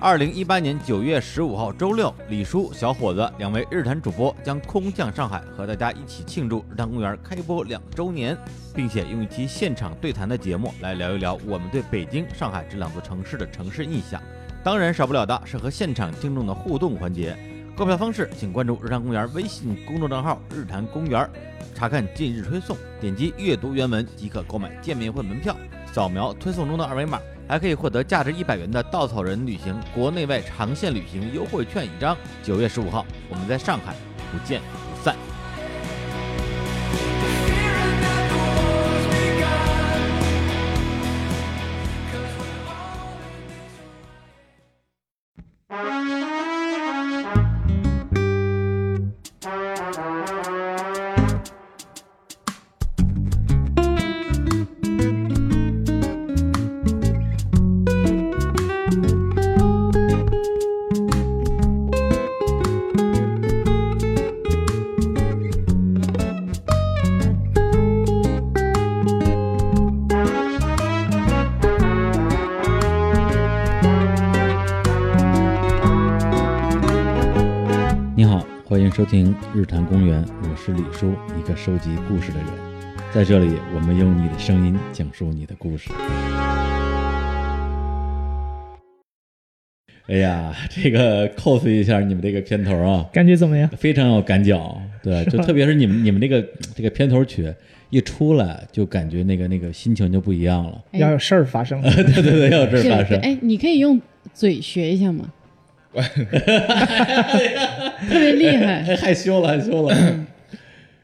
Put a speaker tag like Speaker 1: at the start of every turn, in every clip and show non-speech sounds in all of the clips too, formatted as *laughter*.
Speaker 1: 二零一八年九月十五号周六，李叔、小伙子两位日坛主播将空降上海，和大家一起庆祝日坛公园开播两周年，并且用一期现场对谈的节目来聊一聊我们对北京、上海这两座城市的城市印象。当然，少不了的是和现场听众的互动环节。购票方式，请关注日坛公园微信公众账号“日坛公园”，查看近日推送，点击阅读原文即可购买见面会门票。扫描推送中的二维码，还可以获得价值一百元的稻草人旅行国内外长线旅行优惠券一张。九月十五号，我们在上海不见不散。你好，欢迎收听《日坛公园》，我是李叔，一个收集故事的人。在这里，我们用你的声音讲述你的故事。哎呀，这个 cos 一下你们这个片头啊，
Speaker 2: 感觉怎么样？
Speaker 1: 非常有赶脚，对，就特别是你们你们那个这个片头曲一出来，就感觉那个那个心情就不一样了。 *laughs*
Speaker 2: 要有事儿发生， *laughs*
Speaker 1: 对对对，要有这
Speaker 3: 是
Speaker 1: 发生，
Speaker 3: 哎，你可以用嘴学一下吗？
Speaker 4: *laughs*
Speaker 3: 特别厉害，
Speaker 1: *laughs* 哎害羞了害羞了。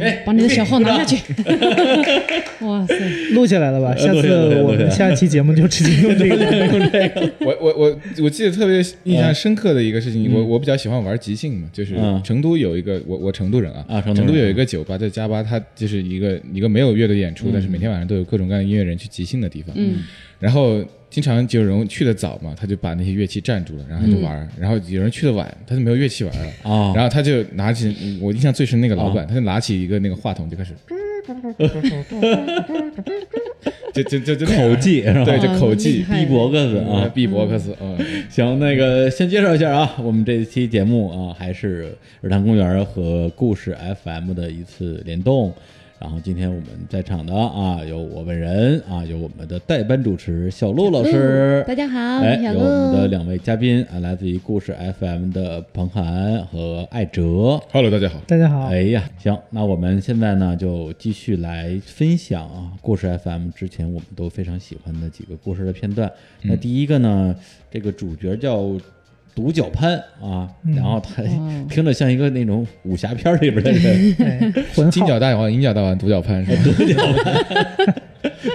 Speaker 1: 哎
Speaker 4: 啊
Speaker 3: 把你的小号拿下去。
Speaker 1: *laughs*
Speaker 3: 哇塞，
Speaker 2: 录下来了吧？
Speaker 1: 呃
Speaker 2: 下
Speaker 1: 录下来了录下
Speaker 2: 次
Speaker 1: 来了
Speaker 2: 我们下期节目就直接用
Speaker 1: *laughs*
Speaker 2: 这个。
Speaker 5: *laughs* 我我我我记得特别印象深刻的一个事情，我我比较喜欢玩即兴嘛，就是
Speaker 1: 嗯
Speaker 5: 成都有一个我我成都人啊，
Speaker 1: 啊成
Speaker 5: 成
Speaker 1: 都人
Speaker 5: 有一个酒吧叫加巴，它就是一个一个没有乐队演出，但
Speaker 1: 嗯
Speaker 5: 是每天晚上都有各种各样的音乐人去即兴的地方。
Speaker 3: 嗯，
Speaker 5: 然后经常就有人去的早嘛，他就把那些乐器占住了，然后他就玩儿；然后有人去的晚，他就没有乐器玩儿了。
Speaker 1: 哦
Speaker 5: 然后他就拿起，我印象最深那个老板，他就拿起一个那个话筒就开始，就就就就那样
Speaker 1: 口技是吧？
Speaker 5: 对，就
Speaker 3: 哇
Speaker 5: 口技
Speaker 3: 厉害
Speaker 1: 逼脖子啊，
Speaker 5: ，B 博克斯，嗯。
Speaker 1: 行，那个先介绍一下啊，我们这期节目啊，还是日坛公园和故事 FM 的一次联动。然后今天我们在场的啊，有我本人啊，有我们的代班主持小鹿老师，
Speaker 3: 嗯大家好，
Speaker 1: 哎，
Speaker 3: 小
Speaker 1: 有我们的
Speaker 3: 鹿。
Speaker 1: 两位嘉宾啊，来自于故事 FM 的彭涵和艾哲。
Speaker 5: Hello，大家好。
Speaker 2: 大家好，
Speaker 1: 哎呀，行，那我们现在呢就继续来分享啊，故事 FM 之前我们都非常喜欢的几个故事的片段。
Speaker 5: 嗯
Speaker 1: 那第一个呢，这个主角叫独角潘啊，
Speaker 5: 嗯
Speaker 1: 然后他、
Speaker 3: 哦
Speaker 1: 听着像一个那种武侠片里边的
Speaker 5: *laughs*
Speaker 1: 人，
Speaker 2: 哎浑
Speaker 5: 金
Speaker 2: 号
Speaker 5: 角大王、银角大王、独角潘是吧？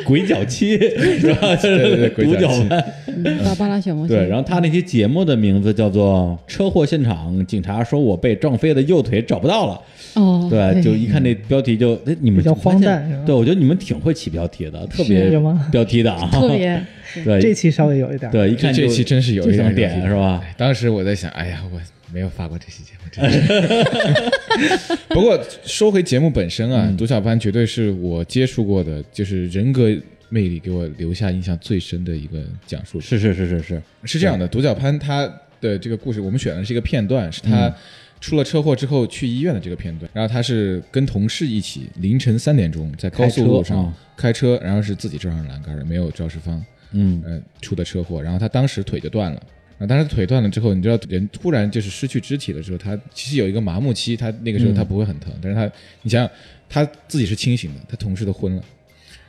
Speaker 1: 鬼脚
Speaker 5: *laughs*
Speaker 1: 七是吧？
Speaker 5: 对对鬼
Speaker 1: 独
Speaker 5: 脚
Speaker 1: 角
Speaker 5: 七
Speaker 1: 潘。
Speaker 3: 嗯芭芭拉小魔仙。
Speaker 1: 对，然后他那期节目的名字叫做《车祸现场，警察说我被撞飞的右腿找不到了》。
Speaker 3: 哦，
Speaker 1: 对，就一看那标题就，哎，你们
Speaker 2: 哎嗯比较
Speaker 1: 就发
Speaker 2: 荒
Speaker 1: 现
Speaker 2: 诞是吧
Speaker 1: 对，我觉得你们挺会起标题的，特别
Speaker 2: 是吗
Speaker 1: 标题党，啊
Speaker 3: 特
Speaker 1: *laughs*
Speaker 4: 哎
Speaker 3: 别
Speaker 2: 这
Speaker 1: 对
Speaker 2: 期稍微有一点，
Speaker 1: 对，一看
Speaker 5: 这
Speaker 1: 就
Speaker 5: 期真是有
Speaker 1: 就
Speaker 5: 一
Speaker 1: 想
Speaker 5: 点
Speaker 1: 点是吧？
Speaker 5: 哎当时我在想，哎呀，我没有发过这期节目。真是不过说回节目本身啊，独角潘绝对是我接触过的，就是人格魅力给我留下印象最深的一个讲述者。
Speaker 1: 是是是是是，
Speaker 5: 是这样的，独角潘他的这个故事，我们选的是一个片段，是他出了车祸之后去医院的这个片段。然后他是跟同事一起凌晨三点钟在高速路上开车，嗯然后是自己撞上栏杆的，没有肇事方，
Speaker 1: 嗯，
Speaker 5: 呃，出的车祸。然后他当时腿就断了。然后当时腿断了之后，你知道人突然就是失去肢体了之后，他其实有一个麻木期，他那个时候他不会很疼，但是他，你想想他自己是清醒的，他同事都昏了，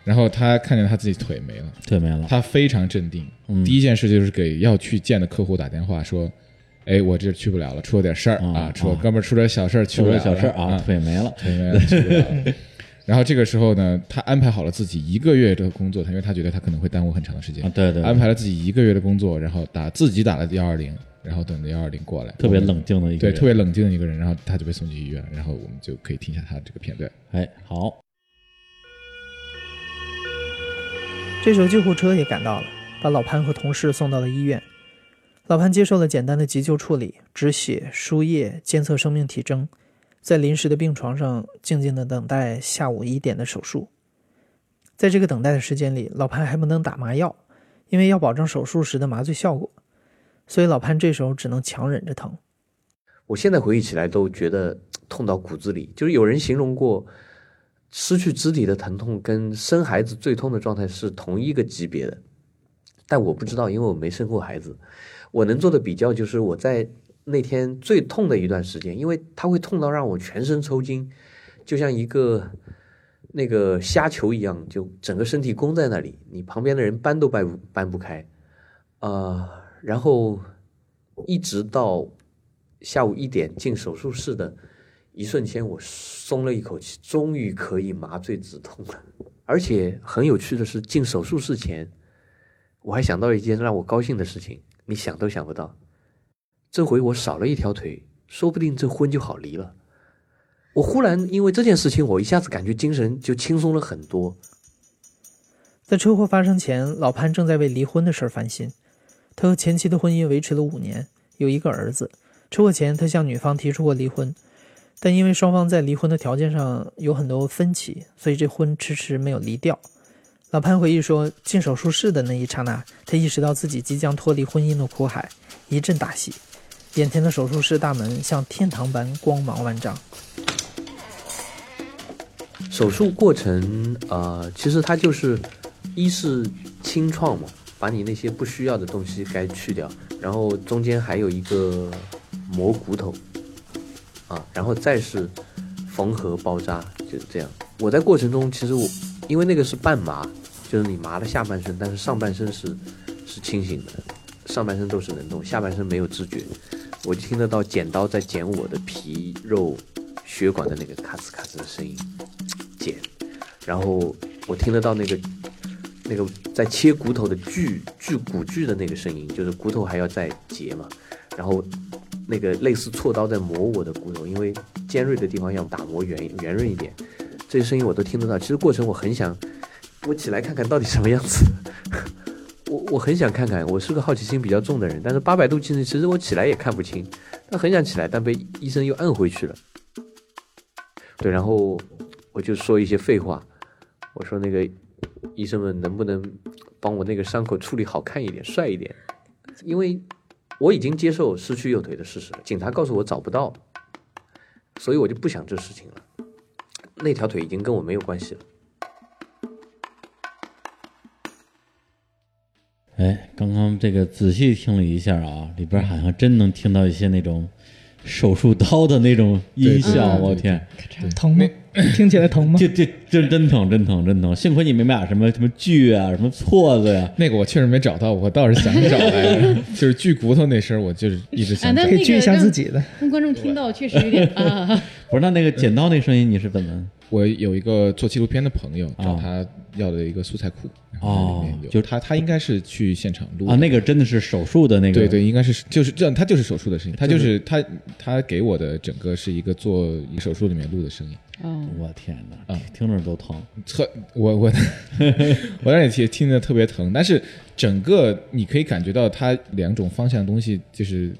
Speaker 5: 然后他看见他自己腿没了，
Speaker 1: 对没了，
Speaker 5: 他非常镇定。
Speaker 1: 嗯
Speaker 5: 第一件事就是给要去见的客户打电话说：“哎，我这去不了了，出了点事儿
Speaker 1: 啊
Speaker 5: 啊，出
Speaker 1: 啊
Speaker 5: 了哥们儿出点小事儿，
Speaker 1: 出
Speaker 5: 去不
Speaker 1: 了
Speaker 5: 了了
Speaker 1: 小事儿啊， *laughs*
Speaker 5: 啊，
Speaker 1: 腿没了，
Speaker 5: 对没有去不了了。” *laughs* 然后这个时候呢，他安排好了自己一个月的工作，他因为他觉得他可能会耽误很长的时间
Speaker 1: 啊，，对对，
Speaker 5: 嗯安排了自己一个月的工作，然后打自己打了幺二零，然后等着幺二零过来，
Speaker 1: 特别
Speaker 5: 我们，
Speaker 1: 冷静的一个
Speaker 5: 对，
Speaker 1: 人，
Speaker 5: 特别冷静的一个人，然后他就被送进医院，然后我们就可以听一下他这个片段。
Speaker 1: 哎，好，
Speaker 2: 这时候救护车也赶到了，把老潘和同事送到了医院。老潘接受了简单的急救处理，止血、输液、监测生命体征，在临时的病床上静静的等待下午一点的手术。在这个等待的时间里，老潘还不能打麻药，因为要保证手术时的麻醉效果，所以老潘这时候只能强忍着疼。
Speaker 6: 我现在回忆起来都觉得痛到骨子里，就是有人形容过，失去肢体的疼痛跟生孩子最痛的状态是同一个级别的，但我不知道，因为我没生过孩子。我能做的比较就是我在那天最痛的一段时间，因为它会痛到让我全身抽筋，就像一个那个虾球一样，就整个身体弓在那里，你旁边的人搬都搬不搬不开，啊、呃，然后一直到。下午一点进手术室的一瞬间，我松了一口气，终于可以麻醉止痛了。而且很有趣的是，进手术室前，我还想到一件让我高兴的事情，你想都想不到。这回我少了一条腿，说不定这婚就好离了。我忽然因为这件事情，我一下子感觉精神就轻松了很多。
Speaker 2: 在车祸发生前，老潘正在为离婚的事儿烦心。他和前妻的婚姻维持了五年，有一个儿子。车祸前，他向女方提出过离婚，但因为双方在离婚的条件上有很多分歧，所以这婚迟迟没有离掉。老潘回忆说，进手术室的那一刹那，他意识到自己即将脱离婚姻的苦海，一阵大喜，眼前的手术室大门像天堂般光芒万丈。
Speaker 6: 手术过程，呃，其实它就是一是清创嘛，把你那些不需要的东西该去掉，然后中间还有一个。磨骨头，啊，然后再是缝合包扎，就是这样。我在过程中，其实我因为那个是半麻，就是你麻了下半身，但是上半身是是清醒的，上半身都是能动，下半身没有知觉。我就听得到剪刀在剪我的皮肉血管的那个咔哧咔哧的声音，剪，然后我听得到那个那个在切骨头的锯锯骨锯的那个声音，就是骨头还要再截嘛，然后。那个类似锉刀在磨我的骨头，因为尖锐的地方要打磨圆圆润一点，这些声音我都听得到。其实过程我很想，我起来看看到底什么样子， *laughs* 我我很想看看。我是个好奇心比较重的人，但是八百度近视，其实我起来也看不清，但很想起来，但被医生又按回去了。对，然后我就说一些废话，我说那个医生们能不能帮我那个伤口处理好看一点、帅一点，因为。我已经接受失去右腿的事实了。警察告诉我找不到，所以我就不想这事情了。那条腿已经跟我没有关系了。
Speaker 1: 哎，刚刚这个仔细听了一下啊，里边好像真能听到一些那种手术刀的那种音效。我天，
Speaker 2: 疼吗？听起来疼 *laughs* 吗？
Speaker 1: 这这这真疼，真疼，真疼！幸亏你没买什么什么锯啊，什么锉子呀。
Speaker 5: 那个我确实没找到，我倒是想找来着， *laughs* 就是锯骨头那声，我就是一直想。
Speaker 4: 啊，但
Speaker 2: 可以
Speaker 4: 那
Speaker 2: 锯
Speaker 4: 个
Speaker 2: 一下
Speaker 4: 让
Speaker 2: 自己的。
Speaker 4: 让观众听到确实有
Speaker 1: *laughs*
Speaker 4: 点啊，
Speaker 1: 不是，那那个剪刀那声音你是怎么？
Speaker 5: 我有一个做纪录片的朋友，找
Speaker 1: 哦
Speaker 5: 他要了一个素材库，然
Speaker 1: 哦
Speaker 5: 后里面有
Speaker 1: 就
Speaker 5: 他他应该是去现场录
Speaker 1: 啊，
Speaker 5: 的
Speaker 1: 那个真的是手术的那个。
Speaker 5: 对对，应该是就是这样，他就是手术的声音，他就是他他给我的整个是一个做一个手术里面录的声音。
Speaker 4: 哦，
Speaker 1: 我天哪，
Speaker 5: 啊
Speaker 1: 听着都疼。
Speaker 5: 特
Speaker 1: *laughs*
Speaker 5: 我我我让你听听得特别疼，但是整个你可以感觉到它两种方向的东西就是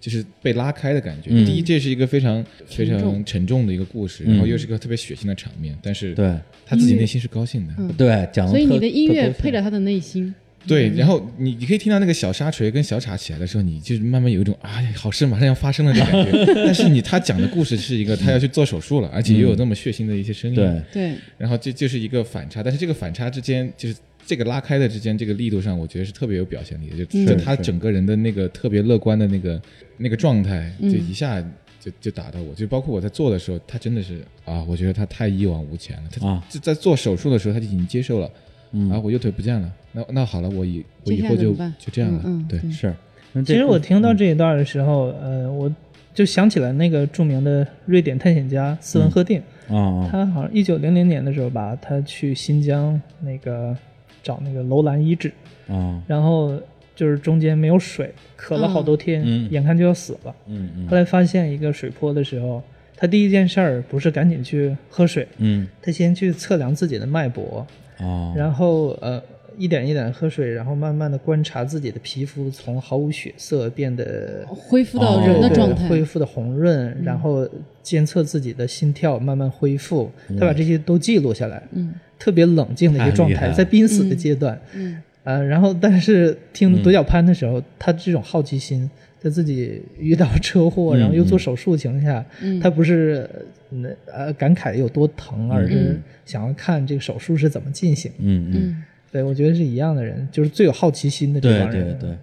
Speaker 5: 就是被拉开的感觉。
Speaker 1: 嗯
Speaker 5: 第一，这是一个非常非常沉重的一个故事，
Speaker 1: 嗯
Speaker 5: 然后又是个特别血腥的场面，但是
Speaker 1: 对
Speaker 5: 他自己内心是高兴的。
Speaker 1: 对，讲得
Speaker 4: 所以你
Speaker 1: 特
Speaker 4: 的音
Speaker 1: 特
Speaker 4: 乐
Speaker 1: 高兴
Speaker 4: 配着他的内心，
Speaker 5: 对，然后你你可以听到那个小沙锤跟小叉起来的时候，你就是慢慢有一种哎呀，好事马上要发生了的感觉。但是你他讲的故事是一个他要去做手术了，而且又有那么血腥的一些声音。
Speaker 1: 对，
Speaker 4: 对，
Speaker 5: 然后这就是一个反差，但是这个反差之间，就是这个拉开的之间，这个力度上，我觉得是特别有表现力的，就、
Speaker 4: 嗯
Speaker 5: 就是他
Speaker 1: 是
Speaker 5: 整个人的那个特别乐观的那个那个状态，就
Speaker 4: 嗯
Speaker 5: 一下就就打到我，就包括我在做的时候，他真的是啊，我觉得他太一往无前了，他
Speaker 1: 啊
Speaker 5: 就在做手术的时候他就已经接受了，
Speaker 1: 嗯
Speaker 5: 啊，我右腿不见了，那那好了，我以我以
Speaker 4: 接下
Speaker 5: 后
Speaker 4: 来怎
Speaker 5: 就
Speaker 4: 么办
Speaker 5: 就这样了，
Speaker 4: 嗯嗯
Speaker 5: 对
Speaker 4: 对
Speaker 1: 是。那这
Speaker 2: 其实我
Speaker 1: 故
Speaker 2: 听到这一段的时候，呃，我就想起来那个著名的瑞典探险家斯
Speaker 1: 嗯
Speaker 2: 文赫定，
Speaker 1: 啊
Speaker 2: 他好像一九零零年的时候吧，他去新疆那个找那个楼兰遗址，
Speaker 1: 啊啊
Speaker 2: 然后就是中间没有水，渴了好多天，
Speaker 1: 嗯
Speaker 2: 眼看就要死了。
Speaker 1: 嗯嗯
Speaker 2: 后来发现一个水坡的时候，他第一件事儿不是赶紧去喝水，
Speaker 1: 嗯
Speaker 2: 他先去测量自己的脉搏，
Speaker 1: 啊
Speaker 2: 然后呃，一点一点喝水，然后慢慢的观察自己的皮肤从毫无血色变得
Speaker 1: 哦
Speaker 2: 哦
Speaker 4: 恢复到哦人的
Speaker 2: 对
Speaker 4: 状态，嗯
Speaker 2: 恢复的红润，然后监测自己的心跳慢慢恢复，
Speaker 1: 嗯
Speaker 2: 他把这些都记录下来，
Speaker 4: 嗯
Speaker 2: 特别冷静的一
Speaker 1: 太
Speaker 2: 个
Speaker 1: 厉
Speaker 2: 状
Speaker 1: 害
Speaker 2: 态，
Speaker 1: 了
Speaker 2: 在濒死的阶段，
Speaker 4: 嗯，
Speaker 2: 呃，然后但是听独角攀的时
Speaker 1: 嗯
Speaker 2: 候，他这种好奇心，他自己遇到车祸，
Speaker 1: 嗯
Speaker 2: 然后又做手术情况下，
Speaker 4: 嗯
Speaker 2: 他不是呃呃感慨有多疼，而是想要看这个手术是怎么进行。
Speaker 1: 嗯嗯，
Speaker 4: 嗯
Speaker 2: 对，我觉得是一样的人，就是最有好奇心的这
Speaker 1: 对
Speaker 2: 帮人。
Speaker 1: 对对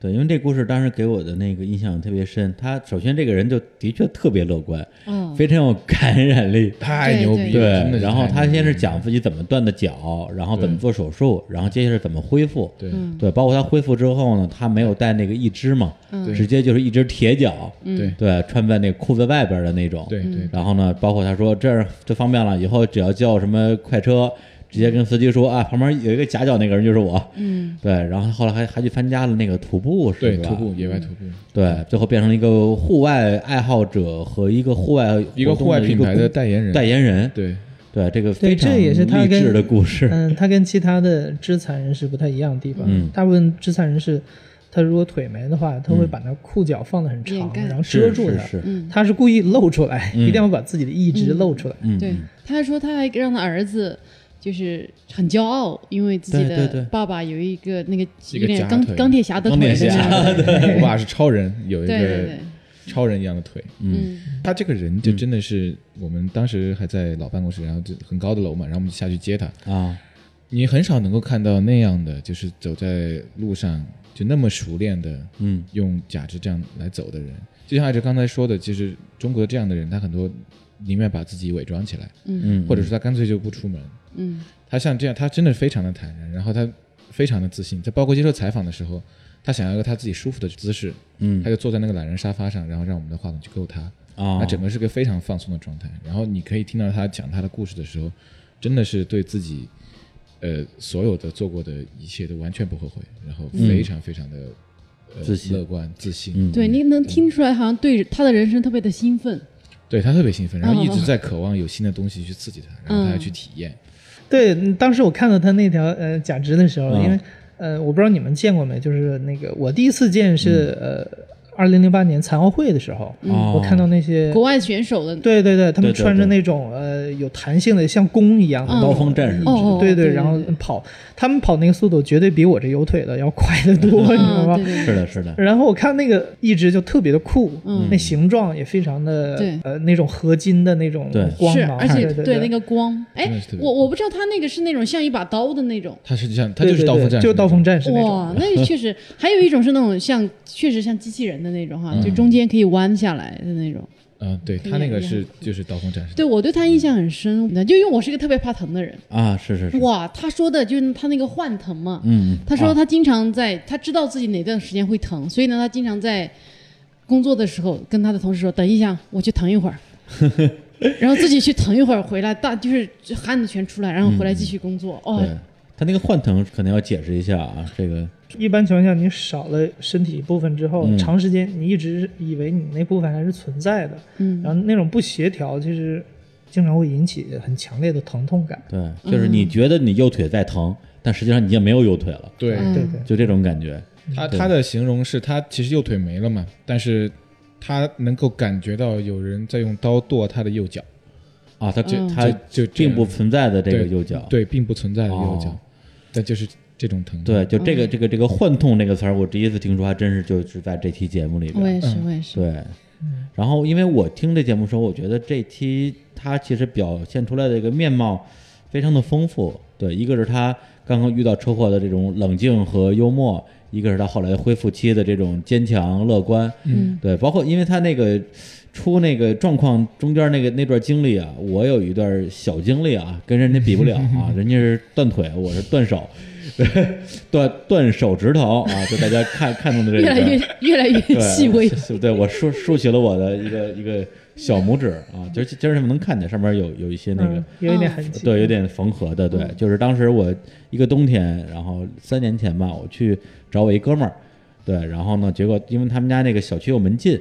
Speaker 1: 对，因为这故事当时给我的那个印象特别深。他首先这个人就的确特别乐观，
Speaker 4: 嗯
Speaker 1: 非常有感染力。
Speaker 5: 太牛 *laughs* 逼
Speaker 1: 对
Speaker 5: 了，真的，是
Speaker 1: 然后
Speaker 5: 太
Speaker 1: 他
Speaker 5: 牛逼
Speaker 1: 先
Speaker 5: 了
Speaker 1: 是讲自己怎么断的脚，然后怎么做手术，然后接下来怎么恢复。
Speaker 5: 嗯对
Speaker 4: 嗯
Speaker 1: 对，包括他恢复之后呢，他没有带那个义肢嘛，
Speaker 4: 嗯
Speaker 5: 对
Speaker 1: 直接就是一只铁脚，
Speaker 5: 对
Speaker 1: 对，穿在那个裤子外边的那种。
Speaker 5: 对对
Speaker 1: 然后呢，包括他说这儿就方便了，以后只要叫什么快车，直接跟司机说啊，旁边有一个夹脚那个人就是我。
Speaker 4: 嗯
Speaker 1: 对，然后他后来还还去参加了那个徒步，是
Speaker 5: 对
Speaker 1: 吧？
Speaker 5: 徒步，野外徒步，
Speaker 1: 对，最后变成了一个户外爱好者和一个户外
Speaker 5: 一个
Speaker 1: 活动
Speaker 5: 户外
Speaker 1: 的
Speaker 5: 品牌的代言人，
Speaker 1: 代言人。
Speaker 5: 对
Speaker 1: 对，这个
Speaker 2: 对
Speaker 1: 非常
Speaker 2: 这也是他
Speaker 1: 励
Speaker 2: 跟
Speaker 1: 志的故事。
Speaker 2: 嗯，他跟其他的肢残人士不太一样的地方，
Speaker 1: 嗯
Speaker 2: 大部分肢残人士，他如果腿没的话，他会把那裤脚放得很
Speaker 4: 掩
Speaker 2: 长，
Speaker 4: 盖
Speaker 2: 然后遮
Speaker 1: 是
Speaker 2: 住
Speaker 1: 是
Speaker 2: 它。
Speaker 1: 是，
Speaker 4: 嗯，
Speaker 2: 他是故意露出来，
Speaker 1: 嗯
Speaker 2: 一定要把自己的意志露出来。
Speaker 1: 嗯，
Speaker 4: 对
Speaker 1: 嗯，
Speaker 4: 他还说他还让他儿子就是很骄傲，因为自己
Speaker 1: 对对对
Speaker 4: 的爸爸有一个那个
Speaker 5: 一
Speaker 4: 有
Speaker 5: 个
Speaker 4: 点
Speaker 5: 假
Speaker 4: 钢
Speaker 5: 腿
Speaker 4: 钢铁侠的
Speaker 5: 钢
Speaker 4: 腿
Speaker 5: 铁
Speaker 4: 的
Speaker 5: 侠
Speaker 4: 那啊种，，
Speaker 5: 我爸是超人，有
Speaker 4: *laughs*
Speaker 5: 一
Speaker 4: 对对
Speaker 5: 个
Speaker 4: 对，
Speaker 5: 超人一样的腿。
Speaker 4: 嗯
Speaker 5: 他这个人就真的是，我们当时还在老办公室，然后就很高的楼嘛，然后我们就下去接他。
Speaker 1: 啊，
Speaker 5: 你很少能够看到那样的，就是走在路上就那么熟练的
Speaker 1: 嗯
Speaker 5: 用假肢这样来走的人。就像艾哲刚才说的，其实中国这样的人，他很多宁愿把自己伪装起来，
Speaker 4: 嗯
Speaker 1: 嗯，
Speaker 5: 或者说他干脆就不出门。
Speaker 4: 嗯
Speaker 5: 他像这样，他真的非常的坦然，然后他非常的自信。在包括接受采访的时候，他想要一个他自己舒服的姿势，
Speaker 1: 嗯
Speaker 5: 他就坐在那个懒人沙发上，然后让我们的话筒去够他。
Speaker 2: 哦
Speaker 1: 啊，
Speaker 5: 那整个是个非常放松的状态。然后你可以听到他讲他的故事的时候，真的是对自己，呃，所有的做过的一切都完全不后悔，然后非常非常的、呃、
Speaker 1: 自信
Speaker 5: 乐观、自信。
Speaker 1: 嗯
Speaker 4: 对，你能听出来，好像对他的人生特别的兴奋。
Speaker 5: 对他特别兴奋，然后一
Speaker 4: 哦
Speaker 2: 嗯
Speaker 5: 直在渴望有新的东西去刺激他，然后他要去体验。
Speaker 2: 对，嗯当时我看到他那条呃假肢的时候，
Speaker 1: 嗯
Speaker 2: 因为呃我不知道你们见过没，就是那个我第一次见是、呃二零零八年残奥会的时候，
Speaker 1: 嗯哦
Speaker 2: 我看到那些
Speaker 4: 国外选手的，
Speaker 2: 对对对，他
Speaker 1: 对
Speaker 2: 们
Speaker 1: 对
Speaker 2: 穿着
Speaker 1: 对
Speaker 2: 那种呃有弹性的像弓一样的
Speaker 4: 嗯
Speaker 2: 那种
Speaker 1: 刀锋战士
Speaker 2: 衣
Speaker 4: 哦哦哦
Speaker 2: 对
Speaker 4: 对对
Speaker 2: 然后
Speaker 4: 对
Speaker 2: 跑，他们跑那个速度绝对比我这有腿的要快得多，你知道
Speaker 4: 嗯，
Speaker 2: 吗
Speaker 4: 对？对
Speaker 1: 是
Speaker 4: 对，
Speaker 1: 的，是的，
Speaker 2: 然后我看那个一只就特别的酷，
Speaker 4: 嗯
Speaker 2: 那形状也非常的
Speaker 4: 对
Speaker 2: 呃那种合金的那种
Speaker 1: 对
Speaker 2: 光
Speaker 4: 是，
Speaker 2: 芒，啊
Speaker 4: 而且
Speaker 2: 对对
Speaker 4: 那个光，
Speaker 5: 真的
Speaker 4: 哎
Speaker 5: 是特，别
Speaker 4: 我我不知道他那个是那种像一把刀的那种，
Speaker 5: 他是就像他
Speaker 2: 对
Speaker 5: 就是
Speaker 2: 对
Speaker 5: 刀锋
Speaker 2: 对
Speaker 5: 战士，
Speaker 2: 就刀锋战士那种。
Speaker 4: 哇，那个确实，还有一种是那种像，确实像机器人的那种哈，就中间可以弯下来的那种。
Speaker 5: 嗯，对他那个是就是刀锋战士。
Speaker 4: 对我对他印象很深，就因为我是一个特别怕疼的人。
Speaker 1: 啊，是是是，
Speaker 4: 哇，他说的就是他那个幻疼嘛，
Speaker 1: 嗯，
Speaker 4: 他说他经常在，他知道自己哪段时间会疼，所以呢，他经常在工作的时候跟他的同事说：“等一下，我去疼一
Speaker 1: *laughs*
Speaker 4: 会儿。”然后自己去疼一会儿，回来大就是汗子全出来，然后
Speaker 1: 嗯
Speaker 4: 回来继续工作。
Speaker 1: 对
Speaker 4: 哦，
Speaker 1: 他那个幻腾可能要解释一下啊，这个
Speaker 2: 一般情况下，你少了身体一部分之后，
Speaker 1: 嗯
Speaker 2: 长时间你一直以为你那部分还是存在的，
Speaker 4: 嗯
Speaker 2: 然后那种不协调，其实经常会引起很强烈的疼痛感。
Speaker 1: 对，就是
Speaker 4: 嗯
Speaker 1: 你觉得你右腿在疼，但实际上你已经没有右腿了，
Speaker 5: 对
Speaker 4: 嗯
Speaker 2: 对对，
Speaker 1: 就这种感觉。
Speaker 5: 他
Speaker 1: 对
Speaker 5: 他的形容是他其实右腿没了嘛，但是他能够感觉到有人在用刀剁他的右脚，
Speaker 1: 啊，他
Speaker 4: 嗯
Speaker 1: 他
Speaker 5: 就这
Speaker 1: 并
Speaker 5: 样
Speaker 1: 不存在的这个
Speaker 5: 对
Speaker 1: 右脚，
Speaker 5: 对，并不存在的右
Speaker 1: 哦
Speaker 5: 脚，但就是这种疼。
Speaker 1: 对，就
Speaker 4: 嗯
Speaker 1: 这个这个这个幻痛这个词儿，我第一次听说，还真是就是在这期节目里
Speaker 4: 我
Speaker 1: 边
Speaker 4: 也。是，我也
Speaker 1: 嗯
Speaker 4: 是。
Speaker 1: 对，
Speaker 5: 嗯
Speaker 1: 然后因为我听这节目的时候，我觉得这期他其实表现出来的一个面貌非常的丰富。对，一个是他刚刚遇到车祸的这种冷静和幽默，一个是他后来恢复期的这种坚强乐观。
Speaker 4: 嗯，
Speaker 1: 对，包括因为他那个出那个状况中间那个那段经历啊，我有一段小经历啊，跟人家比不了
Speaker 4: *laughs*
Speaker 1: 啊，人家是断腿，我是断手， *laughs* 对，断断手指头啊，就大家看看中的这个
Speaker 4: 越来越 *laughs* 越来越
Speaker 1: 对
Speaker 4: 细微。
Speaker 1: 对对，我竖竖起了我的一个一个小拇指啊，就是今儿你们能看见上面有有一些那个
Speaker 2: 嗯，，有一点
Speaker 4: 嗯
Speaker 2: 痕迹。
Speaker 1: 对，有点缝合的，对，就是当时我一个冬天，然后三年前吧，我去找我一哥们儿，对，然后呢，结果因为他们家那个小区又门禁，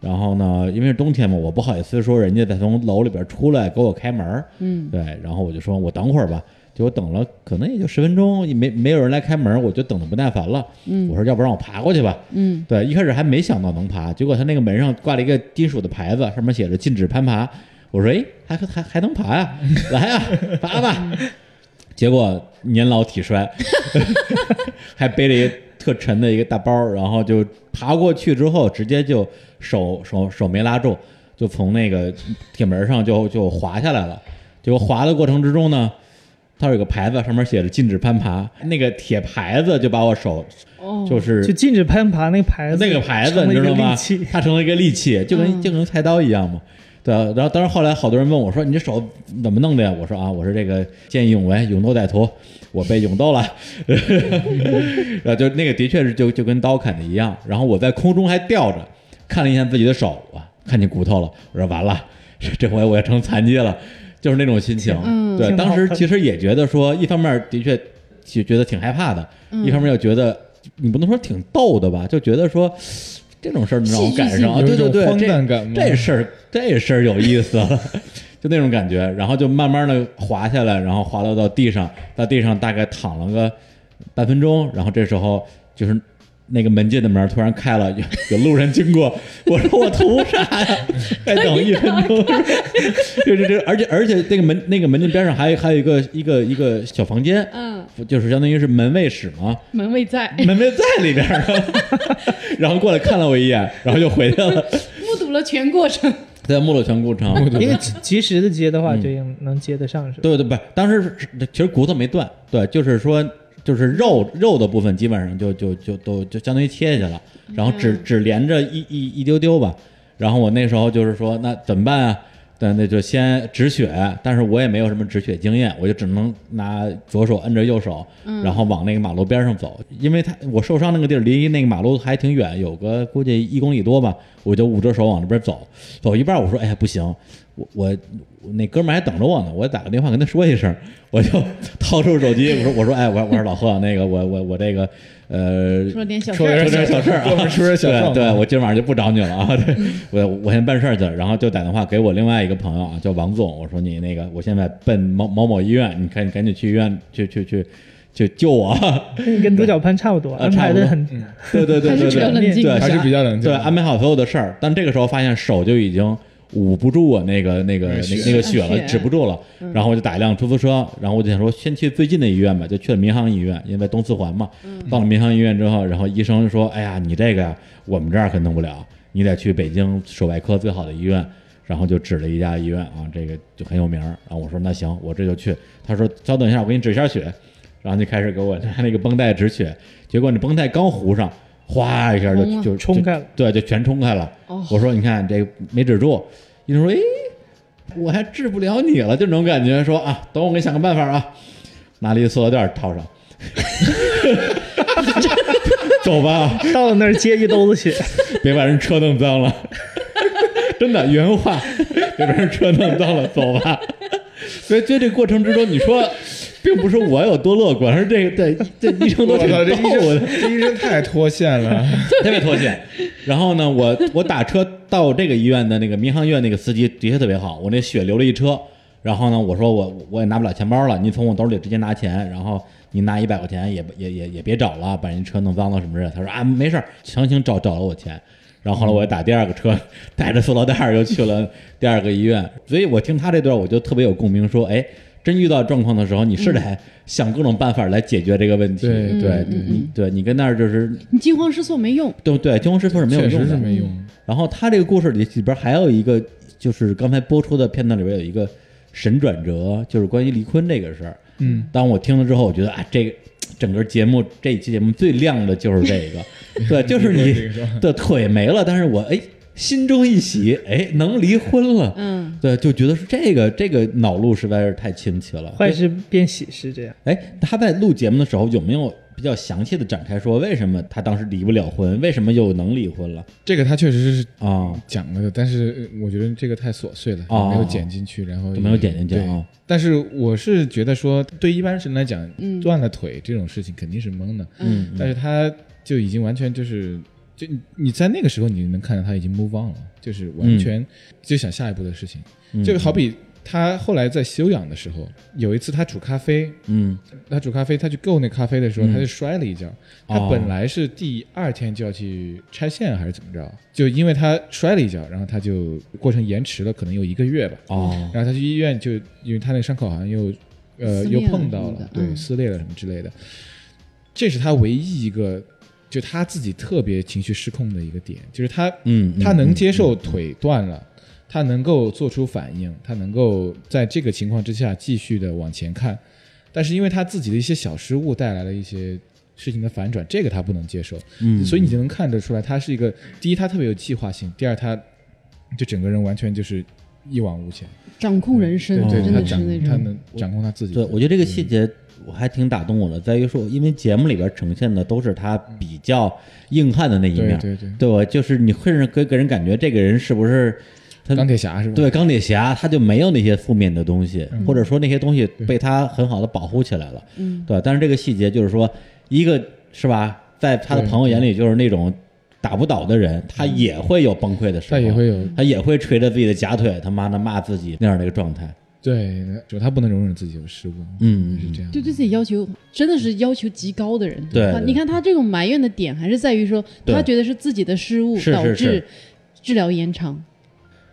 Speaker 1: 然后呢，因为是冬天嘛，我不好意思说人家再从楼里边出来给我开门儿，
Speaker 4: 嗯
Speaker 1: 对，然后我就说我等会儿吧，结果等了可能也就十分钟，也没没有人来开门，我就等的不耐烦了。
Speaker 4: 嗯
Speaker 1: 我说要不然我爬过去吧。
Speaker 4: 嗯
Speaker 1: 对，一开始还没想到能爬，结果他那个门上挂了一个金属的牌子，上面写着禁止攀爬。我说，哎，还还还能爬呀、 *laughs* 来呀、爬吧。结果年老体衰，还背着一个特沉的一个大包，然后就爬过去之后，直接就手手手没拉住，就从那个铁门上就就滑下来了。结果滑的过程之中呢，它有个牌子，上面写着禁止攀爬，那个铁牌子就把我手
Speaker 4: 哦，
Speaker 1: 就是
Speaker 2: 就禁止攀爬那个牌子，
Speaker 1: 那个牌子，
Speaker 2: 成
Speaker 1: 你
Speaker 2: 为一
Speaker 1: 知
Speaker 2: 个
Speaker 1: 道吗
Speaker 2: 利器？
Speaker 1: 它成了一个利器，就跟
Speaker 4: 嗯
Speaker 1: 就跟菜刀一样嘛。对啊，然后当然后来好多人问我说：“你这手怎么弄的呀？”我说：“啊，我是这个见义勇为，勇斗歹徒，我被勇斗了。” *laughs* 然后就那个的确是就就跟刀砍的一样，然后我在空中还吊着，看了一下自己的手，哇，看见骨头了，我说完了， *laughs* 这这回我要成残疾了，就是那种心情。
Speaker 4: 嗯
Speaker 1: 对，
Speaker 2: 挺好
Speaker 1: 当时
Speaker 2: 看
Speaker 1: 其实也觉得说，一方面的确就觉得挺害怕的，
Speaker 2: 嗯
Speaker 1: 一方面又觉得你不能说挺逗的吧，就觉得说。这种事儿能让我
Speaker 4: 戏剧
Speaker 1: 赶
Speaker 4: 性
Speaker 1: 上，
Speaker 5: 有一
Speaker 1: 对对
Speaker 5: 种
Speaker 1: 对，
Speaker 5: 荒
Speaker 1: 这
Speaker 5: 诞感吗
Speaker 1: 这事儿这事儿有意思了，就那种感觉，然后就慢慢的滑下来，然后滑落到地上，到地上大概躺了个半分钟，然后这时候就是那个门禁的门突然开了，有有路人经过，我说我图啥呀？再等一分钟，就是这，而且而且那个门那个门禁边上还有还有一个一个一个小房间，
Speaker 4: 嗯，
Speaker 1: 就是相当于是门卫室嘛，
Speaker 4: 门卫在， *laughs*
Speaker 1: 门卫在里边儿，然后过来看了我一眼，然后就回去了，
Speaker 4: 目睹了全过程。
Speaker 1: 在没落全过程。
Speaker 2: 因为及及时的接的
Speaker 1: 嗯
Speaker 2: 话，就应能接得上是吧？
Speaker 1: 对对，不是，当时是其实骨头没断，对，就是说就是肉肉的部分基本上就就就都就相当于切下去了，然后
Speaker 4: 嗯
Speaker 1: 只只连着一一一丢丢吧。然后我那时候就是说，那怎么办啊？对，那就先止血，但是我也没有什么止血经验，我就只能拿左手摁着右手，
Speaker 4: 嗯
Speaker 1: 然后往那个马路边上走，因为他我受伤那个地儿离那个马路还挺远，有个估计一公里多吧，我就捂着手往那边走，走一半我说，哎呀不行，我我我那哥们儿还等着我呢，我打个电话跟他说一声，我就掏出手机，我说我说哎，我我说老贺，那个我我我这个呃
Speaker 4: 出了点小事
Speaker 5: 说
Speaker 4: 儿
Speaker 5: 点
Speaker 1: 出点小事儿啊，
Speaker 5: 哥们儿出点小事儿
Speaker 1: 对，对我今晚上就不找你了啊， *laughs* 对我我先办事儿去了，然后就打电话给我另外一个朋友啊，叫王总，我说你那个我现在奔某某某医院，你看你赶紧去医院去去去去救我啊， *laughs*
Speaker 2: 那你跟独角攀差不多，
Speaker 1: 啊
Speaker 2: 安
Speaker 1: 差
Speaker 2: 排
Speaker 1: 不多
Speaker 2: 的很
Speaker 1: 对对对
Speaker 4: 还是
Speaker 1: 对
Speaker 4: 比较
Speaker 1: 对，
Speaker 4: 冷静
Speaker 1: 对，
Speaker 4: 的
Speaker 5: 还是比较冷静
Speaker 1: 对，啊
Speaker 5: 的
Speaker 1: 安排好所有的事儿，但这个时候发现手就已经捂不住我那个那个
Speaker 5: 那个
Speaker 1: 那
Speaker 5: 血
Speaker 1: 那个血了，
Speaker 4: 血
Speaker 1: 止不住了。然后我就打一辆出租车，然后我就想说先去最近的医院吧，就去了民航医院，因为在东四环嘛。到了民航医院之后，然后医生说：“哎呀，你这个呀，我们这儿可弄不了，你得去北京手外科最好的医院。”然后就指了一家医院啊，这个就很有名儿。然后我说：“那行，我这就去。”他说：“稍等一下，我给你止一下血。”然后就开始给我拿那个绷带止血，结果那绷带刚糊上，哗一下就
Speaker 4: 红了
Speaker 1: 就就
Speaker 2: 冲开了
Speaker 1: 对，就全冲开了。
Speaker 4: 哦
Speaker 1: 我说你看这没止住，医生说，哎，我还治不了你了，就那种感觉，说啊，等我给你想个办法啊，拿了一塑料袋套上， *laughs* 走吧，
Speaker 2: 到了那儿接一兜子
Speaker 1: *laughs*
Speaker 2: 血，
Speaker 1: 别把人车弄脏了，真的原话，别把人车弄脏了，走吧。所以，在这个过程之中，你说，并不是我有多乐观，而是这个这这医生都
Speaker 5: 我
Speaker 1: 挺
Speaker 5: 操，这医
Speaker 1: 逗我的
Speaker 5: 生，这医生太脱线了。
Speaker 1: *laughs* 特别脱线。然后呢，我我打车到这个医院的那个民航医院那个司机的确特别好，我那血流了一车。然后呢，我说我我也拿不了钱包了，你从我兜里直接拿钱，然后你拿一百块钱也也也也别找了，把人车弄脏了什么的。他说啊，没事儿，强行找找了我钱。然后后来我又打第二个车， *laughs* 带着塑料袋儿又去了第二个医院。所以我听他这段我就特别有共鸣，说哎，真遇到状况的时候，你是得想各种办法来解决这个问题。
Speaker 5: 嗯对
Speaker 1: 对
Speaker 5: 对
Speaker 1: 你对你跟那儿就是
Speaker 4: 你惊慌失措没用，
Speaker 1: 对对，金黄石措是没有
Speaker 5: 确
Speaker 1: 用
Speaker 5: 实是
Speaker 1: 的。嗯
Speaker 5: 没用。
Speaker 1: 然后他这个故事里里边还有一个，就是刚才播出的片段里边有一个神转折，就是关于离婚这个事儿。
Speaker 5: 嗯，
Speaker 1: 当我听了之后，我觉得啊，这个整个节目这一期节目最亮的就是这个，对，就是
Speaker 5: 离婚这个
Speaker 1: 你
Speaker 5: 是吧
Speaker 1: 的腿没了，但是我哎心中一喜，哎能离婚了，
Speaker 4: 嗯，
Speaker 1: 对，就觉得是这个这个脑路实在是太清奇了。
Speaker 2: 坏事变喜事这样。
Speaker 1: 哎，他在录节目的时候有没有比较详细的展开说为什么他当时离不了婚，为什么又能离婚了
Speaker 5: 这个他确实是
Speaker 1: 啊？
Speaker 5: 讲了的，但是呃我觉得这个太琐碎了，
Speaker 1: 哦
Speaker 5: 没有剪进去，然后
Speaker 1: 就没有剪进去
Speaker 5: 对
Speaker 1: 啊
Speaker 5: 但是我是觉得说，对一般人来讲，
Speaker 4: 嗯
Speaker 5: 断了腿这种事情肯定是懵的，
Speaker 4: 嗯
Speaker 5: 但是他就已经完全就是。就你你在那个时候，你能看到他已经 move on 了，就是完全就想下一步的事情。
Speaker 1: 嗯
Speaker 5: 就好比他后来在休养的时候，有一次他煮咖啡，
Speaker 1: 嗯，
Speaker 5: 他煮咖啡，他去够那咖啡的时候，
Speaker 1: 嗯
Speaker 5: 他就摔了一跤。他
Speaker 1: 哦
Speaker 5: 本来是第二天就要去拆线还是怎么着，就因为他摔了一跤，然后他就过程延迟了，可能有一个月吧。
Speaker 1: 哦，
Speaker 5: 然后他去医院就，因为他那伤口好像又，呃，
Speaker 4: 撕裂
Speaker 5: 又
Speaker 4: 了
Speaker 5: 碰到
Speaker 4: 什么
Speaker 5: 了
Speaker 4: 的，
Speaker 5: 对，
Speaker 4: 嗯
Speaker 5: 撕裂了什么之类的。这是他唯一一个，就他自己特别情绪失控的一个点，就是他
Speaker 1: 嗯，嗯嗯
Speaker 5: 他能接受腿断了，他能够做出反应，他能够在这个情况之下继续的往前看，但是因为他自己的一些小失误带来了一些事情的反转，这个他不能接受，
Speaker 1: 嗯，
Speaker 5: 所以你就能看得出来，他是一个第一他特别有计划性，第二他就整个人完全就是一往无前，
Speaker 4: 掌控人生，
Speaker 5: 对
Speaker 4: 真
Speaker 5: 对，他
Speaker 4: 的是那
Speaker 5: 掌他
Speaker 4: 种。
Speaker 5: 能掌控他自己，
Speaker 1: 对我觉得这个细节我还挺打动我的，在于说，因为节目里边呈现的都是他比较硬汉的那一
Speaker 5: 对
Speaker 1: 面，
Speaker 5: 对对，
Speaker 1: 对吧？就是你会让给给人感觉这个人是不是他
Speaker 5: 钢铁侠是吧？
Speaker 1: 对钢铁侠，他就没有那些负面的东西，
Speaker 5: 嗯
Speaker 1: 或者说那些东西被他很好的保护起来了，
Speaker 4: 嗯，
Speaker 1: 对吧。但是这个细节就是说，一个是吧，在他的
Speaker 5: 对嗯
Speaker 1: 朋友眼里就是那种打不倒的人，他也会有崩溃的时
Speaker 5: 他
Speaker 1: 候，
Speaker 5: 也会有
Speaker 1: 他也会捶着自己的假腿，他妈的骂自己那样的一个状态。
Speaker 5: 对，就他不能容忍自己有失误，
Speaker 1: 嗯嗯
Speaker 5: 是这样，
Speaker 4: 就对自己要求真的是要求极高的人。
Speaker 1: 对
Speaker 4: 啊
Speaker 1: 对
Speaker 4: 你看他这种埋怨的点还是在于说，
Speaker 1: 对
Speaker 4: 他觉得是自己的失误
Speaker 1: 是是
Speaker 4: 导致
Speaker 1: 是
Speaker 4: 治疗延长。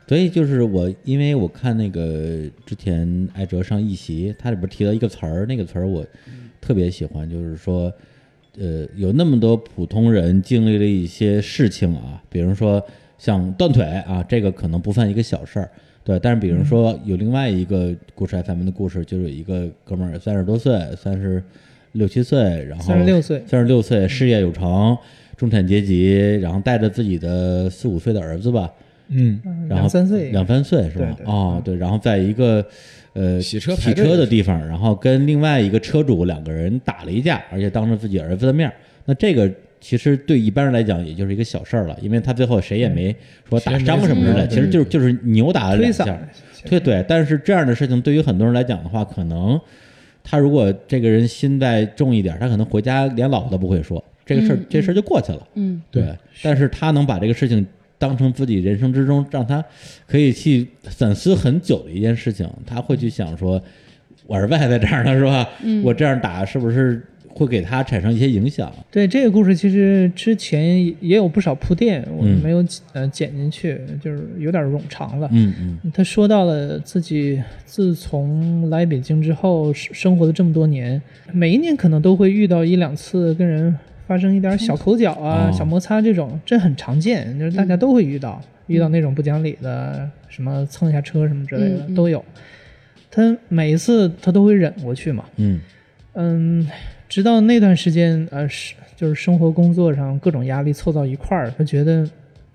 Speaker 1: 所以就是我，因为我看那个之前艾哲上一席，他里边提到一个词儿，那个词儿我特别喜欢，就是说，呃，有那么多普通人经历了一些事情啊，比如说像断腿啊，这个可能不算一个小事儿，对。但是比如说有另外一个故事 FM 的故事，就是有一个哥们儿三十多岁，三十六七岁，然后
Speaker 2: 36岁
Speaker 1: 三十六岁，事业有成，中产阶级，然后带着自己的四五岁的儿子吧。
Speaker 5: 嗯。
Speaker 2: 嗯
Speaker 1: 然后
Speaker 2: 两三岁，
Speaker 1: 两三岁是吧？
Speaker 2: 对对
Speaker 1: 哦，对，然后在一个呃
Speaker 5: 洗车
Speaker 1: 洗
Speaker 5: 排队
Speaker 1: 车的地方，然后跟另外一个车主两个人打了一架，而且当着自己儿子的面儿，那这个。其实对一般人来讲，也就是一个小事儿了，因为他最后谁也没说打伤什么之类的，其
Speaker 5: 谁
Speaker 1: 实
Speaker 5: 也没怎么着
Speaker 1: 就是就是扭打了
Speaker 2: 推
Speaker 1: 两
Speaker 2: 搡
Speaker 1: 下，对对，但是这样的事情对于很多人来讲的话，可能他如果这个人心再重一点，他可能回家连老婆都不会说，这个事儿、
Speaker 4: 嗯
Speaker 1: 这事儿就过去了。
Speaker 4: 嗯，
Speaker 5: 对
Speaker 1: 对，但是他能把这个事情当成自己人生之中让他可以去反思很久的一件事情，他会去想说，我儿子还在这儿呢，是 *laughs* 吧？
Speaker 4: 嗯
Speaker 1: 我这样打是不是会给他产生一些影响？
Speaker 2: 对这个故事，其实之前也有不少铺垫，我
Speaker 1: 嗯
Speaker 2: 没有呃剪进去，就是有点冗长了。
Speaker 1: 嗯嗯
Speaker 2: 他说到了自己自从来北京之后生生活了这么多年，每一年可能都会遇到一两次跟人发生一点小口角啊、
Speaker 1: 哦
Speaker 2: 小摩擦这种，这很常见，就是大家
Speaker 4: 嗯
Speaker 2: 都会遇到，遇到那种不讲理的，什么蹭一下车什么之类的、
Speaker 4: 嗯嗯
Speaker 2: 都有。他每一次他都会忍过去嘛，
Speaker 1: 嗯
Speaker 2: 嗯，直到那段时间，呃，是就是生活工作上各种压力凑到一块儿，他觉得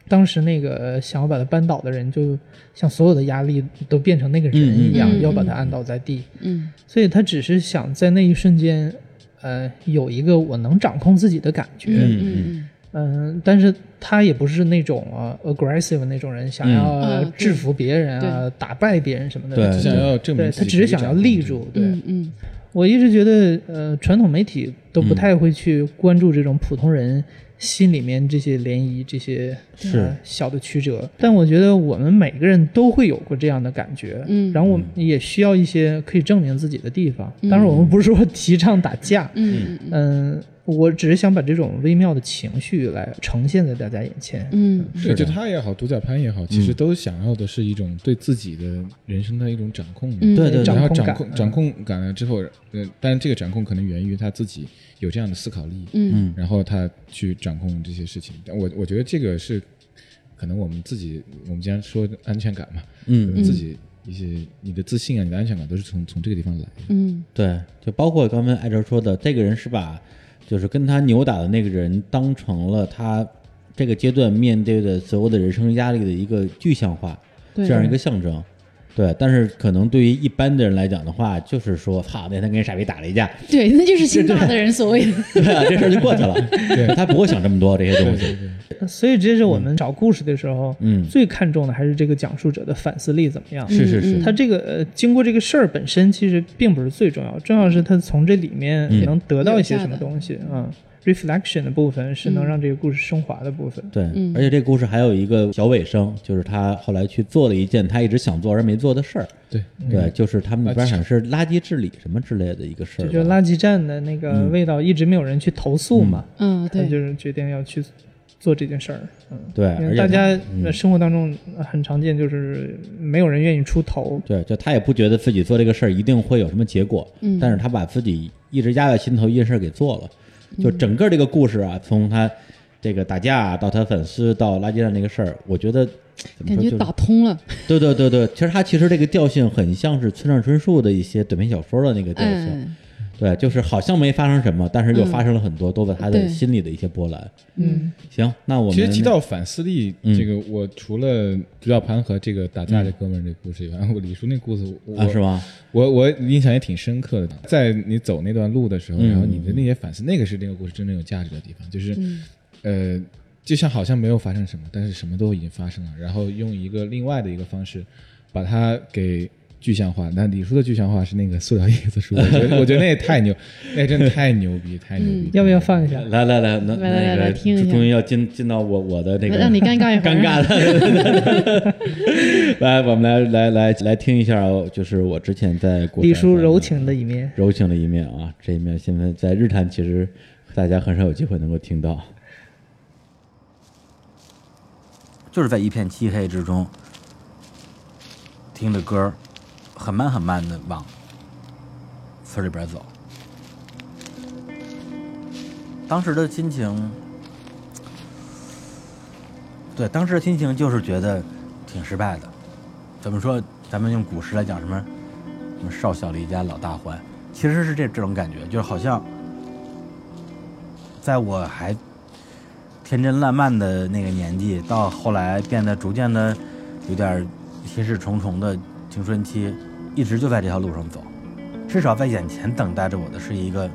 Speaker 2: 当时那个呃想要把他扳倒的人，就像所有的压力都变成那个人一样，
Speaker 4: 嗯嗯嗯
Speaker 2: 要把他按倒在地。
Speaker 4: 嗯
Speaker 2: 所以他只是想在那一瞬间，呃，有一个我能掌控自己的感觉。
Speaker 1: 嗯
Speaker 4: 嗯
Speaker 2: 嗯，但是他也不是那种啊 aggressive 那种人，想要
Speaker 4: 嗯
Speaker 2: 呃
Speaker 4: 啊对
Speaker 2: 制服别人啊、打败别人什么的。
Speaker 1: 对
Speaker 5: 只想要证明
Speaker 2: 对他
Speaker 5: 自己可以
Speaker 2: 只是想要
Speaker 5: 掌控
Speaker 2: 立
Speaker 5: 这个
Speaker 2: 住，对。
Speaker 4: 嗯嗯
Speaker 2: 我一直觉得，呃，传统媒体都
Speaker 1: 嗯
Speaker 2: 不太会去关注这种普通人心里面这些涟漪、这些
Speaker 1: 是
Speaker 2: 呃小的曲折。但我觉得我们每个人都会有过这样的感觉，
Speaker 4: 嗯
Speaker 2: 然后我们也需要一些可以证明自己的地方。当然，我们不是说提倡打架，
Speaker 4: 嗯嗯
Speaker 2: 嗯、我只是想把这种微妙的情绪来呈现在大家眼前。
Speaker 4: 嗯
Speaker 5: 对，
Speaker 1: 是的嗯
Speaker 5: 就他也好，独角潘也好，其实都想要的是一种对自己的人生的一种掌控嘛。
Speaker 4: 嗯
Speaker 1: 对对对
Speaker 5: 然后
Speaker 2: 掌控
Speaker 5: 掌控
Speaker 2: 感
Speaker 5: 掌控感了之后，呃，但是这个掌控可能源于他自己有这样的思考力，
Speaker 4: 嗯
Speaker 5: 然后他去掌控这些事情。但我我觉得这个是可能我们自己，我们经常说安全感嘛，可
Speaker 1: 嗯，
Speaker 5: 能自己一些你的自信啊，你的安全感都是从从这个地方来的。
Speaker 4: 嗯
Speaker 1: 对，就包括刚才艾哲说的，这个人是把就是跟他扭打的那个人当成了他这个阶段面对的所有的人生压力的一个具象化。
Speaker 4: 对
Speaker 1: 这样一个象征。对，但是可能对于一般的人来讲的话，就是说，操，那天跟人傻逼打了一架，
Speaker 4: 对，那就是心大的人所谓的。
Speaker 1: 对啊，这事儿就过去了。 *laughs* 对，他不会想这么多这些东西。
Speaker 4: 嗯
Speaker 2: 所以，这是我们找故事的时候，
Speaker 1: 嗯
Speaker 2: 最看重的还是这个讲述者的反思力怎么样。
Speaker 4: 嗯
Speaker 1: 是是是
Speaker 2: 他这个呃，经过这个事儿本身，其实并不是最重要，重要是他从这里面
Speaker 1: 嗯
Speaker 2: 能得到一些什么东西啊、嗯 reflection 的部分是能
Speaker 4: 嗯
Speaker 2: 让这个故事升华的部分。
Speaker 1: 对，
Speaker 4: 嗯
Speaker 1: 而且这故事还有一个小尾声，就是他后来去做了一件他一直想做而没做的事儿。
Speaker 5: 对，
Speaker 1: 对，就是他们那边
Speaker 5: 垃圾
Speaker 1: 好像是垃圾治理什么之类的一嗯个事儿
Speaker 2: 这嗯啊就是
Speaker 1: 吧。
Speaker 2: 垃圾站的那个味道，一直没有人去投诉嘛，
Speaker 1: *laughs*
Speaker 4: 嗯，
Speaker 2: 他就
Speaker 4: 对，
Speaker 2: 是决定要去做这件事儿。嗯，
Speaker 1: 对，啊
Speaker 2: 因
Speaker 1: 而且嗯
Speaker 2: 为大
Speaker 1: 他
Speaker 2: 家呃生活当中呃很常见，就是没有人愿意出头。
Speaker 1: 对，就他也不觉得自己做这个事儿一定会有什么结果，
Speaker 4: 嗯
Speaker 1: 但是他把自己一直压在心头一件事儿给做了，就整个这个故事啊，从他这个打架到他粉丝到垃圾站那个事儿，我觉得怎么
Speaker 4: 感
Speaker 1: 说
Speaker 4: 觉
Speaker 1: 就是
Speaker 4: 打通了，
Speaker 1: 对对对对，其实他其实这个调性很像是村上春树的一些短篇小说的那个调性，
Speaker 4: 哎，
Speaker 1: 对，就是好像没发生什么，但是又
Speaker 4: 嗯
Speaker 1: 发生了很多，都在他的
Speaker 4: 对
Speaker 1: 心里的一些波澜。
Speaker 2: 嗯，
Speaker 1: 行，那我们
Speaker 5: 其实提到反思力，
Speaker 1: 嗯
Speaker 5: 这个我除了主角潘和这个打架这哥们儿这故事以外，我李叔那故事我、
Speaker 1: 啊，是吗？
Speaker 5: 我我印象也挺深刻的。在你走那段路的时候，
Speaker 1: 嗯
Speaker 5: 然后你的那些反思，那个是这个故事真正有价值的地方，就是、
Speaker 2: 嗯
Speaker 5: 呃，就像好像没有发生什么，但是什么都已经发生了，然后用一个另外的一个方式把它给。具象化，那李叔的具象化是那个塑料叶子书，我觉得我觉得那也太牛，那真的太牛逼，太牛
Speaker 2: 嗯
Speaker 5: 逼！
Speaker 2: 要不要放一下？
Speaker 1: 来来来，那
Speaker 4: 来来来
Speaker 1: 那
Speaker 4: 来
Speaker 1: 个
Speaker 4: 听一下
Speaker 1: 终于要进进到我我的这个
Speaker 4: 让你尴尬一会儿，
Speaker 1: 尴尬的。
Speaker 4: *laughs*
Speaker 1: *laughs* 来，我们来来来来听一下哦，就是我之前在国
Speaker 2: 李
Speaker 1: 产
Speaker 2: 叔
Speaker 1: 上
Speaker 2: 柔
Speaker 1: 面
Speaker 2: 情的一面，
Speaker 1: 柔情的一面啊，这一面现在在日坛其实大家很少有机会能够听到。
Speaker 7: 就是在一片漆黑之中，听着歌，很慢很慢的往村里边走。当时的心情，对，当时的心情就是觉得挺失败的。怎么说？咱们用古诗来讲什么？什么少小离家老大还，其实是这这种感觉，就是好像在我还天真烂漫的那个年纪，到后来变得逐渐的有点儿心事重重的青春期，一直就在这条路上走。至少在眼前等待着我的是一个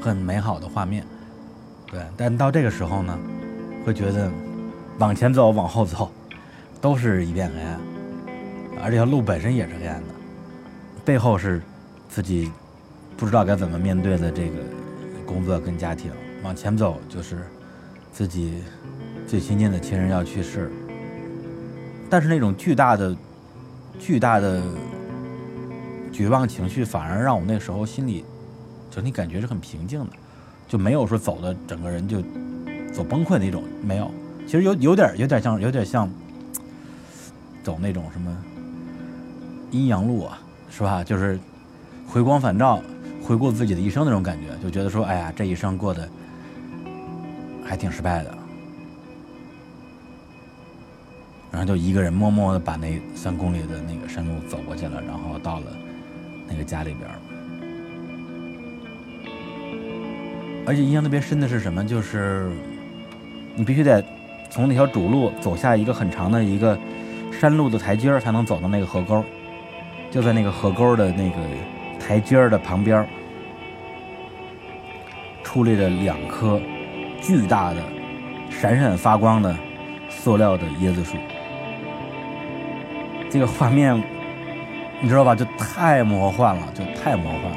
Speaker 7: 很美好的画面，对。但到这个时候呢，会觉得往前走、往后走，都是一片黑暗，而这条路本身也是黑暗的，背后是自己不知道该怎么面对的这个工作跟家庭。往前走就是自己最亲近的亲人要去世，但是那种巨大的、巨大的绝望情绪，反而让我那时候心里整体感觉是很平静的，就没有说走的整个人就走崩溃那种，没有。其实有有点有点像有点像走那种什么阴阳路啊，是吧？就是回光返照，回顾自己的一生那种感觉，就觉得说，哎呀，这一生过得还挺失败的。然后就一个人默默的把那三公里的那个山路走过去了，然后到了那个家里边儿。而且印象特别深的是什么？就是你必须得从那条主路走下一个很长的一个山路的台阶儿，才能走到那个河沟儿。就在那个河沟儿的那个台阶儿的旁边儿，矗立着两棵巨大的、闪闪发光的塑料的椰子树。这个画面，你知道吧？就太魔幻了，就太魔幻了。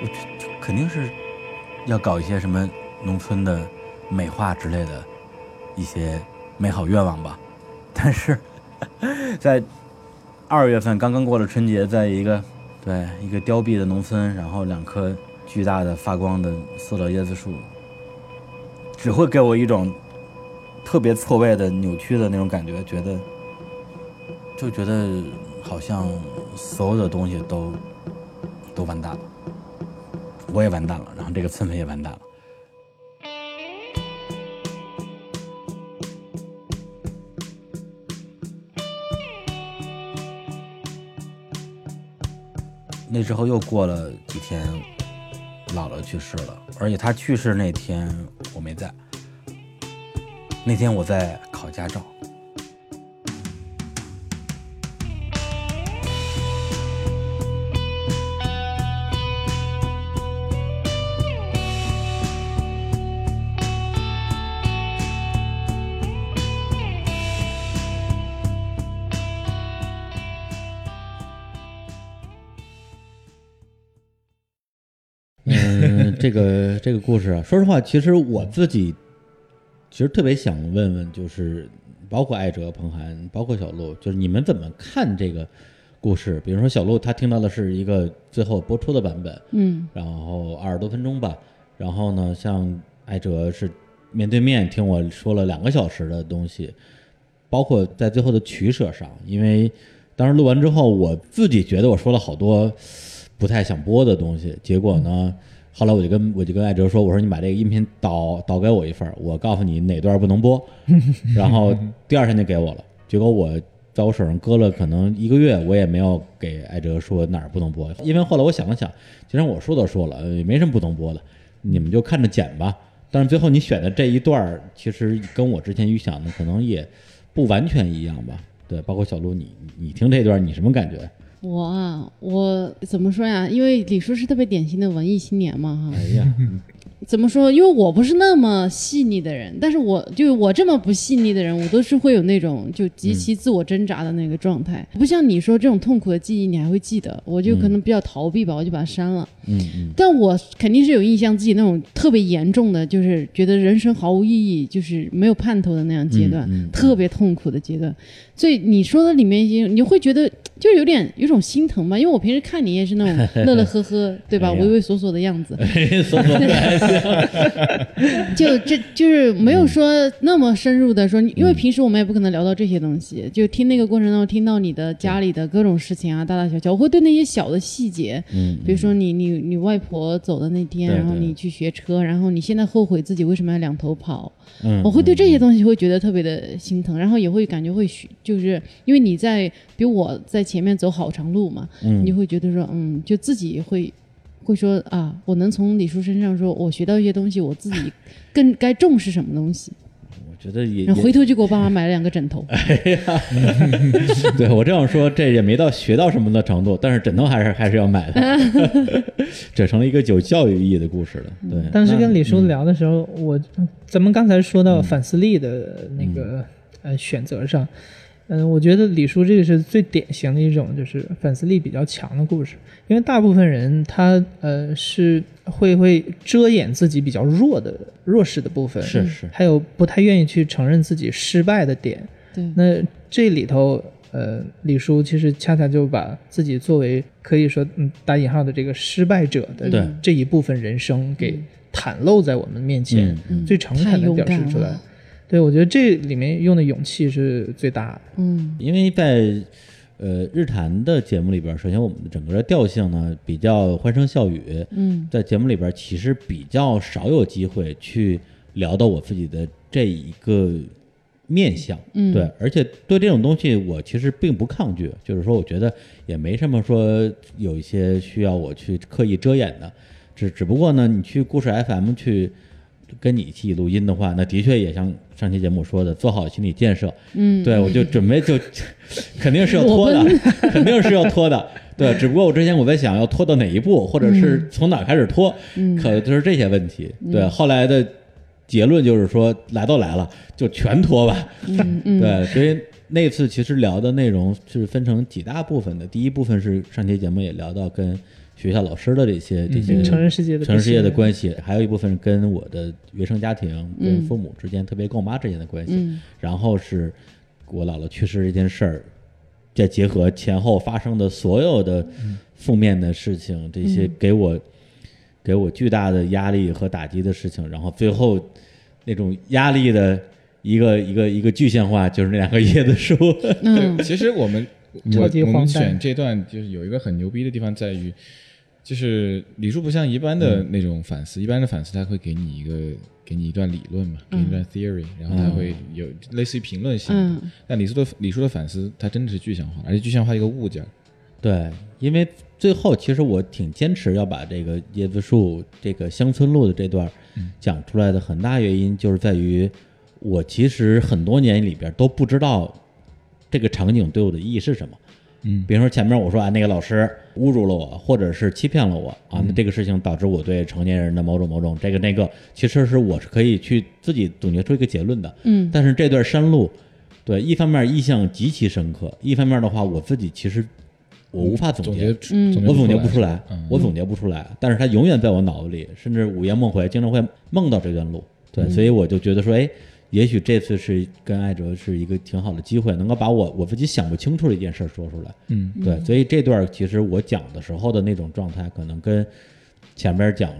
Speaker 7: 我这这肯定是要搞一些什么农村的美化之类的一些美好愿望吧。 *laughs* 但是在二月份刚刚过了春节，在一个对一个凋敝的农村，然后两棵巨大的发光的塑料椰子树，只会给我一种特别错位的扭曲的那种感觉，觉得就觉得好像所有的东西都都完蛋了，我也完蛋了，然后这个村子也完蛋了。那之后又过了几天，姥姥去世了，而且她去世那天我没在，那天我在考驾照。
Speaker 1: 嗯，这个这个故事啊，说实话，其实我自己其实特别想问问，就是包括艾哲、彭涵，包括小鹿，就是你们怎么看这个故事？比如说小鹿，他听到的是一个最后播出的版本，
Speaker 4: 嗯
Speaker 1: 然后二十多分钟吧。然后呢，像艾哲是面对面听我说了两个小时的东西，包括在最后的取舍上，因为当时录完之后，我自己觉得我说了好多不太想播的东西，结果呢。后来我就跟我就跟艾哲说，我说你把这个音频导导给我一份儿，我告诉你哪段不能播，然后第二天就给我了。结果我在我手上搁了可能一个月，我也没有给艾哲说哪儿不能播，因为后来我想了想，既然我说都说了，呃也没什么不能播的，你们就看着剪吧。但是最后你选的这一段儿，其实跟我之前预想的可能也不完全一样吧。对，包括小鹿，你你你听这段儿你什么感觉？
Speaker 4: 我啊，我怎么说呀？因为李叔是特别典型的文艺青年嘛，哈
Speaker 1: 哎，呀， *laughs*
Speaker 4: 怎么说？因为我不是那么细腻的人，但是我就我这么不细腻的人，我都是会有那种就极其自我挣扎的那个状态。不像你说这种痛苦的记忆，你还会记得，我就可能比较逃避吧，我就把它删了。
Speaker 1: 嗯嗯
Speaker 4: 但我肯定是有印象，自己那种特别严重的，就是觉得人生毫无意义，就是没有盼头的那样阶段，
Speaker 1: 嗯嗯
Speaker 4: 特别痛苦的阶段。所以你说的里面已经，你就会觉得就有点有种心疼吧，因为我平时看你也是那种乐乐呵呵，对吧？
Speaker 1: *laughs* 哎呀
Speaker 4: 畏畏缩缩的样子，
Speaker 1: 嗯，搜索来
Speaker 4: 就这就是没
Speaker 1: 嗯
Speaker 4: 有说那么深入的说，因为平时我们也不可能聊到这些东西。就听那个过程当中，听到你的家里的各种事情啊，大大小小，我会对那些小的细节，
Speaker 1: 嗯，
Speaker 4: 比如说你你你外婆走的那天，
Speaker 1: 对
Speaker 4: 然后
Speaker 1: 对
Speaker 4: 你去学车，然后你现在后悔自己为什么要两头跑，
Speaker 1: 嗯，
Speaker 4: 我会对这些东西会觉得特别的心疼，然后也会感觉会许，就是因为你在比我在前面走好长路嘛，
Speaker 1: 嗯
Speaker 4: 你就会觉得说，嗯，就自己会会说啊，我能从李叔身上说我学到一些东西，我自己更该重视什么东西，
Speaker 1: 我觉得也哎
Speaker 4: 然后
Speaker 1: 也
Speaker 4: 回头就给我爸妈买了两个枕
Speaker 1: *laughs*
Speaker 4: 头，
Speaker 1: 对我这样说，这也没到学到什么的程度，但是枕头还是还是要买的，这成了一个有教育意义的故事了。对，
Speaker 2: 当时跟
Speaker 1: 那嗯
Speaker 2: 李叔聊的时候，我咱们刚才说到反思力的那
Speaker 1: 嗯
Speaker 2: 个、呃选择上，嗯、我觉得李叔这个是最典型的一种就是反思力比较强的故事，因为大部分人他呃是会会遮掩自己比较弱的弱势的部分，
Speaker 1: 是是，
Speaker 2: 还有不太愿意去承认自己失败的点，
Speaker 4: 对，
Speaker 2: 那这里头，呃，李叔其实恰恰就把自己作为可以说嗯打引号的这个失败者的
Speaker 1: 对
Speaker 2: 这一部分人生给袒露在我们面前，
Speaker 1: 嗯
Speaker 4: 嗯
Speaker 2: 最诚恳的表示出来。，对，我觉得这里面用的勇气是最大的。
Speaker 4: 嗯
Speaker 1: 因为在呃日坛的节目里边，首先我们的整个的调性呢比较欢声笑语，
Speaker 4: 嗯
Speaker 1: 在节目里边其实比较少有机会去聊到我自己的这一个面相。
Speaker 4: 嗯，
Speaker 1: 对，，而且对这种东西，我其实并不抗拒，就是说，我觉得也没什么说有一些需要我去刻意遮掩的，只只不过呢，你去故事 FM 去跟你一起录音的话，那的确也像上期节目说的，做好心理建设。
Speaker 4: 嗯
Speaker 1: 对，我就准备就 *laughs* 肯定是要拖的， *laughs* 肯定是要拖的。对，只不过我之前我在想要拖到哪一步，或者是
Speaker 4: 嗯
Speaker 1: 从哪儿开始拖，可就是这些问题。对，后来的结论就是说，来都来了，就全拖吧。
Speaker 4: 嗯嗯，
Speaker 1: 对，所以那次其实聊的内容是分成几大部分的。第一部分是上期节目也聊到跟学校老师的这些这些
Speaker 2: 嗯成人世界的
Speaker 1: 成人世界的
Speaker 2: 关
Speaker 1: 关系，还有一部分是跟我的原生家庭、跟父母之间，特别跟我妈之间的关系。
Speaker 4: 嗯
Speaker 1: 然后是我姥姥去世这件事儿，再结合前后发生的所有的负面的事情，这些给我、给我巨大的压力和打击的事情，然后最后那种压力的一个一个一个具象化，就是那两个椰子树。
Speaker 4: 嗯
Speaker 5: 其实
Speaker 1: *laughs*
Speaker 5: 我们我
Speaker 2: 超级
Speaker 5: 我
Speaker 2: 荒
Speaker 5: 们
Speaker 2: 诞
Speaker 5: 选这段就是有一个很牛逼的地方在于，就是李叔不像一般
Speaker 1: 嗯
Speaker 5: 的那种反思，一般的反思他会给你一个给你一段理论嘛，给你一段 theory，、然后他会
Speaker 1: 嗯
Speaker 5: 有类似于评论性的。
Speaker 4: 嗯
Speaker 5: 但李叔的李叔的反思，他真的是具象化，而且具象化一个物件儿。
Speaker 1: 对，因为最后其实我挺坚持要把这个椰子树这个乡村路的这段儿讲 *laughs* 出来的，很大原因就是在于我其实很多年里边都不知道这个场景对我的意义是什么。
Speaker 5: 嗯
Speaker 1: 比如说前面我说啊，那个老师侮辱了我，或者是欺骗了我啊，那这个事情导致我对成年人的某种某种这个那个，其实是我是可以去自己总结出一个结论的。
Speaker 4: 嗯
Speaker 1: 但是这段山路，对，一方面印象极其深刻，一方面的话，我自己其实我无法总
Speaker 5: 总
Speaker 1: 结
Speaker 5: 结，
Speaker 4: 嗯
Speaker 5: 总结
Speaker 1: 我总结
Speaker 5: 不
Speaker 1: 不出来
Speaker 5: 嗯，
Speaker 1: 我总结不出来，但是它永远在我脑子里，甚至午夜梦回，经常会梦到这段路。对，所以我就觉得说，哎，也许这次是跟艾哲是一个挺好的机会，能够把我我自己想不清楚的一件事儿说出来。
Speaker 5: 嗯，
Speaker 1: 对，所以这段其实我讲的时候的那种状态，可能跟前面讲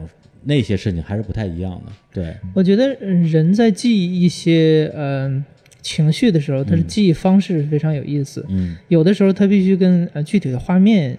Speaker 1: 那些事情还是不太一样的。对，
Speaker 2: 我觉得嗯人在记忆一些嗯、情绪的时候，他的记忆方式非常有意思。
Speaker 1: 嗯
Speaker 2: 有的时候他必须跟呃具体的画面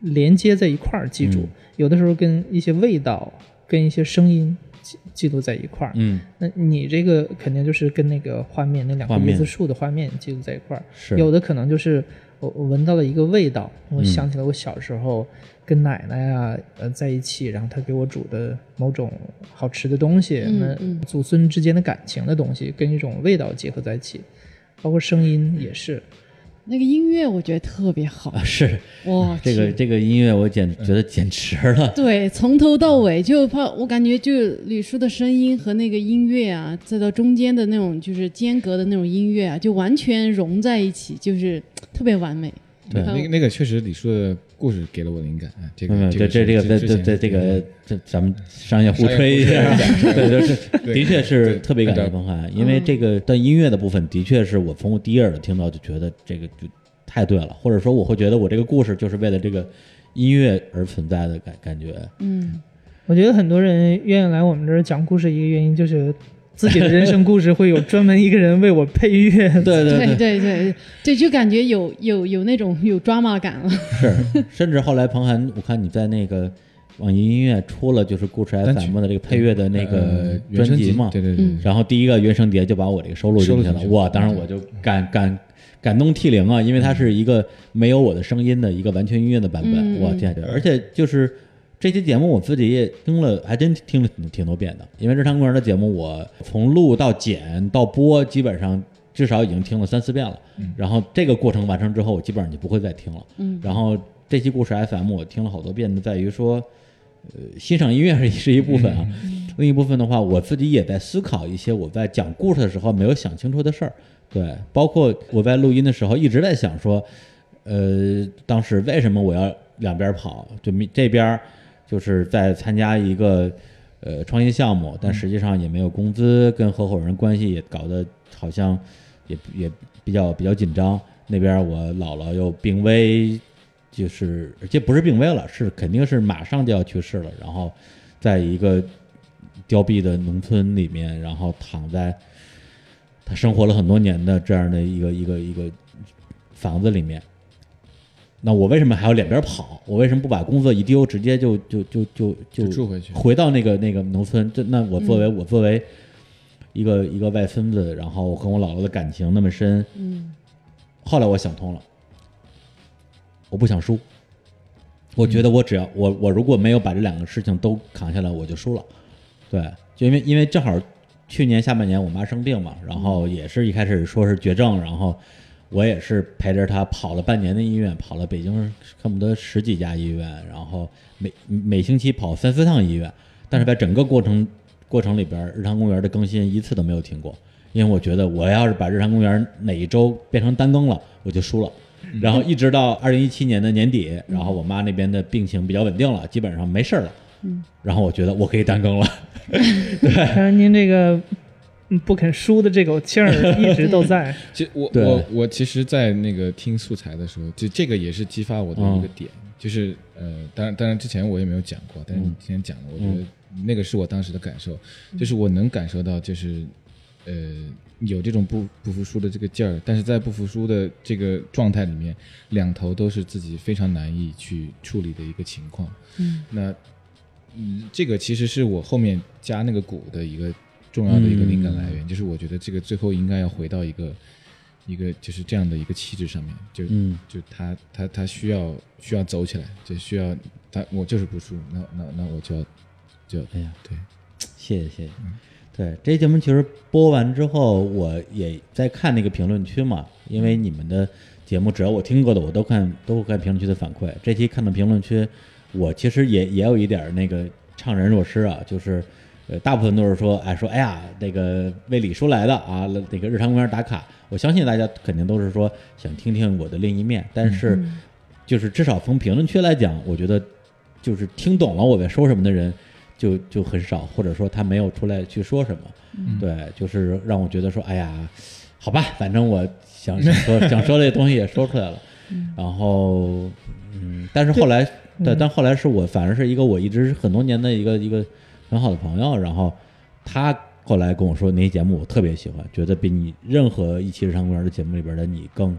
Speaker 2: 连接在一块儿记住，
Speaker 1: 嗯
Speaker 2: 有的时候跟一些味道、跟一些声音记记录在一块儿。
Speaker 1: 嗯，
Speaker 2: 那你这个肯定就是跟那个画面那两个
Speaker 1: 画面
Speaker 2: 椰子树的画面记录在一块儿。
Speaker 1: 是
Speaker 2: 有的可能就是我我闻到了一个味道，我
Speaker 1: 嗯
Speaker 2: 想起了我小时候跟奶奶啊呃在一起，然后她给我煮的某种好吃的东西，
Speaker 4: 嗯嗯
Speaker 2: 那祖孙之间的感情的东西跟一种味道结合在一起，包括声音也是。
Speaker 4: 那个音乐我觉得特别好
Speaker 1: 啊，是
Speaker 4: 哇，
Speaker 1: *laughs* 这个
Speaker 4: 天
Speaker 1: 这个音乐，我简觉得简直了。
Speaker 4: 对，从头到尾就怕我感觉就李叔的声音和那个音乐啊，再到中间的那种就是间隔的那种音乐啊，就完全融在一起，就是特别完美。
Speaker 1: 对
Speaker 5: 那个那个确实李叔的故事给了我灵感，啊这个
Speaker 1: 嗯，
Speaker 5: 这个
Speaker 1: 这这这
Speaker 5: 是
Speaker 1: 个这
Speaker 5: 之
Speaker 1: 这这
Speaker 5: 前嗯
Speaker 1: 这个这咱们商业互
Speaker 5: 商业
Speaker 1: 吹一
Speaker 5: 互吹
Speaker 1: 下，
Speaker 5: 一
Speaker 1: *laughs*
Speaker 5: 下
Speaker 1: 对，就是
Speaker 5: *laughs* 对
Speaker 1: 的确是
Speaker 5: 对嗯
Speaker 1: 特别感谢彭涵，因为这个但音乐的部分的确是我从我第一耳朵听到就觉得这个就太对了，或者说我会觉得我这个故事就是为了这个音乐而存在的感感觉，
Speaker 4: 嗯，
Speaker 2: 我觉得很多人愿意来我们这儿讲故事，一个原因就是自己的人生故事会有专门一个人为我配乐。
Speaker 1: 对
Speaker 5: *laughs*
Speaker 1: 对
Speaker 4: 对对对对，就感觉有有有那种有 drama 感了。
Speaker 1: 是，甚至后来彭涵，我看你在那个网易音乐出了就是故事
Speaker 5: 单曲
Speaker 1: FM 的这个配乐的那个
Speaker 5: 呃
Speaker 1: 专
Speaker 5: 原声
Speaker 1: 辑嘛，
Speaker 5: 对对对
Speaker 4: 嗯，
Speaker 1: 然后第一个原声碟就把我这个收录进去
Speaker 5: 收录
Speaker 1: 了
Speaker 5: 进，去
Speaker 1: 哇！当然我就感感感动涕零啊，因为它是一个没有我的声音的一个完全音乐的版本，
Speaker 4: 嗯
Speaker 1: 我天！啊而且就是这期节目我自己也听了，还真听了挺挺多遍的，因为日常公园的节目我从录到剪到播，基本上至少已经听了三四遍了。然后这个过程完成之后，我基本上就不会再听了。
Speaker 4: 嗯
Speaker 1: 然后这期故事 FM 我听了好多遍，在于说。呃欣赏音乐是一是一部分啊，另一部分的话，我自己也在思考一些我在讲故事的时候没有想清楚的事儿。对，包括我在录音的时候一直在想说，呃，当时为什么我要两边跑？就咪这边儿就是在参加一个呃创业项目，但实际上也没有工资，跟合伙人关系也搞得好像也也比较比较紧张。那边儿我姥姥又病危，就是这不是病危了，是肯定是马上就要去世了。然后在一个凋敝的农村里面，然后躺在他生活了很多年的这样的一个一个一个房子里面。那我为什么还要两边跑？我为什么不把工作一丢，直接就就就就就
Speaker 5: 就住回去嗯
Speaker 1: 回到那个那个农村？这那我作为、我作为一个一个外孙子，然后我跟我姥姥的感情那么深，
Speaker 4: 嗯
Speaker 1: 后来我想通了，我不想输。我觉得我只要我我如果没有把这两个事情都扛下来，我就输了。对，就因为因为正好去年下半年我妈生病嘛，然后也是一开始说是绝症，然后我也是陪着她跑了半年的医院，跑了北京恨不得十几家医院，然后每每星期跑三四趟医院，但是在整个过程过程里边儿，日常公园的更新一次都没有停过，因为我觉得我要是把日常公园哪一周变成单更了，我就输了。然后一直到二零一七年的年底，然后我妈那边的病情比较稳定了，基本上没事儿了。
Speaker 4: 嗯，
Speaker 1: 然后我觉得我可以单更了。
Speaker 2: 当然，您这个嗯不肯输的这口气儿一直都在。
Speaker 5: 其实我
Speaker 1: 对
Speaker 5: 我我其实，在那个听素材的时候，就这个也是激发我的一个点，就是呃，当然当然之前我也没有讲过，但是你今天讲了，我觉得那个是我当时的感受，就是我能感受到，就是呃有这种不不服输的这个劲儿，但是在不服输的这个状态里面，两头都是自己非常难以去处理的一个情况。
Speaker 4: 嗯
Speaker 5: 那嗯，这个其实是我后面加那个鼓的一个重要的一个灵感来源，就是我觉得这个最后应该要回到一个一个就是这样的一个气质上面，就、
Speaker 1: 嗯
Speaker 5: 就他他他需要需要走起来，就需要他我就是不输，那那那我就要就要
Speaker 1: 哎呀，
Speaker 5: 对，
Speaker 1: 谢谢谢谢。对，这节目其实播完之后，我也在看那个评论区嘛，因为你们的节目只要我听过的，我都看都会看评论区的反馈。这期看到评论区，我其实也也有一点儿那个怅然若失啊，就是。呃，大部分都是说，哎，说，哎呀，那个为李叔来的啊，那个日常公园打卡。我相信大家肯定都是说想听听我的另一面，但是
Speaker 7: 就是至少从评论区来讲，我觉得就是听懂了我在说什么的人就就很少，或者说他没有出来去说什么。对，就是让我觉得说，哎呀，好吧，反正我想想说想说这东西也说出来了。然后，嗯，但是后来，对，但后来是我反而是一个我一直很多年的一个一个很好的朋友，然后他后来跟我说那期节目我特别喜欢，觉得比你任何一期《日常公园》的节目里边的你更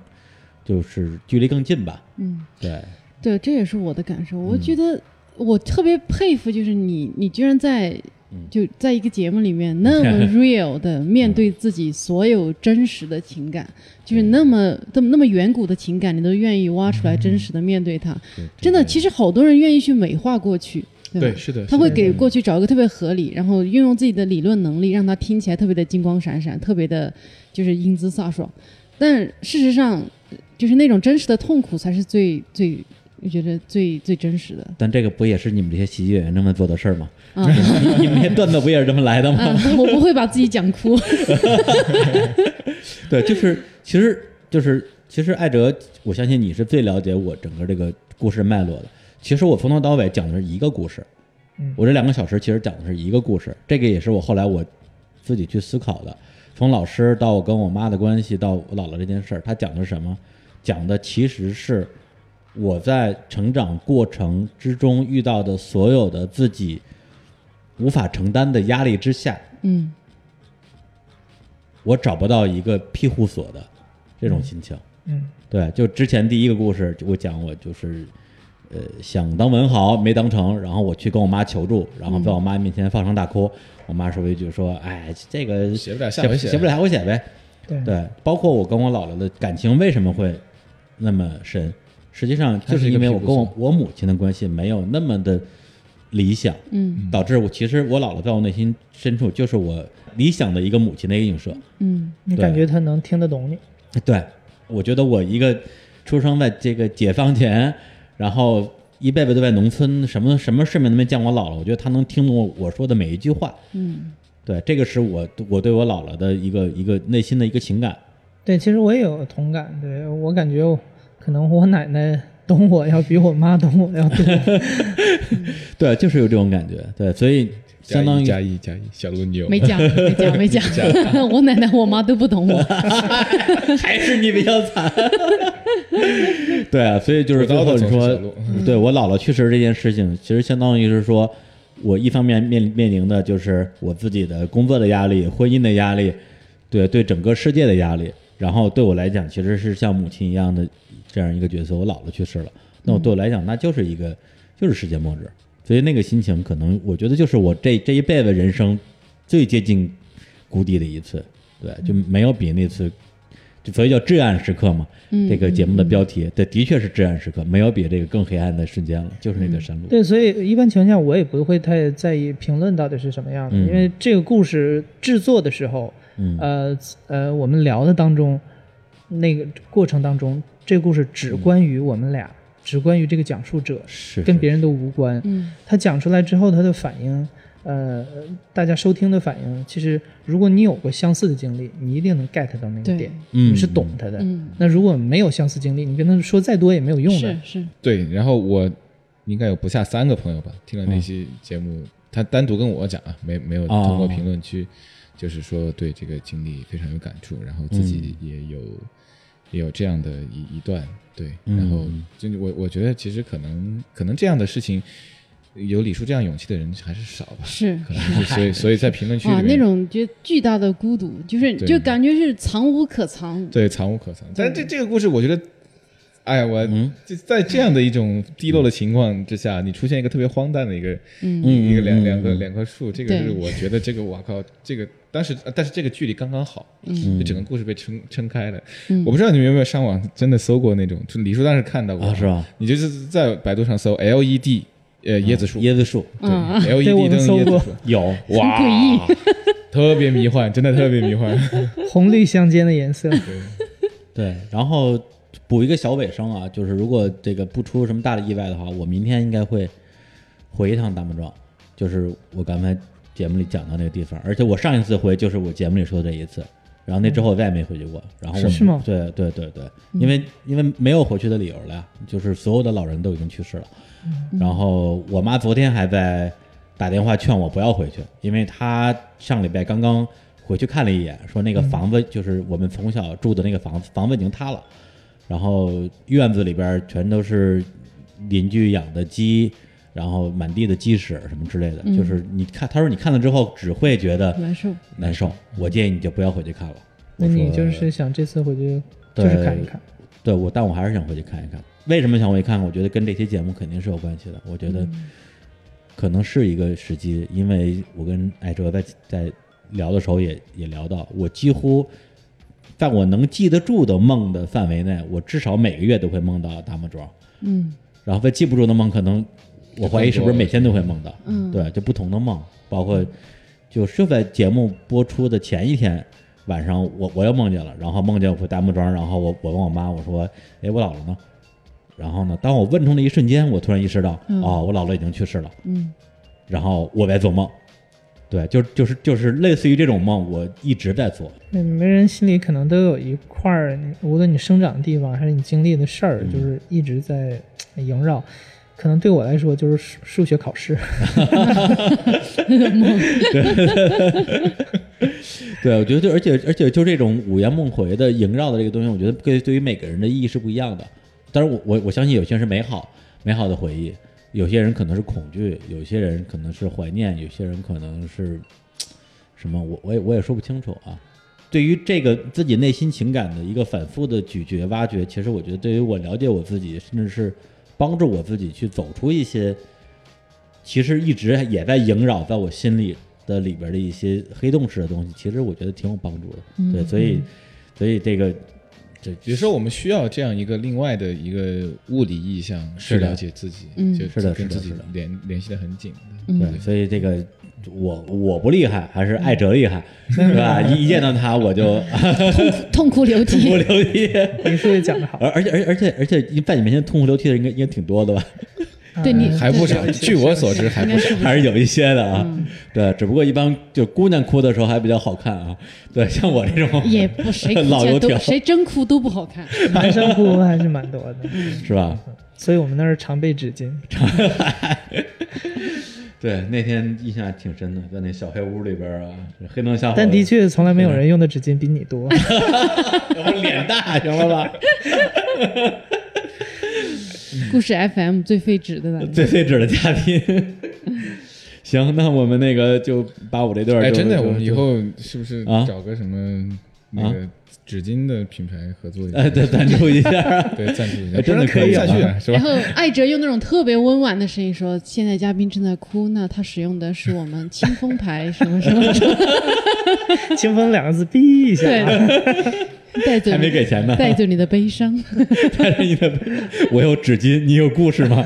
Speaker 7: 就是距离更近吧。
Speaker 4: 嗯，
Speaker 7: 对，嗯
Speaker 4: 对，这也是我的感受。我觉得我特别佩服，就是你，你居然在
Speaker 7: 嗯
Speaker 4: 就在一个节目里面那
Speaker 7: *laughs*
Speaker 4: 么 real 的面对自己所有真实的情感，就是
Speaker 7: 嗯
Speaker 4: 那么那么那么远古的情感，你都愿意挖出来，真实的面对它。真的，其实好多人愿意去美化过去，对
Speaker 5: 对，
Speaker 4: 吧？
Speaker 5: 是的，
Speaker 4: 他会
Speaker 5: 是的
Speaker 4: 给过去找一个特别合理，然后运用自己的理论能力，让它听起来特别的金光闪闪，特别的就是英姿飒爽。但事实上，就是那种真实的痛苦才是最最，我觉得最最真实的
Speaker 7: 但这个不也是你们这些喜剧演员这么做的事儿吗？
Speaker 4: 啊
Speaker 7: 你们这些段子不也是这么来的吗？
Speaker 4: 啊！ *laughs* 我不会把自己讲哭，
Speaker 7: 对，就是其实就是其实艾哲，我相信你是最了解我整个这个故事脉络的。其实我从头到尾讲的是一个故事，
Speaker 2: 嗯
Speaker 7: 我这两个小时其实讲的是一个故事，这个也是我后来我自己去思考的。从老师到我跟我妈的关系，到我姥姥这件事儿，他讲的是什么？讲的其实是我在成长过程之中遇到的所有的自己无法承担的压力之下，
Speaker 4: 嗯
Speaker 7: 我找不到一个庇护所的这种心情。
Speaker 2: 嗯
Speaker 7: 对，就之前第一个故事，我讲我就是，呃，想当文豪没当成，然后我去跟我妈求助，然后在我妈面前放声大哭，我妈说一句说，哎，这个
Speaker 5: 嗯写不了下回写
Speaker 7: 写不了下回写呗。
Speaker 2: 对
Speaker 7: 对，包括我跟我姥姥的感情为什么会那么深，实际上就是因为我跟我我母亲的关系没有那么的理想，
Speaker 4: 嗯
Speaker 7: 导致我其实我姥姥在我内心深处就是我理想的一个母亲的一个映射。
Speaker 4: 嗯
Speaker 2: 你
Speaker 7: 对
Speaker 2: 感觉他能听得懂你，
Speaker 7: *laughs* 对，我觉得我一个出生在这个解放前，然后一辈子都在农村，什么什么世面都没见过姥姥，我觉得她能听懂我我说的每一句话。
Speaker 4: 嗯
Speaker 7: 对，这个是我我对我姥姥的一个一个内心的一个情感。
Speaker 2: 对，其实我也有同感。对我感觉我，可能我奶奶懂我要比我妈懂我要多。
Speaker 7: 对，就是有这种感觉。对，所以
Speaker 5: 加
Speaker 7: 相当
Speaker 5: 一
Speaker 7: 于
Speaker 5: 加一加一，小鹿你有
Speaker 4: 没讲没讲没讲， *laughs* 我奶奶我妈都不懂
Speaker 5: *laughs*
Speaker 4: 我，
Speaker 7: 还是你比较惨。 *laughs* 对啊，所以就是
Speaker 5: 我
Speaker 7: 最
Speaker 5: 刀
Speaker 7: 后
Speaker 5: 的
Speaker 7: 你
Speaker 5: 总是
Speaker 7: 说
Speaker 5: 小路，
Speaker 7: 对我姥姥去世这件事情，其实相当于是说，我一方面面面临的就是我自己的工作的压力、婚姻的压力，对对整个世界的压力。然后对我来讲，其实是像母亲一样的这样一个角色。我姥姥去世了，那我对我来讲，那就是一个就是世界末日。所以那个心情，可能我觉得就是我这这一辈子人生最接近谷底的一次，对，就没有比那次，就所以叫至暗时刻嘛。
Speaker 4: 嗯
Speaker 7: 这个节目的标题，对，的确是至暗时刻，没有比这个更黑暗的瞬间了，就是那个山路。
Speaker 2: 对，所以一般情况下我也不会太在意评论到底是什么样的，
Speaker 7: 嗯
Speaker 2: 因为这个故事制作的时候，
Speaker 7: 嗯，
Speaker 2: 呃呃，我们聊的当中，那个过程当中，这个故事只关于我们俩，只关于这个讲述者，
Speaker 7: 嗯是
Speaker 2: 跟别人都无关。
Speaker 4: 嗯
Speaker 2: 他讲出来之后，他的反应，呃，大家收听的反应，其实如果你有过相似的经历，你一定能 get 到那个
Speaker 4: 对
Speaker 2: 点，
Speaker 7: 嗯
Speaker 2: 你是懂他的。
Speaker 4: 嗯
Speaker 2: 那如果没有相似经历，你跟他说再多也没有用的
Speaker 4: 是。是
Speaker 5: 对，然后我应该有不下三个朋友吧，听
Speaker 7: 嗯
Speaker 5: 了那期节目，他单独跟我讲啊，没没有
Speaker 7: 哦
Speaker 5: 通过评论区，就是说对这个经历非常有感触，然后自己
Speaker 7: 嗯
Speaker 5: 也有、也有这样的一一段，对，
Speaker 7: 嗯
Speaker 5: 然后就我我觉得其实可能可能这样的事情，有李叔这样勇气的人还是少吧， *laughs*
Speaker 4: 是
Speaker 5: 可能是所以所以在评论区里
Speaker 4: 啊，
Speaker 5: 面
Speaker 4: 那种觉得巨大的孤独，就是
Speaker 5: 对
Speaker 4: 就感觉是藏无可藏，
Speaker 5: 对，藏无可藏。但
Speaker 2: 嗯
Speaker 5: 是这这个故事，我觉得，哎呀，我
Speaker 7: 嗯
Speaker 5: 就在这样的一种低落的情况之下，你出现一个特别荒诞的一个，
Speaker 4: 嗯
Speaker 7: 嗯
Speaker 5: 一个两
Speaker 7: 嗯
Speaker 5: 两个
Speaker 7: 嗯
Speaker 5: 两棵树，这个是
Speaker 4: 对
Speaker 5: 我觉得这个我靠，这个当时，呃但是这个距离刚刚好，
Speaker 4: 嗯
Speaker 5: 就整个故事被撑撑开了。
Speaker 4: 嗯
Speaker 5: 我不知道你们有没有上网真的搜过那种，就李叔当时看到过，
Speaker 7: 啊，是？吧？嗯啊
Speaker 5: 你就是在百度上搜 LED 呃椰子树，
Speaker 7: 椰子树
Speaker 5: 对
Speaker 4: 啊
Speaker 2: 嗯
Speaker 5: LED
Speaker 2: 对我们
Speaker 5: 灯
Speaker 2: 搜
Speaker 5: 椰
Speaker 2: 过
Speaker 5: 子树，
Speaker 2: *laughs*
Speaker 7: 有，
Speaker 5: 哇，特别迷幻，真的特别迷幻。
Speaker 2: 红绿相间的颜
Speaker 7: *laughs*
Speaker 2: 色，
Speaker 7: 对，然后补一个小尾声啊，就是如果这个不出什么大的意外的话，我明天应该会回一趟大木庄，就是我刚才节目里讲到那个地方，而且我上一次回就是我节目里说的这一次，
Speaker 1: 然后那之后我再也没回去过。然后我
Speaker 2: 是吗
Speaker 1: 对对对对，因为因为没有回去的理由了呀，就是所有的老人都已经去世了。然后我妈昨天还在打电话劝我不要回去，因为她上礼拜刚刚回去看了一眼，说那个房子就是我们从小住的那个房子，房子已经塌了，然后院子里边全都是邻居养的鸡。然后满地的鸡屎什么之类的，就是你看，她说你看了之后只会觉得
Speaker 4: 难受。
Speaker 1: 难受。我建议你就不要回去看了。
Speaker 2: 那
Speaker 1: 我说
Speaker 2: 你就是想这次回去就是看一看，
Speaker 1: 对我，但我还是想回去看一看。为什么想回去看？我觉得跟这期节目肯定是有关系的。我觉得可能是一个时机，因为我跟艾哲在在聊的时候也也聊到，我几乎在我能记得住的梦的范围内，我至少每个月都会梦到大魔庄。
Speaker 4: 嗯
Speaker 1: 然后在记不住的梦，可能我怀疑是不是每天都会梦到，
Speaker 4: 嗯
Speaker 1: 对，就不同的梦，包括就是在节目播出的前一天晚上，我我又梦见了，然后梦见我回大木庄，然后我我问我妈，我说，哎，我姥姥呢？然后呢，当我问出那一瞬间，我突然意识到，
Speaker 4: 嗯
Speaker 1: 哦，我姥姥已经去世了，
Speaker 4: 嗯
Speaker 1: 然后我在做梦，对，就就是就是类似于这种梦，我一直在做，
Speaker 2: 嗯，每个人心里可能都有一块儿，你无论你生长的地方还是你经历的事儿，就是一直在呃萦绕。可能对我来说就是数数学考试，
Speaker 1: *laughs* 对，我觉得就而且而且就这种五颜梦回的萦绕的这个东西，我觉得对对于每个人的意义是不一样的。当然我，我我相信有些人是美好美好的回忆，有些人可能是恐惧，有些人可能是怀念，有些人可能是什么，我我也我也说不清楚啊。对于这个自己内心情感的一个反复的咀嚼挖掘，其实我觉得对于我了解我自己，甚至是帮助我自己去走出一些其实一直也在萦绕在我心里的里边的一些黑洞式的东西，其实我觉得挺有帮助的。对，所以所以这个这
Speaker 5: 比如说，我们需要这样一个另外的一个物理意象去
Speaker 1: 是的
Speaker 5: 了解自己，
Speaker 4: 嗯
Speaker 5: 就是
Speaker 1: 的
Speaker 5: 跟
Speaker 1: 是的
Speaker 5: 自己
Speaker 1: 是的
Speaker 5: 联联系的很紧的。
Speaker 2: 嗯
Speaker 1: 对，所以这个我我不厉害，还是艾哲厉害，
Speaker 2: 嗯
Speaker 1: 是吧？一一见到他我就 *laughs*
Speaker 4: 痛哭流涕
Speaker 1: 不。流涕，
Speaker 2: 你数学讲得好，
Speaker 1: 而而且而而且而且在你面前痛哭流涕的应该应该挺多的吧？
Speaker 4: *laughs* 嗯对你
Speaker 2: 啊
Speaker 5: 还不少，据我所知还
Speaker 4: 应
Speaker 5: 不
Speaker 4: 该
Speaker 1: *laughs*
Speaker 5: 少。
Speaker 4: 是
Speaker 1: 还是有一些的啊。
Speaker 2: 嗯
Speaker 1: 对，只不过一般就姑娘哭的时候还比较好看啊。对，像我这种
Speaker 4: 也不谁哭
Speaker 1: 老油
Speaker 4: 见
Speaker 1: 条
Speaker 4: 都谁真哭都不好看。
Speaker 2: 男生哭还是蛮多的，
Speaker 1: 是吧？
Speaker 2: 所以我们那儿常备纸巾。
Speaker 1: 对，那天印象还挺深的，在那小黑屋里边啊，黑灯瞎火。
Speaker 2: 但的，确从来没有人用的纸巾比你多。
Speaker 1: 我脸大，行了吧？
Speaker 4: 故事 FM 最费纸的了，
Speaker 1: 最最指的嘉宾。 *laughs* 行，那我们那个就把我这段儿
Speaker 5: 哎，
Speaker 1: 就
Speaker 5: 真的，
Speaker 1: 就
Speaker 5: 我们以
Speaker 1: 就
Speaker 5: 后是不是
Speaker 1: 啊
Speaker 5: 找个什么那个纸巾的品牌合作一下？
Speaker 1: 哎，对，赞助一下。
Speaker 5: 对，赞助一下，
Speaker 1: 哎真的
Speaker 5: 不然
Speaker 1: 可
Speaker 5: 看不
Speaker 1: 以
Speaker 5: 下
Speaker 1: 啊
Speaker 5: 去了是
Speaker 4: 然
Speaker 5: 吧？
Speaker 4: 后艾哲用那种特别温婉的声音说：“现在嘉宾正在哭，那他使用的是我们清风牌什么什么什么，
Speaker 2: 清风两个字，逼一下
Speaker 4: 对
Speaker 2: 啊。，
Speaker 4: 带走
Speaker 1: 还没给钱呢
Speaker 4: 带走你的悲伤。
Speaker 1: 但是你的，我有纸巾，你有故事吗？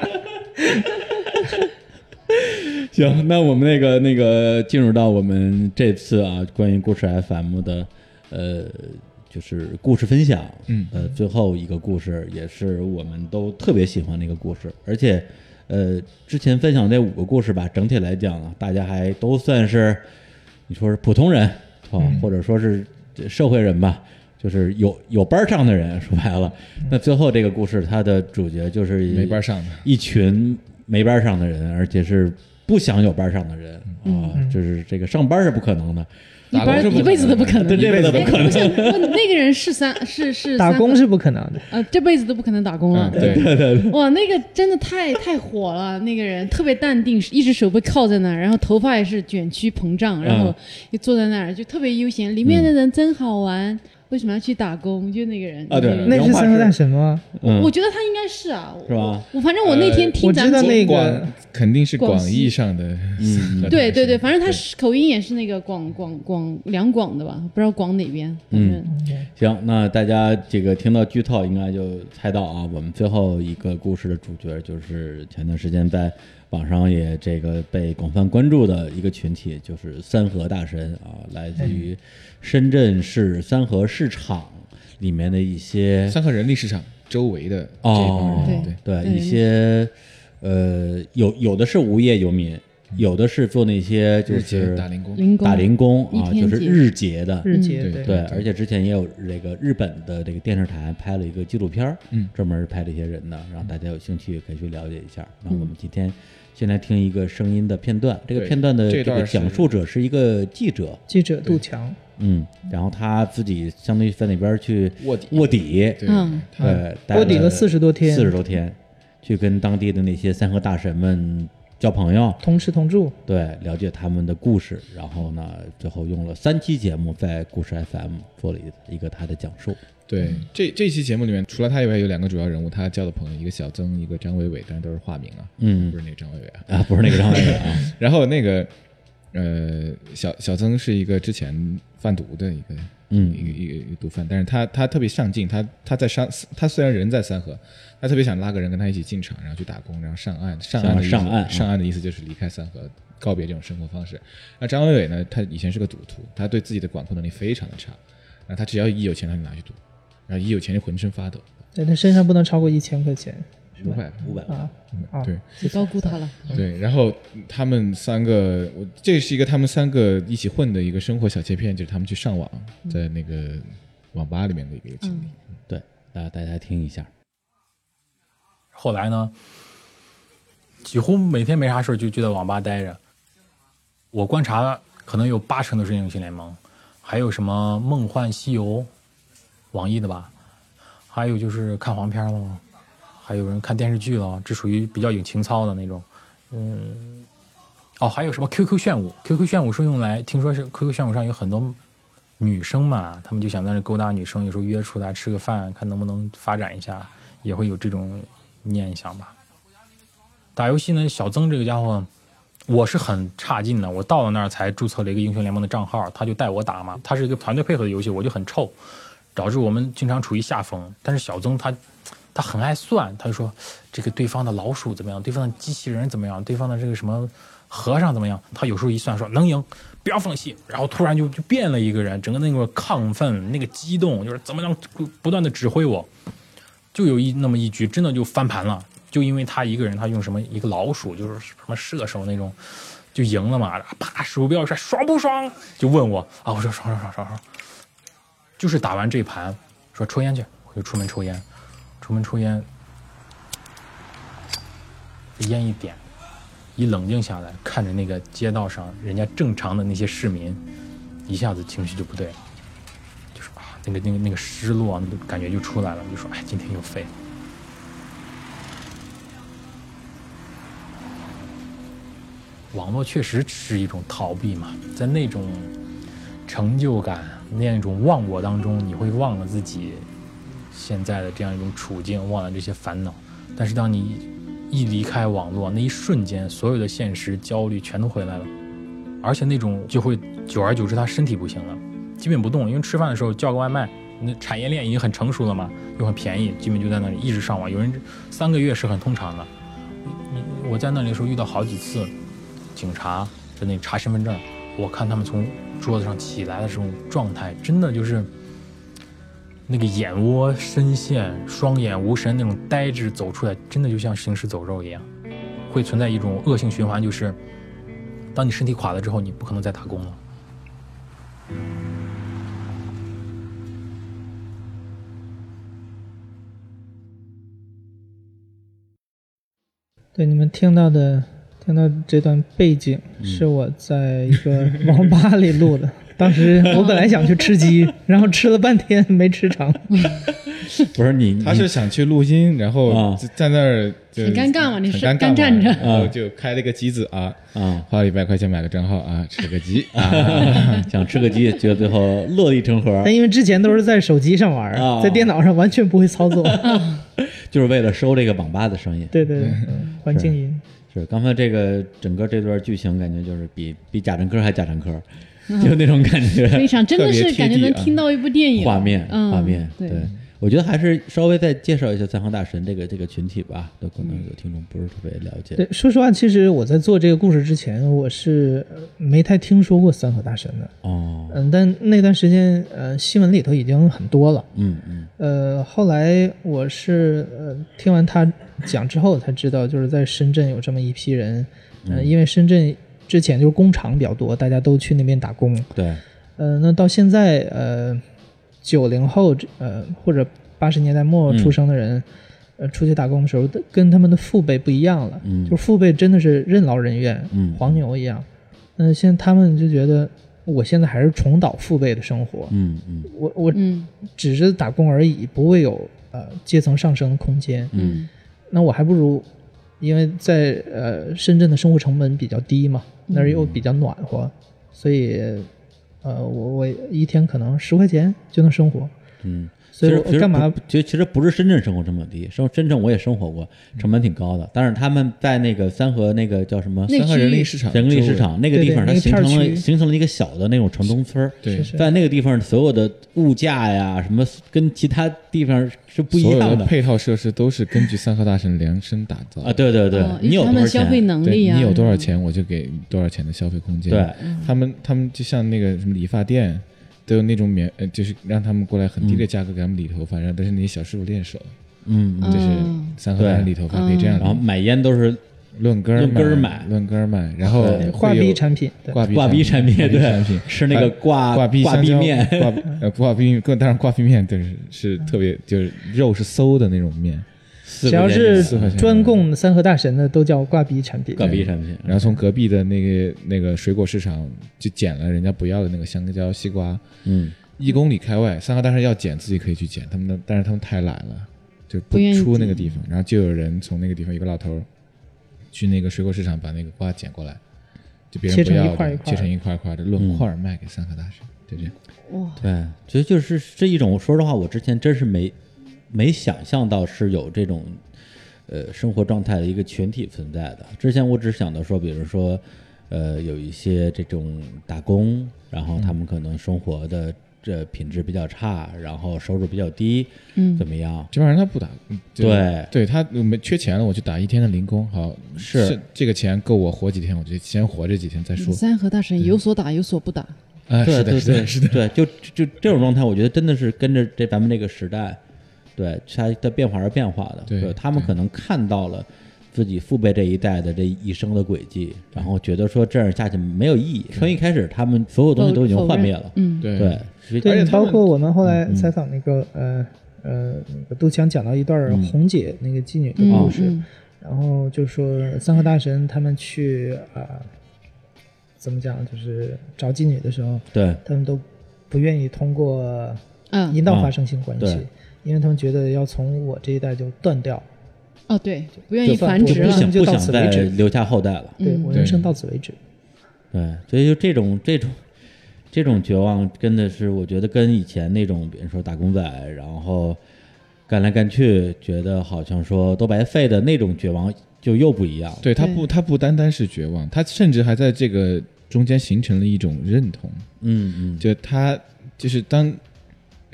Speaker 1: *laughs* 行，那我们那个那个进入到我们这次啊，关于故事 FM 的呃，就是故事分享，
Speaker 5: 嗯
Speaker 1: 呃，最后一个故事也是我们都特别喜欢的一个故事，而且呃，之前分享这五个故事吧，整体来讲啊，大家还都算是你说是普通人啊，
Speaker 5: 嗯
Speaker 1: 或者说是这社会人吧，就是有有班儿上的人，说白了，那最后这个故事它的主角就是
Speaker 5: 嗯没班上的，
Speaker 1: 一群没班上的人，而且是不想有班上的人啊，就是这个上班是不可能的，
Speaker 4: 一
Speaker 5: 打工是
Speaker 4: 般一
Speaker 5: 不可能的
Speaker 4: 辈子都不可能，
Speaker 1: 对这辈子都不可能
Speaker 4: 哎不是不那个人是三是是
Speaker 2: 打
Speaker 4: 三
Speaker 2: 工是不可能的，
Speaker 4: 呃，这辈子都不可能打工了
Speaker 5: 嗯，。对，
Speaker 4: 哇，那个真的太太火了，那个人特别淡定，一只手被铐在那儿，然后头发也是卷曲膨胀，然后就坐在那儿就特别悠闲。里面的人真好玩，为什么要去打工？就那个人
Speaker 1: 啊对
Speaker 2: 那
Speaker 4: 那个人
Speaker 2: 是三个大神吗？
Speaker 1: 嗯
Speaker 4: 我，觉得他应该是啊，
Speaker 1: 是吧？
Speaker 4: 我反正我那天听
Speaker 2: 我
Speaker 4: 咱
Speaker 2: 知
Speaker 4: 们
Speaker 2: 道
Speaker 4: 节目
Speaker 2: 那个
Speaker 5: 广肯定是
Speaker 4: 广
Speaker 5: 广
Speaker 4: 西
Speaker 5: 义上的， *laughs* 嗯
Speaker 4: 对对对，，反正他是口音也是那个广广广两广的吧，不知道广哪边，反正、
Speaker 1: 行，那大家这个听到剧透应该就猜到啊，我们最后一个故事的主角就是前段时间在网上也这个被广泛关注的一个群体，就是三和大神啊，来自于深圳市三和市场里面的一些
Speaker 5: 三和人力市场周围的这帮
Speaker 1: 哦
Speaker 5: 人，
Speaker 4: 对
Speaker 5: 对，
Speaker 1: 对
Speaker 4: 对
Speaker 1: 一些呃，有有的是无业游民，有的是做那些就
Speaker 5: 日结
Speaker 1: 是
Speaker 5: 打零工，
Speaker 4: 零工
Speaker 1: 打零工啊，
Speaker 4: 一天
Speaker 1: 就是
Speaker 4: 结
Speaker 1: 日结的，
Speaker 2: 日结
Speaker 5: 对
Speaker 1: 对，而且之前也有这个日本的这个电视台拍了一个纪录片儿，
Speaker 5: 嗯
Speaker 1: 专门拍这些人的，然后大家有兴趣也可以去了解一下。那我们今天先来听一个声音的片段，这个
Speaker 5: 对
Speaker 1: 片段的
Speaker 5: 这
Speaker 1: 这
Speaker 5: 段
Speaker 1: 个
Speaker 5: 是
Speaker 1: 讲述者是一个记者，
Speaker 2: 记者杜强，
Speaker 1: 嗯，然后他自己相当于在那边去
Speaker 5: 卧底
Speaker 1: 卧底，
Speaker 5: 对
Speaker 4: 嗯，
Speaker 5: 他
Speaker 1: 呃，
Speaker 2: 卧底了40多天
Speaker 1: 四十多天，去跟当地的那些三河大神们交朋友，
Speaker 2: 同吃同住，
Speaker 1: 对，了解他们的故事，然后呢，最后用了三期节目在故事 FM 做了一一个他的讲述。
Speaker 5: 对，这这期节目里面，除了他以外，有两个主要人物，他交的朋友，一个小曾，一个张伟伟，但是都是化名啊，
Speaker 1: 嗯
Speaker 5: 不是那个张伟伟啊。
Speaker 1: 啊，不是那个张伟伟啊，
Speaker 5: 然后那个，呃，小小曾是一个之前贩毒的一个，
Speaker 1: 嗯
Speaker 5: 一个一个一个毒贩，但是他他特别上进，他他在山，他虽然人在三河，他特别想拉个人跟他一起进厂，然后去打工，然后上岸，上岸的意思
Speaker 1: 上岸啊
Speaker 5: 上岸的意思就是离开三河，告别这种生活方式。那张伟伟呢，他以前是个赌徒，他对自己的管控能力非常的差，然后他只要一有钱他就拿去赌，然后一有钱就浑身发抖，
Speaker 2: 对他身上不能超过一千块钱
Speaker 5: 五百
Speaker 1: 五百
Speaker 2: 啊啊！
Speaker 5: 对
Speaker 4: 你高估他了，
Speaker 5: 对，然后他们三个，我这是一个他们三个一起混的一个生活小切片，就是他们去上网，在那个网吧里面的一个经历。
Speaker 1: 对，大家大家听一下，
Speaker 8: 后来呢，几乎每天没啥事儿就就在网吧待着。我观察，可能有八成都是英雄联盟，还有什么《梦幻西游》，网易的吧，还有就是看黄片了，还有人看电视剧了，这属于比较有情操的那种。嗯，哦，还有什么 QQ 炫舞？QQ 炫舞是用来，听说是 QQ 炫舞上有很多女生嘛，她们就想在那勾搭女生，有时候约出来吃个饭，看能不能发展一下，也会有这种念想吧。打游戏呢，小曾这个家伙，我是很差劲的，我到了那儿才注册了一个英雄联盟的账号，他就带我打嘛，他是一个团队配合的游戏，我就很臭，导致我们经常处于下风。但是小曾他。他很爱算，他就说这个对方的老鼠怎么样，对方的机器人怎么样，对方的这个什么和尚怎么样。他有时候一算说能赢，不要放弃。然后突然就就变了一个人，整个那个亢奋、那个激动，就是怎么样不断的指挥我。就有一那么一局真的就翻盘了，就因为他一个人，他用什么一个老鼠，就是什么射手那种，就赢了嘛。啊啪，鼠标一摔，爽不爽？就问我啊，我说爽爽爽爽爽。就是打完这盘，说抽烟去，我就出门抽烟，出门抽烟，烟一点，一冷静下来，看着那个街道上人家正常的那些市民，一下子情绪就不对了。就是啊，那个那个那个失落那个感觉就出来了，就说哎，今天又废了。网络确实是一种逃避嘛，在那种成就感、那样一种忘我当中，你会忘了自己现在的这样一种处境，忘了这些烦恼。但是当你一离开网络，那一瞬间，所有的现实焦虑全都回来了，而且那种就会久而久之，他身体不行了。基本不动，因为吃饭的时候叫个外卖，那产业链已经很成熟了嘛，又很便宜，基本就在那里一直上网。有人三个月是很通常的。你你我在那里的时候遇到好几次警察在那里查身份证，我看他们从桌子上起来的这种状态，真的就是那个眼窝深陷、双眼无神那种呆滞走出来，真的就像行尸走肉一样，会存在一种恶性循环，就是当你身体垮了之后，你不可能再打工了。
Speaker 2: 对，你们听到的，听到这段背景是我在一个网吧里录的。当时我本来想去吃鸡，然后吃了半天没吃成。
Speaker 1: 不是你，
Speaker 5: 他是想去录音，然后
Speaker 1: 嗯啊
Speaker 5: 就在那儿就
Speaker 4: 很尴尬嘛
Speaker 5: 很
Speaker 4: 你是
Speaker 5: 尴尬
Speaker 4: 干站着
Speaker 5: 然后就开了个机子啊，
Speaker 1: 啊，
Speaker 5: 花了一百块钱买个账号啊，吃了个鸡啊，
Speaker 1: 想吃个鸡，觉得最后乐意成盒，
Speaker 2: 但因为之前都是在手机上玩儿，
Speaker 1: 啊
Speaker 2: 在电脑上完全不会操作。
Speaker 1: 就是为了收这个网吧的声音。
Speaker 2: 对对对，嗯环境音。
Speaker 1: 是刚才这个整个这段剧情，感觉就是比比贾樟柯还贾樟柯，
Speaker 2: 嗯
Speaker 1: 就那种感
Speaker 4: 非
Speaker 1: 觉，
Speaker 4: 常真的
Speaker 5: 特
Speaker 4: 是
Speaker 5: 别贴
Speaker 4: 感觉
Speaker 5: 地
Speaker 4: 能
Speaker 5: 啊
Speaker 4: 听到一部电影
Speaker 1: 画面
Speaker 4: 嗯
Speaker 1: 画面，
Speaker 4: 对，
Speaker 1: 对。我觉得还是稍微再介绍一下三行大神这个这个群体吧，都可能有听众不是特别了解。
Speaker 2: 对，说实话，其实我在做这个故事之前，我是呃没太听说过三河大神的。
Speaker 1: 哦，
Speaker 2: 嗯，但那段时间，呃，新闻里头已经很多了。
Speaker 1: 嗯嗯
Speaker 2: 呃，后来我是呃听完他讲之后才知道，就是在深圳有这么一批人，
Speaker 1: 嗯
Speaker 2: 呃，因为深圳之前就是工厂比较多，大家都去那边打工。
Speaker 1: 对，
Speaker 2: 呃，那到现在，呃，九零后这呃或者八十年代末
Speaker 1: 嗯
Speaker 2: 出生的人，呃，出去打工的时候，跟他们的父辈不一样了，
Speaker 1: 嗯
Speaker 2: 就是父辈真的是任劳任怨，
Speaker 1: 嗯
Speaker 2: 黄牛一样。嗯、现在他们就觉得，我现在还是重蹈父辈的生活，
Speaker 1: 嗯嗯
Speaker 2: 我我
Speaker 4: 嗯
Speaker 2: 只是打工而已，不会有呃阶层上升的空间。
Speaker 1: 嗯
Speaker 2: 那我还不如，因为在呃深圳的生活成本比较低嘛，那儿又比较暖和，所以呃我我一天可能十块钱就能生活，
Speaker 1: 嗯。
Speaker 2: 所以
Speaker 1: 其实
Speaker 2: 我干嘛？？
Speaker 1: 其实不其实不是深圳生活成本低，生深圳我也生活过，成本挺高的。但是他们在那个三河 *laughs* 那个叫什么
Speaker 4: 那
Speaker 5: 三
Speaker 4: 个
Speaker 5: 河
Speaker 4: 区域
Speaker 5: 人力市场，
Speaker 1: 人力市，场那个
Speaker 2: 对
Speaker 1: 地
Speaker 2: 对
Speaker 1: 方，
Speaker 2: 那
Speaker 1: 它
Speaker 2: 个
Speaker 1: 形
Speaker 2: 片儿
Speaker 1: 成了
Speaker 2: 区
Speaker 1: 形成了一个小的那种城中村儿。
Speaker 5: 对，
Speaker 2: 是
Speaker 1: 在那个地方，所有的物价呀，什么跟其他地方是不一
Speaker 5: 所有
Speaker 1: 样
Speaker 5: 的配套设施都是根据三河大神量身打造
Speaker 1: 啊！。对对对
Speaker 4: 哦，
Speaker 1: 你有
Speaker 4: 他
Speaker 1: 多少
Speaker 4: 们消费
Speaker 1: 钱？
Speaker 4: 能
Speaker 5: 对
Speaker 4: 力啊，
Speaker 5: 你有多少钱，我就给多少钱的消费空间。
Speaker 1: 对，
Speaker 5: 他们他们就像那个什么理发店，都有那种免，呃就是让他们过来很低的价格给他们理头发，然后但是那些小师傅练手，
Speaker 1: 嗯，嗯
Speaker 5: 就是
Speaker 4: 嗯
Speaker 5: 三河大神理头发可以这样理，
Speaker 1: 然后买烟都是
Speaker 5: 论根儿
Speaker 1: 论根儿买
Speaker 5: 论根儿买，然后
Speaker 1: 对
Speaker 2: 挂
Speaker 5: 会有
Speaker 2: 逼产品，对
Speaker 5: 挂壁
Speaker 1: 挂壁产品，
Speaker 5: 挂壁产
Speaker 1: 对
Speaker 5: 品，
Speaker 1: 吃那个挂
Speaker 5: 挂壁
Speaker 1: 挂
Speaker 5: 香
Speaker 1: 壁
Speaker 5: 蕉
Speaker 1: 面，
Speaker 5: *laughs* 挂壁呃挂壁面，更当然挂壁面就是是
Speaker 2: 嗯
Speaker 5: 特别就是肉是馊的那种面，
Speaker 1: 四
Speaker 2: 只
Speaker 1: 块
Speaker 2: 要
Speaker 1: 钱一
Speaker 2: 是
Speaker 1: 个
Speaker 5: 四块钱
Speaker 2: 专供三河大神的都叫挂逼产品。
Speaker 1: 挂壁产品，
Speaker 5: 然后从隔壁的那个那个水果市场就捡了人家不要的那个香蕉、西瓜，
Speaker 1: 嗯，
Speaker 5: 一公里开外，三河大神要捡自己可以去捡，他们的但是他们太懒了，就
Speaker 4: 不愿意
Speaker 5: 出那
Speaker 4: 捡
Speaker 5: 个地方，然后就有人从那个地方一个老头儿去那个水果市场把那个瓜捡过来，就别
Speaker 2: 切
Speaker 5: 人不
Speaker 2: 成
Speaker 5: 要
Speaker 2: 一块
Speaker 5: 的
Speaker 2: 一块
Speaker 5: 切成一块一块的论
Speaker 1: 嗯
Speaker 5: 块儿卖给三河大神，就这样。
Speaker 4: 哇，
Speaker 1: 对，其实就是这一种。说实话，我之前真是没没想象到是有这种呃生活状态的一个群体存在的。之前我只想到说，比如说呃有一些这种打工，然后他们可能生活的这品质比较差，然后收入比较低，
Speaker 4: 嗯
Speaker 1: 怎么样？
Speaker 5: 这帮人他不打，嗯就
Speaker 1: 对
Speaker 5: 对他我没缺钱了，我就打一天的零工，好
Speaker 1: 是
Speaker 5: 这个钱够我活几天，我就先活这几天再说。
Speaker 4: 三河大神有所打有所不打，
Speaker 5: 啊，
Speaker 1: 对
Speaker 5: 是
Speaker 1: 对
Speaker 5: 的，是的，
Speaker 1: 对， *laughs*
Speaker 5: 是的，
Speaker 1: 对，就就就这种状态，我觉得真的是跟着这咱们这个时代，对它的变化而变化的。
Speaker 5: 对
Speaker 1: 他们
Speaker 5: 对
Speaker 1: 可能看到了自己父辈这一代的这一生的轨迹，然后觉得说这样下去没有意义。从一开始，他们所有东西都已经
Speaker 4: 否
Speaker 1: 幻灭了。
Speaker 4: 嗯，
Speaker 5: 对
Speaker 1: 对，所以
Speaker 5: 而且
Speaker 2: 对，
Speaker 5: 他
Speaker 2: 包
Speaker 5: 们
Speaker 2: 括我们后来采访那个呃呃那个杜强讲到一段儿红姐那个妓女的故
Speaker 1: 啊
Speaker 4: 嗯
Speaker 2: 事，
Speaker 4: 嗯
Speaker 2: 然后就说三河大神他们去啊、呃怎么讲，就是找妓女的时候，
Speaker 1: 对
Speaker 2: 他们都不愿意通过
Speaker 4: 嗯，
Speaker 2: 引导发生性关系，
Speaker 1: 啊对
Speaker 2: 因为他们觉得要从我这一代就断掉，
Speaker 4: 哦对，不愿意
Speaker 1: 就
Speaker 4: 繁
Speaker 1: 不
Speaker 4: 殖
Speaker 1: 不
Speaker 4: 了
Speaker 2: 他，
Speaker 1: 想
Speaker 2: 们就
Speaker 1: 不
Speaker 2: 到
Speaker 1: 想
Speaker 2: 此
Speaker 1: 再
Speaker 2: 为止
Speaker 1: 留下后代了。
Speaker 2: 对
Speaker 4: 嗯
Speaker 2: 我人生到此为止。
Speaker 1: 对，所以就这种这种这种绝望，真的是我觉得跟以前那种，比如说打工仔，然后干来干去，觉得好像说都白费的那种绝望，就又不一样了。
Speaker 5: 对他
Speaker 4: 对
Speaker 5: 不，他不单单是绝望，他甚至还在这个中间形成了一种认同，
Speaker 1: 嗯嗯，
Speaker 5: 就他就是当。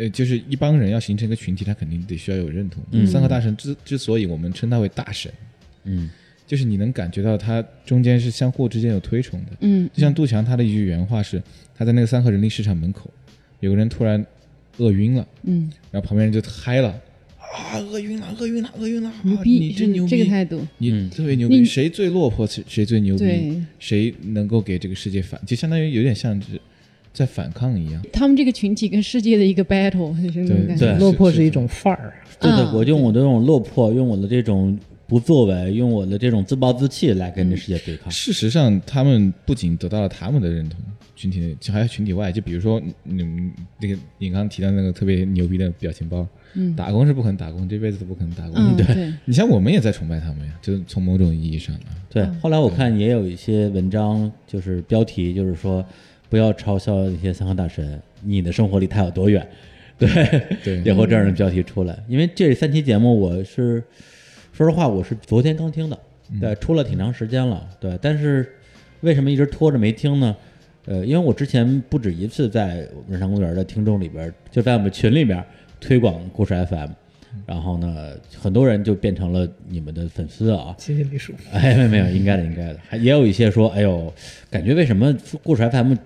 Speaker 5: 呃，就是一帮人要形成一个群体，他肯定得需要有认同。
Speaker 1: 嗯
Speaker 5: 三个大神之之所以我们称他为大神，
Speaker 1: 嗯
Speaker 5: 就是你能感觉到他中间是相互之间有推崇的。
Speaker 4: 嗯，
Speaker 5: 就像杜强他的一句原话是，他在那个三河人力市场门口，有个人突然饿晕了，
Speaker 4: 嗯，
Speaker 5: 然后旁边人就嗨了，啊，饿晕了，饿晕了，饿晕了，啊
Speaker 4: 牛
Speaker 5: 你
Speaker 4: 逼，
Speaker 5: 真牛逼，
Speaker 4: 这个态度，
Speaker 5: 你
Speaker 1: 嗯
Speaker 5: 特别牛逼，
Speaker 4: 你
Speaker 5: 谁最落魄谁谁最牛逼，
Speaker 4: 对
Speaker 5: 谁能够给这个世界反，就相当于有点像是在反抗一样。
Speaker 4: 他们这个群体跟世界的一个 battle，就是那种感
Speaker 1: 对
Speaker 4: 觉，
Speaker 2: 嗯落魄
Speaker 5: 是
Speaker 2: 是一
Speaker 5: 是
Speaker 2: 种范儿，
Speaker 1: 对对，
Speaker 4: 啊
Speaker 1: 我用我的这种落魄，用我的这种不作为，用我的这种自暴自弃来跟这世界对抗。
Speaker 5: 事实上，他们不仅得到了他们的认同，群体内就还有群体外，就比如说你们那个你刚刚提到那个特别牛逼的表情包，
Speaker 4: 嗯
Speaker 5: 打工是不可能打工，这辈子都不可能打工。
Speaker 4: 嗯对，
Speaker 5: 你像我们也在崇拜他们呀，就是从某种意义上啊，
Speaker 1: 对，后来我看也有一些文章，就是标题就是说，不要嘲笑那些三河大神，你的生活离他有多远。 *laughs* 对，
Speaker 5: 对
Speaker 1: 也会这样的标题出来。因为这三期节目，我是说实话，我是昨天刚听的，对，出了挺长时间了，对。但是为什么一直拖着没听呢？呃，因为我之前不止一次在我们日常公园的听众里边儿，就在我们群里边儿推广故事 FM，然后呢，很多人就变成了你们的粉丝啊，
Speaker 2: 谢谢李叔。
Speaker 1: *laughs* 哎，没有没有，应该的，应该的。还也有一些说，哎呦，感觉为什么故事 FM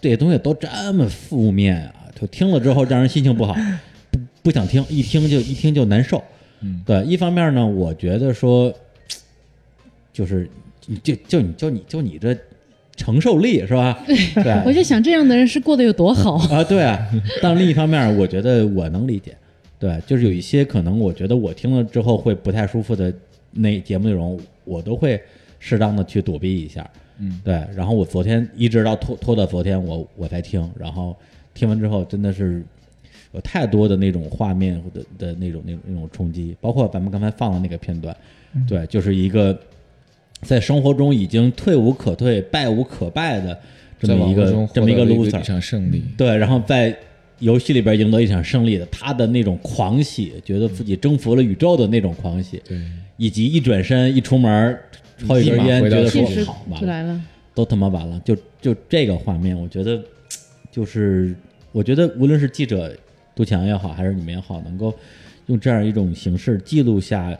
Speaker 1: 这些东西都这么负面啊？就听了之后让人心情不好， *laughs* 不不想听，一听就一听就难受。
Speaker 5: 嗯，
Speaker 1: 对，一方面呢，我觉得说，就是你就就你就你就你这承受力是吧？对
Speaker 4: 我就想这样的人是过得有
Speaker 1: *laughs*
Speaker 4: 多好。
Speaker 1: 啊，对啊。但另一方面，我觉得我能理解，对，就是有一些可能我觉得我听了之后会不太舒服的那节目内容，我都会适当的去躲避一下。
Speaker 5: 嗯，
Speaker 1: 对，然后我昨天一直到拖拖到昨天我我才听，然后听完之后真的是有太多的那种画面或者的那种那种那种冲击，包括咱们刚才放的那个片段，
Speaker 5: 嗯
Speaker 1: 对，就是一个在生活中已经退无可退、败无可败的这
Speaker 5: 在
Speaker 1: 么
Speaker 5: 网
Speaker 1: 一
Speaker 5: 络
Speaker 1: 个
Speaker 5: 中
Speaker 1: 这么一个
Speaker 5: 获得了
Speaker 1: loser，
Speaker 5: 一场胜利，
Speaker 1: 对，然后在游戏里边赢得一场胜利的，他的那种狂喜，觉得自己征服了宇宙的那种狂喜，
Speaker 5: 对，
Speaker 1: 以及一转身一出门抽一
Speaker 5: 立
Speaker 1: 根
Speaker 5: 马
Speaker 1: 烟，
Speaker 5: 回
Speaker 1: 觉
Speaker 5: 到
Speaker 1: 得
Speaker 5: 生
Speaker 1: 说
Speaker 4: 现
Speaker 5: 活
Speaker 4: 实
Speaker 1: 好完
Speaker 4: 就
Speaker 1: 了，
Speaker 4: 来了，
Speaker 1: 都他妈完了，就就这个画面，我觉得就是我觉得无论是记者杜强也好，还是你们也好，能够用这样一种形式记录下。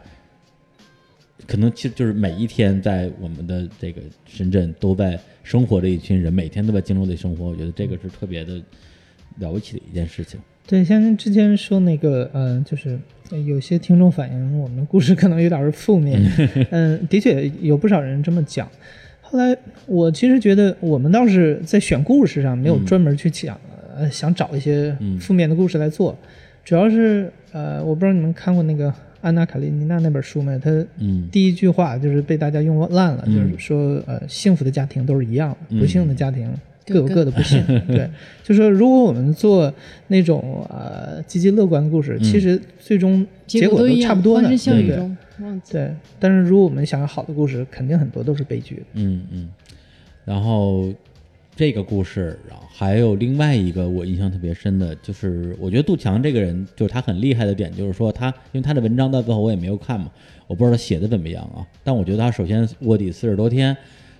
Speaker 1: 可能其实就是每一天在我们的这个深圳都在生活的一群人，每天都在经历的生活，我觉得这个是特别的了不起的一件事情。
Speaker 2: 对，像之前说那个，嗯、就是呃有些听众反映我们的故事可能有点儿
Speaker 1: *laughs*
Speaker 2: 负面，嗯、的确有不少人这么讲。后来我其实觉得我们倒是在选故事上没有
Speaker 1: 嗯
Speaker 2: 专门去讲，呃，想找一些
Speaker 1: 嗯
Speaker 2: 负面的故事来做，主要是呃，我不知道你们看过那个安娜卡列尼娜那本书没有？它
Speaker 1: 嗯
Speaker 2: 第一句话就是被大家用烂了，
Speaker 1: 嗯
Speaker 2: 就是说，呃，幸福的家庭都是一样的，
Speaker 1: 嗯
Speaker 2: 不幸的家庭各
Speaker 4: 各
Speaker 2: 有各的不幸。
Speaker 1: *laughs*
Speaker 2: 对，就说如果我们做那种呃积极乐观的故事，
Speaker 1: 嗯
Speaker 2: 其实最终结
Speaker 4: 果
Speaker 2: 果
Speaker 4: 都
Speaker 2: 都
Speaker 4: 一样
Speaker 2: 差不多的，
Speaker 4: 欢声笑语
Speaker 2: 对
Speaker 4: 中忘记。
Speaker 2: 对，但是如果我们想要好的故事，肯定很多都是悲剧的。
Speaker 1: 嗯嗯。然后这个故事，然后还有另外一个我印象特别深的，就是我觉得杜强这个人，就是他很厉害的点，就是说他，因为他的文章到最后我也没有看嘛，我不知道他写的怎么样啊。但我觉得他首先卧底四十多天，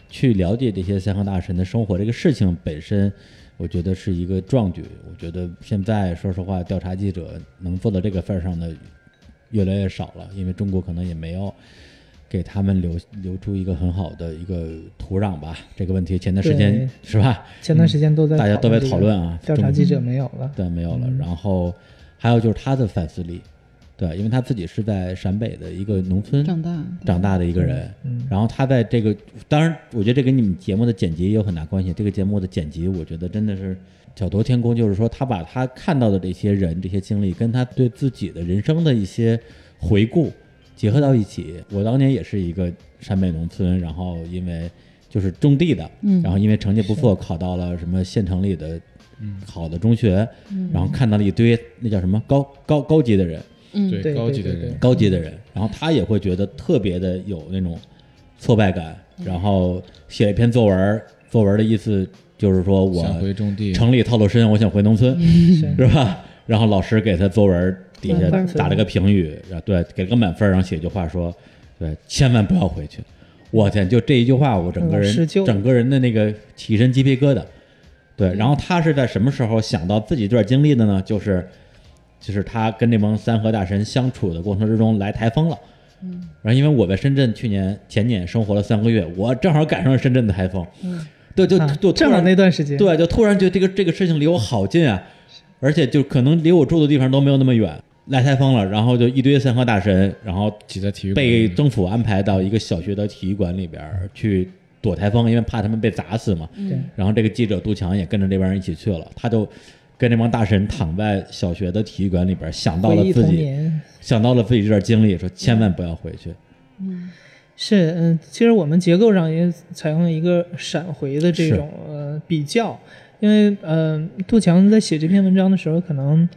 Speaker 1: 去了解这些三河大神的生活这个事情本身，我觉得是一个壮举。我觉得现在说实话，调查记者能做到这个份儿上的越来越少了，因为中国可能也没有给他们留留出一个很好的一个土壤吧。这个问题前段时间
Speaker 2: 对
Speaker 1: 是吧？嗯
Speaker 2: 前段时间都在、
Speaker 1: 大家都在讨论
Speaker 2: 啊，
Speaker 1: 啊，
Speaker 2: 调查记者没嗯有了。
Speaker 1: 对，没有了。然后还有就是他的反思力，对，因为他自己是在陕北的一个农村
Speaker 4: 长大，
Speaker 1: 长大的一个人，
Speaker 2: 嗯
Speaker 1: 然后他在这个，当然，我觉得这跟你们节目的剪辑也有很大关系。这个节目的剪辑，我觉得真的是巧夺天工，就是说他把他看到的这些人、这些经历，跟他对自己的人生的一些回顾结合到一起。我当年也是一个陕北农村，然后因为就是种地的，
Speaker 4: 嗯
Speaker 1: 然后因为成绩不错，考到了什么县城里的好的中学，
Speaker 2: 嗯
Speaker 1: 然后看到了一堆那叫什么高高高级的人，
Speaker 4: 嗯，
Speaker 5: 对
Speaker 2: 对
Speaker 5: 高级的
Speaker 2: 对对
Speaker 5: 人
Speaker 2: 对，
Speaker 1: 高级的人，然后他也会觉得特别的有那种挫败感，
Speaker 5: 嗯
Speaker 1: 然后写了一篇作文，作文的意思就是说我
Speaker 5: 想回种地，
Speaker 1: 城里套路深，我想回农村，
Speaker 2: 是
Speaker 1: 是吧？然后老师给他作文底下
Speaker 4: 满分
Speaker 1: 打了个评语，然后对，给了个满分，然后写一句话说，对，千万不要回去。我天，就这一句话，我整个
Speaker 2: 老师
Speaker 1: 人
Speaker 2: 就嗯
Speaker 1: 整个人的那个起一身鸡皮疙瘩。对，然后他是在什么时候想到自己这段经历的呢？就是就是他跟这帮三河大神相处的过程之中来台风了。嗯，然后因为我在深圳去年前年生活了三个月，我正好赶上了深圳的台风。嗯，对，就
Speaker 2: 啊
Speaker 1: 就突
Speaker 2: 正好
Speaker 1: 然
Speaker 2: 那段时间，
Speaker 1: 对，就突然觉得这个这个事情离我好近啊，而且就可能离我住的地方都没有那么远。来台风了，然后就一堆三河大神，然后
Speaker 5: 挤在体育馆
Speaker 1: 被
Speaker 5: 里，
Speaker 1: 政府安排到一个小学的体育馆里边儿去躲台风，因为怕他们被砸死嘛。
Speaker 2: 对
Speaker 1: 然后这个记者杜强也跟着这帮人一起去了，他就跟这帮大神躺在小学的体育馆里边儿，想到
Speaker 2: 回
Speaker 1: 了
Speaker 2: 忆
Speaker 1: 自
Speaker 2: 童
Speaker 1: 己，
Speaker 2: 年。
Speaker 1: 想到了自己这段经历，说千万不要回去。
Speaker 2: 是，嗯，其实我们结构上也采用了一个闪回的这
Speaker 1: 是
Speaker 2: 种呃比较，因为呃，杜强在写这篇文章的时候，可能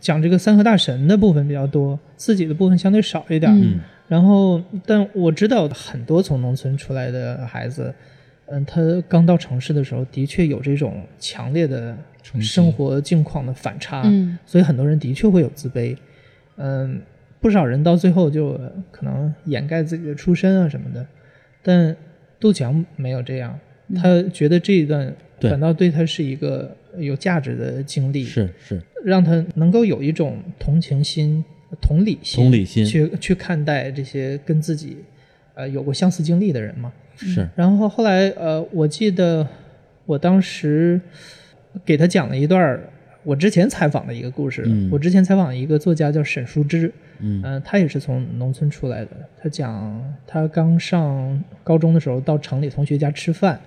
Speaker 2: 讲这个三河大神的部分比较多，自己的部分相对啊少一点。
Speaker 4: 嗯
Speaker 2: 然后，但我知道很多从农村出来的孩子，嗯、他刚到城市的时候，的确有这种强烈的
Speaker 5: 冲击
Speaker 2: 生活境况的反差。
Speaker 4: 嗯
Speaker 2: 所以很多人的确会有自卑，嗯，不少人到最后就呃可能掩盖自己的出身啊什么的，但杜强没有这样，他觉得这一段
Speaker 1: 对
Speaker 2: 反倒对他是一个有价值的经历，
Speaker 1: 是是，
Speaker 2: 让他能够有一种同情心、同理心、
Speaker 1: 同理心
Speaker 2: 去去看待这些跟自己呃有过相似经历的人嘛。
Speaker 1: 是，
Speaker 2: 然后后来呃，我记得我当时给他讲了一段儿我之前采访的一个故事。
Speaker 1: 嗯
Speaker 2: 我之前采访一个作家叫沈淑之，
Speaker 1: 嗯
Speaker 2: 呃他也是从农村出来的。他讲他刚上高中的时候到城里同学家吃饭，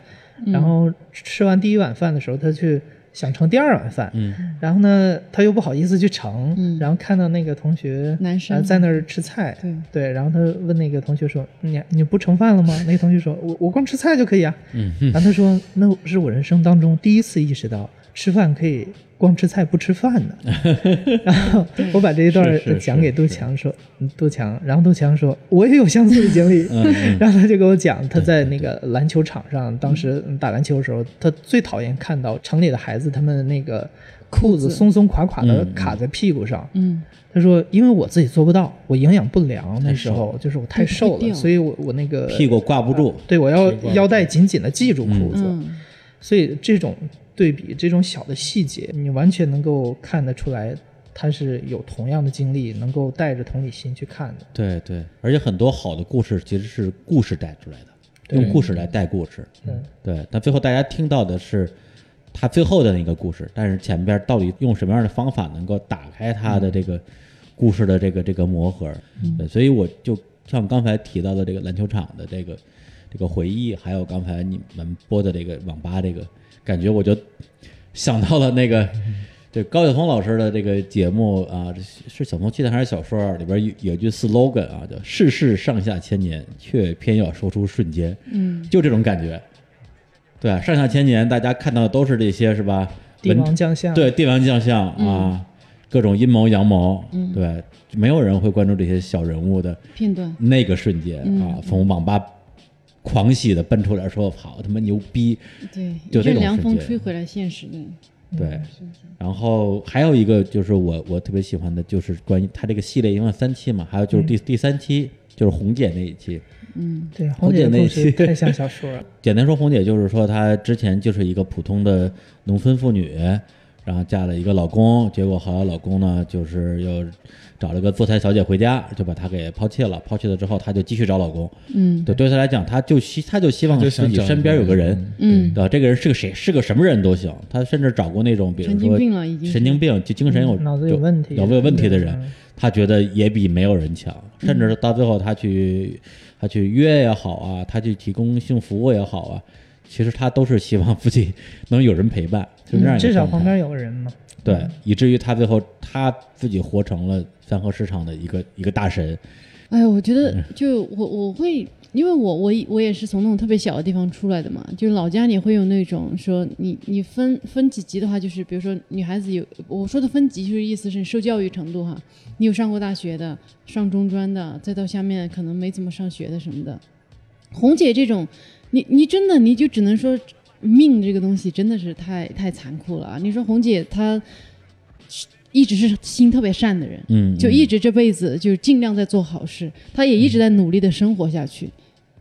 Speaker 4: 嗯
Speaker 2: 然后吃完第一碗饭的时候，他去想盛第二碗饭，
Speaker 1: 嗯
Speaker 2: 然后呢他又不好意思去盛，
Speaker 4: 嗯
Speaker 2: 然后看到那个同学
Speaker 4: 男生
Speaker 2: 呃在那儿吃菜，
Speaker 4: 对
Speaker 2: 对，然后他问那个同学说：“你你不盛饭了吗？”那个同学说：“我我光吃菜就可以啊。”
Speaker 1: 嗯
Speaker 2: 然后他说：“那是我人生当中第一次意识到吃饭可以光吃菜不吃饭的。”然后我把这一段
Speaker 1: 是是是
Speaker 2: 讲给杜强说，嗯杜强，然后杜强说：“我也有相似的经历。
Speaker 1: 嗯嗯
Speaker 2: *laughs* 然后他就给我讲，他在那个篮球场上，当时嗯打篮球的时候，他最讨厌看到城里的孩子他们那个裤子松松垮垮的
Speaker 1: 嗯嗯
Speaker 2: 卡在屁股上。
Speaker 4: 嗯
Speaker 2: 他说：“因为我自己做不到，我营养不良，那时候就是我太瘦
Speaker 4: 不一
Speaker 2: 了，
Speaker 4: 定
Speaker 2: 所以我我那个
Speaker 1: 屁股挂不住，
Speaker 2: 对我要
Speaker 5: 习惯了
Speaker 2: 腰带紧紧的系住裤子，
Speaker 4: 嗯，
Speaker 2: 所以这种对比，这种小的细节，你完全能够看得出来，他是有同样的经历，能够带着同理心去看的。
Speaker 1: 对对，而且很多好的故事其实是故事带出来的，
Speaker 5: 对
Speaker 1: 用故事来带故事。
Speaker 2: 嗯，
Speaker 1: 对，但最后大家听到的是他最后的那个故事，但是前边到底用什么样的方法能够打开他的这个故事的这个这个魔盒？对，所以我就像刚才提到的这个篮球场的这个这个回忆，还有刚才你们播的这个网吧这个感觉，我就想到了那个。对高晓松老师的这个节目啊，这是小松记的还是小说啊里边有有一句 slogan 啊，叫“世事上下千年，却偏要说出瞬间”，
Speaker 4: 嗯，
Speaker 1: 就这种感觉。对啊，上下千年大家看到的都是这些是吧？
Speaker 2: 帝
Speaker 1: 文
Speaker 2: 王将相，嗯
Speaker 1: 对帝王将相啊，各种阴谋阳谋，对，没有人会关注这些小人物的
Speaker 4: 片段，
Speaker 1: 那个瞬间
Speaker 2: 嗯
Speaker 1: 啊，从网吧狂喜的奔出来说：“好他妈牛逼！”
Speaker 4: 对，
Speaker 1: 就这
Speaker 4: 一阵
Speaker 1: 种
Speaker 4: 凉
Speaker 1: 瞬
Speaker 4: 风
Speaker 1: 间
Speaker 4: 吹回来，现实的，
Speaker 1: 对，然后还有一个就是我我特别喜欢的就是关于他这个系列，一共有三期嘛，还有就是第、第三期就是红姐那一期。
Speaker 4: 嗯
Speaker 2: 对，红姐的故事太像小说
Speaker 1: *laughs*
Speaker 2: 了。
Speaker 1: 简单说，红姐就是说她之前就是一个普通的农村妇女，然后嫁了一个老公，结果后来老公呢就是又找了个坐台小姐回家，就把她给抛弃了。抛弃了之后，她就继续找老公。
Speaker 4: 嗯
Speaker 1: 对，对她来讲，她就希她就希望
Speaker 5: 她就
Speaker 1: 自
Speaker 5: 想
Speaker 1: 己
Speaker 5: 找一
Speaker 1: 身
Speaker 5: 个
Speaker 1: 边有个
Speaker 5: 人
Speaker 1: 人，
Speaker 4: 嗯，
Speaker 1: 对吧？这个人是个谁，是个什么人都行。她甚至找过那种，比如
Speaker 4: 神经
Speaker 1: 说
Speaker 4: 病了已经是
Speaker 1: 神经病就精神有、
Speaker 2: 嗯脑子有问题
Speaker 1: 有有问题的人
Speaker 2: 嗯，
Speaker 1: 她觉得也比没有人强。
Speaker 4: 嗯
Speaker 1: 甚至到最后，她去她去约也好啊，她去提供性服务也好啊，其实她都是希望自己能有人陪伴，就是这样一个
Speaker 2: 嗯至少嗯
Speaker 1: 状态
Speaker 2: 旁边有个人嘛。
Speaker 1: 对，以至于她最后她自己活成了三和市场的一个一个大神。
Speaker 4: 哎呀，我觉得就我我会，因为我我我也是从那种特别小的地方出来的嘛，就是老家也会有那种说你你分分几级的话，就是比如说女孩子有我说的分级，就是意思是受教育程度哈，你有上过大学的，上中专的，再到下面可能没怎么上学的什么的。红姐这种，你你真的你就只能说命这个东西真的是太太残酷了啊！你说红姐她是一直是心特别善的人，
Speaker 1: 嗯，
Speaker 4: 就一直这辈子就是尽量在做好事，他也一直在努力的生活下去，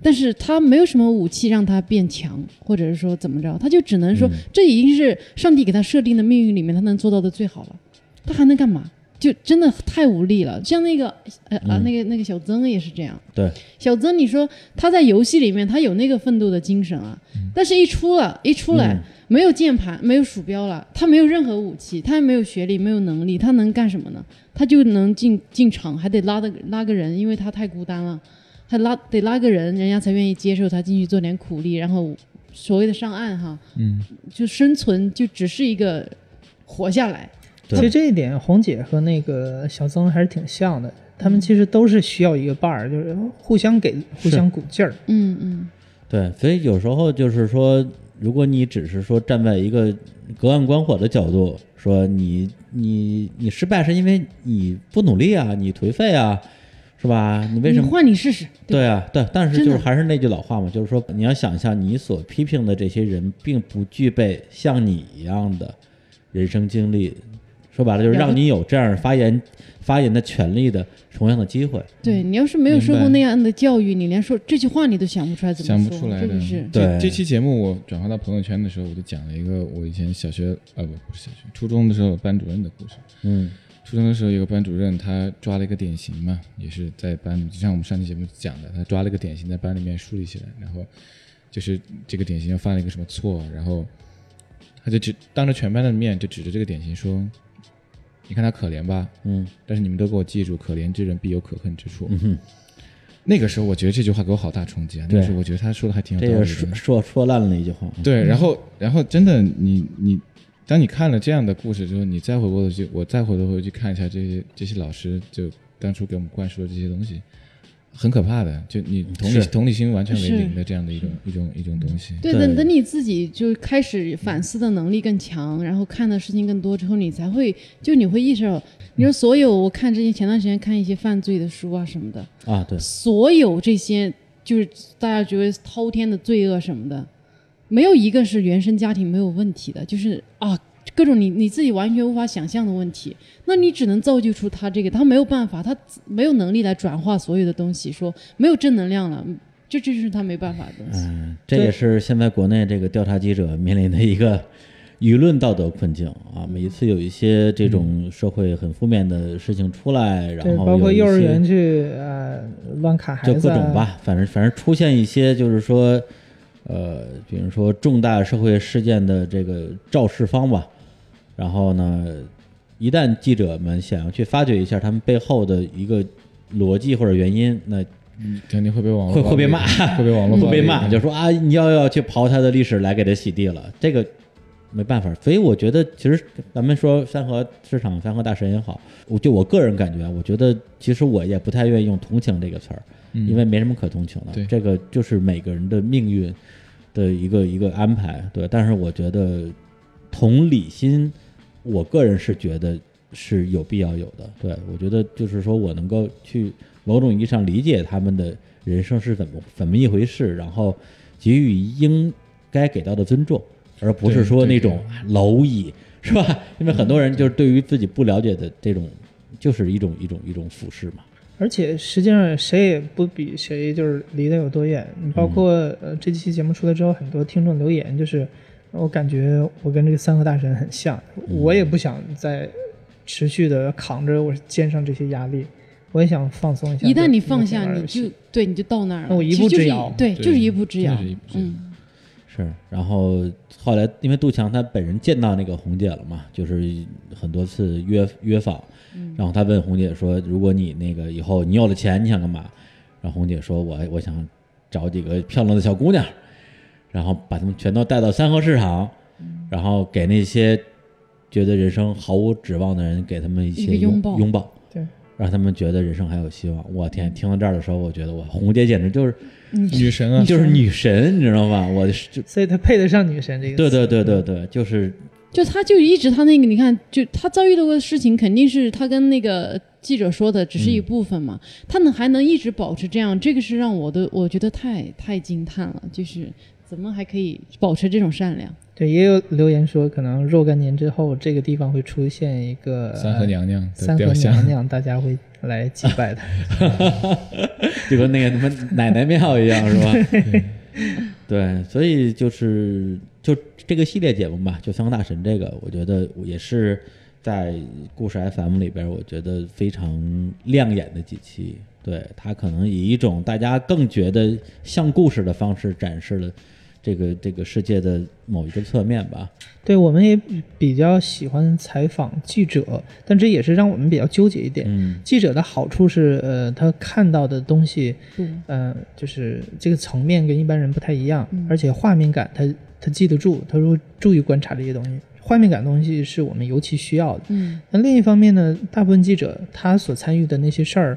Speaker 4: 但是他没有什么武器让他变强，或者是说怎么着，他就只能
Speaker 1: 嗯
Speaker 4: 说、这已经是上帝给他设定的命运里面他能做到的最好了，他还能干嘛？就真的太无力了。像那个呃、啊，那个那个小曾也是这样，
Speaker 1: 嗯对
Speaker 4: 小曾，你说他在游戏里面他有那个奋斗的精神啊，
Speaker 1: 嗯
Speaker 4: 但是一出了，一出来、没有键盘，没有鼠标了，他没有任何武器，他也没有学历，没有能力，他能干什么呢？他就能进进场，还得拉的拉个人，因为他太孤单了，他拉得拉个人，人家才愿意接受他进去做点苦力，然后所谓的上岸哈，
Speaker 5: 嗯，
Speaker 4: 就生存就只是一个活下来，
Speaker 1: 对
Speaker 2: 其实这一点，红姐和那个小曾还是挺像的。他们其实都是需要一个伴儿，就是互相给、互相鼓劲儿。
Speaker 4: 嗯嗯
Speaker 1: 对，所以有时候就是说，如果你只是说站在一个隔岸观火的角度，说你你你失败是因为你不努力啊，你颓废啊，是吧？你为什
Speaker 4: 你
Speaker 1: 么？
Speaker 4: 换你试试，对吧，
Speaker 1: 对啊，对，但是
Speaker 4: 真
Speaker 1: 就
Speaker 4: 的
Speaker 1: 是还是那句老话嘛，就是说你要想象你所批评的这些人，并不具备像你一样的人生经历，说白了就是
Speaker 4: 然后
Speaker 1: 让你有这样发言发言的权利的同样的机会。
Speaker 4: 对你要是没有受过
Speaker 5: 明白
Speaker 4: 那样的教育，你连说这句话你都想不出来怎么
Speaker 5: 想
Speaker 4: 说，
Speaker 5: 不出来
Speaker 4: 真
Speaker 5: 的
Speaker 4: 的是。
Speaker 1: 对
Speaker 5: 这这期节目我转发到朋友圈的时候，我就讲了一个我以前小学啊不不是小学，初中的时候班主任的故事。
Speaker 1: 嗯
Speaker 5: 初中的时候有个班主任，他抓了一个典型嘛，也是在班里，就像我们上期节目讲的，他抓了一个典型在班里面梳理起来，然后就是这个典型又犯了一个什么错，然后他就指当着全班的面就指着这个典型说：“你看他可怜吧，
Speaker 1: 嗯
Speaker 5: 但是你们都给我记住，可怜之人必有可恨之处。
Speaker 1: 嗯哼，
Speaker 5: 那个时候我觉得这句话给我好大冲击啊！那
Speaker 1: 对
Speaker 5: 个时候我觉得他说的还挺有
Speaker 1: 这
Speaker 5: 道
Speaker 1: 个
Speaker 5: 理
Speaker 1: 说
Speaker 5: 的。
Speaker 1: 说说烂了一句话，
Speaker 5: 对，然后然后真的你你，当你看了这样的故事之后，你再回过头去，我再回头回去看一下这些这些老师就当初给我们灌输的这些东西，很可怕的，就你同理
Speaker 1: 嗯是
Speaker 5: 同理心完全为
Speaker 4: 是
Speaker 5: 零的这样的一种一种一种东西。
Speaker 4: 对，
Speaker 1: 对
Speaker 4: 等等你自己就开始反思的能力更强，然后看的事情更多之后，你才会就你会意识到，你说所有我看之前前段时间看一些犯罪的书啊什么的，
Speaker 1: 啊，对，
Speaker 4: 所有这些就是大家觉得滔天的罪恶什么的，没有一个是原生家庭没有问题的，就是啊各种你你自己完全无法想象的问题，那你只能造就出他这个，他没有办法，他没有能力来转化所有的东西，说没有正能量了，这这就是他没办法的东西。
Speaker 1: 嗯，这也是现在国内这个调查记者面临的一个舆论道德困境啊。每一次有一些这种社会很负面的事情出来，然
Speaker 2: 对，
Speaker 1: 后
Speaker 2: 包括
Speaker 1: 有一
Speaker 2: 幼儿
Speaker 1: 些
Speaker 2: 园去呃乱砍孩
Speaker 1: 就
Speaker 2: 子，啊
Speaker 1: 各种。吧，反正反正出现一些就是说，呃，比如说重大社会事件的这个肇事方吧，然后呢，一旦记者们想要去发掘一下他们背后的一个逻辑或者原因，那
Speaker 5: 肯定会被网络
Speaker 1: 会
Speaker 5: 暴
Speaker 1: 会被
Speaker 5: 力
Speaker 1: 骂，
Speaker 5: *laughs* 会被网络
Speaker 1: 会
Speaker 5: 暴
Speaker 1: 被
Speaker 5: 力
Speaker 1: 骂，
Speaker 5: 嗯
Speaker 1: 就说啊，你要要去刨他的历史来给他洗地了，这个没办法。所以我觉得，其实咱们说三河市场、三河大神也好，我就我个人感觉啊，我觉得其实我也不太愿意用同情这个词儿，
Speaker 5: 嗯
Speaker 1: 因为没什么可同情的。
Speaker 5: 对
Speaker 1: 这个就是每个人的命运的一个一个安排，对。但是我觉得同理心，我个人是觉得是有必要有的。对我觉得就是说我能够去某种意义上理解他们的人生是怎么怎么一回事，然后给予应该给到的尊重，而不是
Speaker 5: 对
Speaker 1: 说
Speaker 5: 对
Speaker 1: 那种蝼蚁， *laughs* 是吧？因为很多人就是对于自己不了解的这种，就是一种一种一种俯视嘛。
Speaker 2: 而且实际上谁也不比谁就是离得有多远。你
Speaker 1: 嗯
Speaker 2: 包括、呃这期节目出来之后，很多听众留言就是，我感觉我跟这个三和大神很像，
Speaker 1: 嗯
Speaker 2: 我也不想再持续的扛着我肩上这些压力，我也想放松一下。
Speaker 4: 一旦你
Speaker 2: 就
Speaker 4: 放
Speaker 2: 就
Speaker 4: 下，
Speaker 2: 玩儿
Speaker 4: 你
Speaker 2: 游戏
Speaker 4: 就对，你就到那儿了。
Speaker 2: 那我一
Speaker 4: 其实
Speaker 2: 步
Speaker 4: 就
Speaker 2: 之
Speaker 4: 是
Speaker 2: 遥
Speaker 4: 对，就是一步之遥
Speaker 5: 真的是一步。之遥
Speaker 4: 嗯，
Speaker 1: 是，然后后来因为杜强他本人见到那个红姐了嘛，就是很多次约约访，然后他问红姐说：“如果你那个以后你有了钱，你想干嘛？”然后红姐说：“我我想找几个漂亮的小姑娘，然后把她们全都带到三河市场，
Speaker 2: 嗯
Speaker 1: 然后给那些觉得人生毫无指望的人，给他们一
Speaker 4: 一个
Speaker 1: 些
Speaker 4: 拥
Speaker 1: 拥
Speaker 4: 抱
Speaker 1: 拥抱，
Speaker 2: 对，
Speaker 1: 让他们觉得人生还有希望。”我天，听到这儿的时候，我觉得我红姐简直就是
Speaker 5: 女神
Speaker 1: *laughs*
Speaker 5: 啊，
Speaker 1: 就是女神，你知道吗？我是
Speaker 2: 所以他配得上女神这个词。
Speaker 1: 对对对对对，就是
Speaker 4: 就他就一直他那个，你看，就他遭遇到的事情，肯定是他跟那个记者说的只是一部分嘛。他能还能一直保持这样，这个是让我的我觉得太太惊叹了，就是怎么还可以保持这种善良？
Speaker 2: 对，也有留言说，可能若干年之后，这个地方会出现一个呃
Speaker 5: 三和娘娘
Speaker 2: 三
Speaker 5: 的
Speaker 2: 和
Speaker 5: 雕像
Speaker 2: 娘，娘，大家会来祭拜她。
Speaker 1: 就跟那个什么奶奶庙一样，是吧？ *laughs* 对，所以就是就这个系列节目吧，就三个大神这个，我觉得也是在故事 FM 里边，我觉得非常亮眼的几期。对他可能以一种大家更觉得像故事的方式展示了这个这个世界的某一个侧面吧。
Speaker 2: 对，我们也比较喜欢采访记者，但这也是让我们比较纠结一点。
Speaker 1: 嗯，
Speaker 2: 记者的好处是，呃，他看到的东西，
Speaker 4: 对，
Speaker 2: 呃，就是这个层面跟一般人不太一样，而且画面感他他记得住，他说注意观察这些东西，画面感的东西是我们尤其需要的。
Speaker 4: 嗯，
Speaker 2: 那另一方面呢，大部分记者他所参与的那些事儿，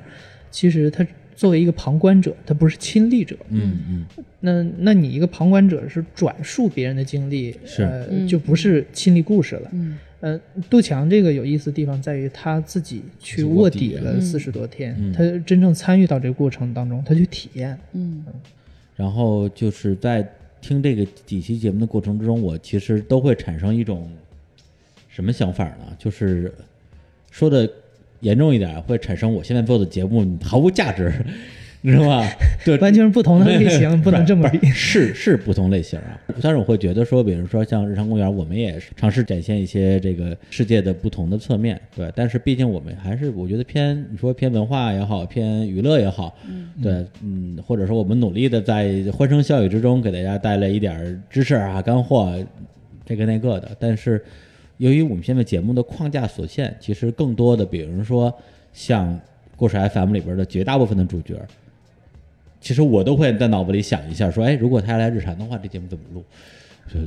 Speaker 2: 其实他作为一个旁观者，他不是亲历者。
Speaker 1: 嗯嗯，
Speaker 2: 那那你一个旁观者是转述别人的经历，
Speaker 1: 是
Speaker 2: 呃
Speaker 4: 嗯
Speaker 2: 就不是亲历故事了。
Speaker 4: 嗯，
Speaker 2: 呃，杜强这个有意思的地方在于他自己去卧底了四十多天，
Speaker 1: 嗯
Speaker 2: 他真正参与到这个过程当中，他去体验。
Speaker 4: 嗯，
Speaker 1: 然后就是在听这个几期节目的过程之中，我其实都会产生一种什么想法呢？就是说的严重一点，会产生我现在做的节目毫无价值， *laughs* 你知道吗？对，
Speaker 2: 完全是不同的类型，
Speaker 1: *laughs*
Speaker 2: 不能这么比。
Speaker 1: 是是不同类型啊。但是我会觉得说，比如说像日常公园，我们也是尝试展现一些这个世界的不同的侧面，对。但是毕竟我们还是我觉得偏你说偏文化也好，偏娱乐也好，对，嗯，或者说我们努力的在欢声笑语之中给大家带来一点儿知识啊、干货啊。这个那个的。但是由于我们现在节目的框架所限，其实更多的，比如说像故事 FM 里边的绝大部分的主角，其实我都会在脑子里想一下，说，哎，如果他来日产的话，这节目怎么录？就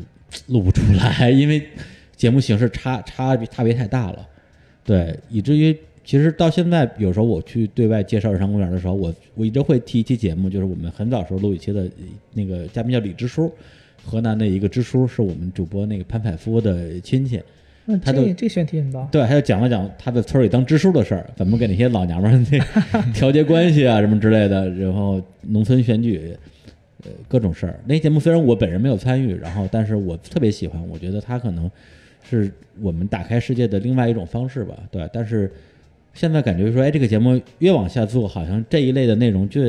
Speaker 1: 录不出来，因为节目形式差差别差别太大了，对，以至于其实到现在，有时候我去对外介绍日常公园的时候，我我一直会提一期节目，就是我们很早时候录一期的那个嘉宾叫李支书，河南的一个支书，是我们主播那个潘采夫的亲戚，
Speaker 2: 嗯，
Speaker 1: 他都
Speaker 2: 这这选题很棒。
Speaker 1: 对，他就讲了讲他在村里当支书的事儿，怎么给那些老娘们儿那调节关系啊什么之类的，然后农村选举，呃，各种事儿。那节目虽然我本人没有参与，然后但是我特别喜欢，我觉得他可能是我们打开世界的另外一种方式吧，对。但是现在感觉说，哎，这个节目越往下做，好像这一类的内容就。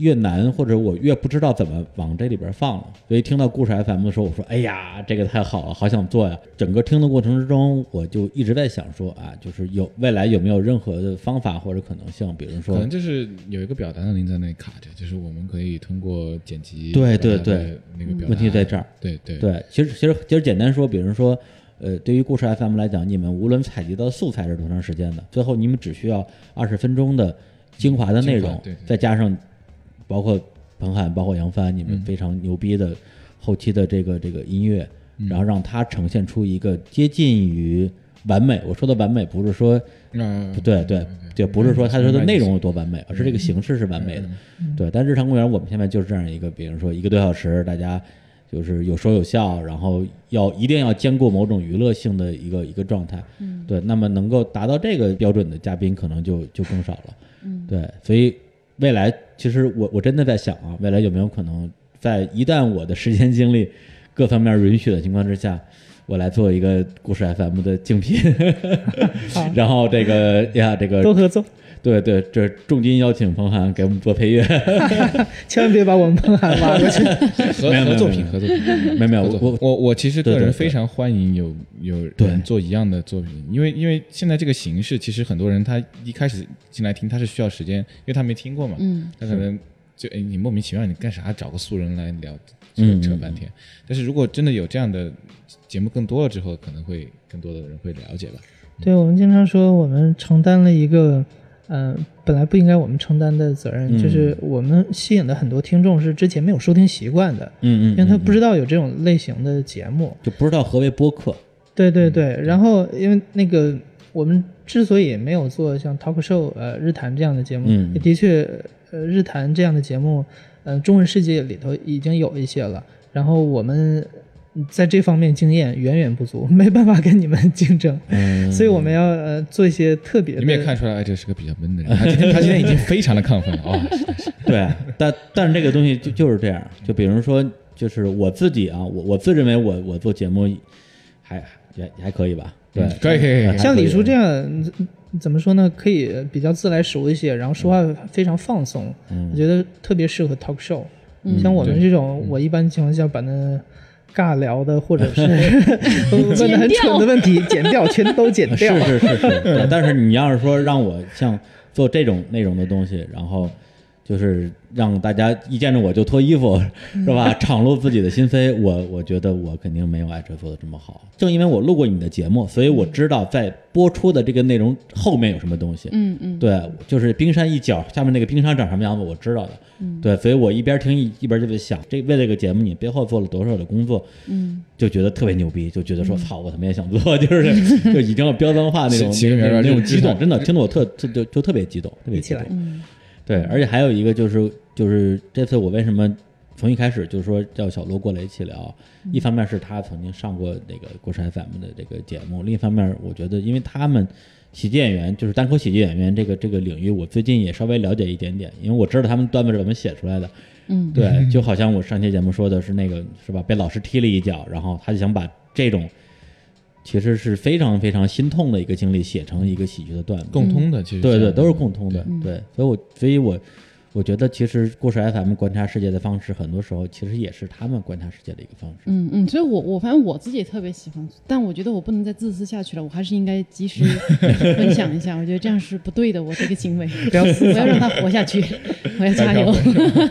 Speaker 1: 越难，或者我越不知道怎么往这里边放了。所以听到故事 FM 的时候，我说：“哎呀，这个太好了，好想做呀！”整个听的过程之中，我就一直在想说啊，就是有未来有没有任何的方法或者可能性，比如
Speaker 5: 可
Speaker 1: 说
Speaker 5: 能就是有一个表达能力在那里卡着，就是我们可以通过剪辑
Speaker 1: 对
Speaker 5: 把它
Speaker 1: 对对
Speaker 5: 的那个表达
Speaker 1: 问题在这儿。
Speaker 5: 对对，
Speaker 1: 对，其实其实其实简单说，比如说，呃，对于故事 FM 来讲，你们无论采集到素材是多长时间的，最后你们只需要二十分钟的精华的内
Speaker 5: 精
Speaker 1: 容
Speaker 5: 华对对，
Speaker 1: 再加上包括彭汉、包括杨帆你
Speaker 5: 嗯
Speaker 1: 们非常牛逼的后期的这个这个音乐，
Speaker 5: 嗯
Speaker 1: 然后让它呈现出一个接近于完美。我说的完美不是说
Speaker 5: 那
Speaker 1: 不对对对，不是说他说的内容有多完美，而是这个形式是完美的。对，但日常公园我们现在就是这样一个，比如说一个多小时，大家就是有说有笑，然后要一定要兼顾某种娱乐性的一个一个状态。对，那么能够达到这个标准的嘉宾可能就就更少了。
Speaker 2: 嗯
Speaker 1: 对，所以未来其实我我真的在想啊，未来有没有可能在一旦我的时间精力各方面允许的情况之下，我来做一个故事 FM 的竞
Speaker 2: *laughs*
Speaker 1: 品，然后这个呀，这
Speaker 2: 多
Speaker 1: 个
Speaker 2: 合作，
Speaker 1: 对对，这重金邀请彭涵给我们做配乐， *laughs*
Speaker 2: 千万别把我们彭涵挖过去。
Speaker 5: 合
Speaker 1: 没有没有
Speaker 5: 合作品
Speaker 1: 没有
Speaker 5: 合作品。
Speaker 1: 没有没有，
Speaker 5: 合作
Speaker 1: 我
Speaker 5: 啊我
Speaker 1: 我
Speaker 5: 我我其实
Speaker 1: 对
Speaker 5: 个
Speaker 1: 对
Speaker 5: 人
Speaker 1: 对
Speaker 5: 非常欢迎有有
Speaker 1: 对
Speaker 5: 人做一样的作品，因为因为现在这个形式，其实很多人他一开始进来听他是需要时间，因为他没听过嘛，
Speaker 4: 嗯，
Speaker 5: 他可能就哎你莫名其妙你干啥找个素人来聊，
Speaker 1: 嗯
Speaker 5: 扯扯半天。但是如果真的有这样的节目更多了之后，可能会更多的人会了解吧。
Speaker 2: 对我们经常说，我们承担了一个，嗯、本来不应该我们承担的责任，
Speaker 1: 嗯
Speaker 2: 就是我们吸引的很多听众是之前没有收听习惯的，
Speaker 1: 嗯嗯，
Speaker 2: 因为他
Speaker 1: 嗯
Speaker 2: 不知道有这种类型的节目。
Speaker 1: 就不知道何为播客，
Speaker 2: 对
Speaker 5: 嗯
Speaker 2: 对对，然后因为那个我们之所以没有做像 talk show 呃日谈这样的节目，
Speaker 1: 嗯
Speaker 2: 的确呃日谈这样的节目，嗯、中文世界里头已经有一些了，然后我们在这方面经验远远不足，没办法跟你们竞争，
Speaker 1: 嗯，
Speaker 2: 所以我们要呃做一些特别的。
Speaker 5: 你们也看出来，哎，这是个比较闷的人，他今天他今天已经非常的亢奋了啊、哦，
Speaker 1: 对，但但是这个东西就就是这样，就比如说，就是我自己啊，我我自认为我我做节目还也还可以吧， *laughs* 对，
Speaker 5: *laughs* 嗯可以可以可以，
Speaker 2: 像李叔这样，嗯怎么说呢？可以比较自来熟一些，然后说话非常放松，我觉得特别适合 talk show。
Speaker 4: 嗯
Speaker 2: 像我们
Speaker 5: 嗯对
Speaker 2: 这种，我一般情况下把那尬聊的或 *laughs* 者是问的很蠢的问题剪掉，全都
Speaker 4: *laughs*
Speaker 5: 啊
Speaker 2: 剪掉。
Speaker 4: 啊
Speaker 1: 是是是是，对
Speaker 4: 嗯
Speaker 1: 但是你要是说让我像做这种内容的东西，然后就是让大家一见着我就脱衣服， *laughs* 是吧？
Speaker 4: 嗯
Speaker 1: 敞露自己的心扉，我我觉得我肯定没有艾哲做的这么好。正因为我录过你的节目，所以我知道在播出的这个内容后面有什么东西。
Speaker 4: 嗯嗯，
Speaker 1: 对，就是冰山一角，下面那个冰山长什么样子，我知道的。
Speaker 4: 嗯
Speaker 1: 对，所以我一边听一一边就在想，这为了这个节目，你背后做了多少的工作，
Speaker 4: 嗯，
Speaker 1: 就觉得特别牛逼，就觉得说操，我他妈也想做，就是就一定要飙脏话那种
Speaker 5: 起起个名儿
Speaker 1: 那
Speaker 5: 吧
Speaker 1: 那种
Speaker 5: 日
Speaker 1: 激动，
Speaker 5: 日
Speaker 1: 真的听得我特特就就特别激动，特别
Speaker 2: 一起
Speaker 1: 激
Speaker 2: 来
Speaker 1: 动。
Speaker 4: 嗯
Speaker 1: 对，而且还有一个就是就是这次我为什么从一开始就说叫小罗过来一起聊，
Speaker 5: 嗯
Speaker 1: 一方面是他曾经上过那个国产 FM 的这个节目，另一方面我觉得因为他们喜剧演员就是单口喜剧演员这个这个领域，我最近也稍微了解一点点，因为我知道他们段子是怎么写出来的。
Speaker 4: 嗯，
Speaker 1: 对，就好像我上期节目说的是那个是吧，被老师踢了一脚，然后他就想把这种。其实是非常非常心痛的一个经历，写成一个喜剧的段子，
Speaker 5: 共通的，其实
Speaker 1: 对对，
Speaker 5: 像
Speaker 4: 嗯
Speaker 1: 都是共通的，对，所以我所以我我觉得其实故事 FM 观察世界的方式，很多时候其实也是他们观察世界的一个方式。
Speaker 4: 嗯嗯，所以我我反正我自己也特别喜欢，但我觉得我不能再自私下去了，我还是应该及 *laughs* 时分享一下。我觉得这样是不对的，我这个行为，我要让他活下去，我要加油。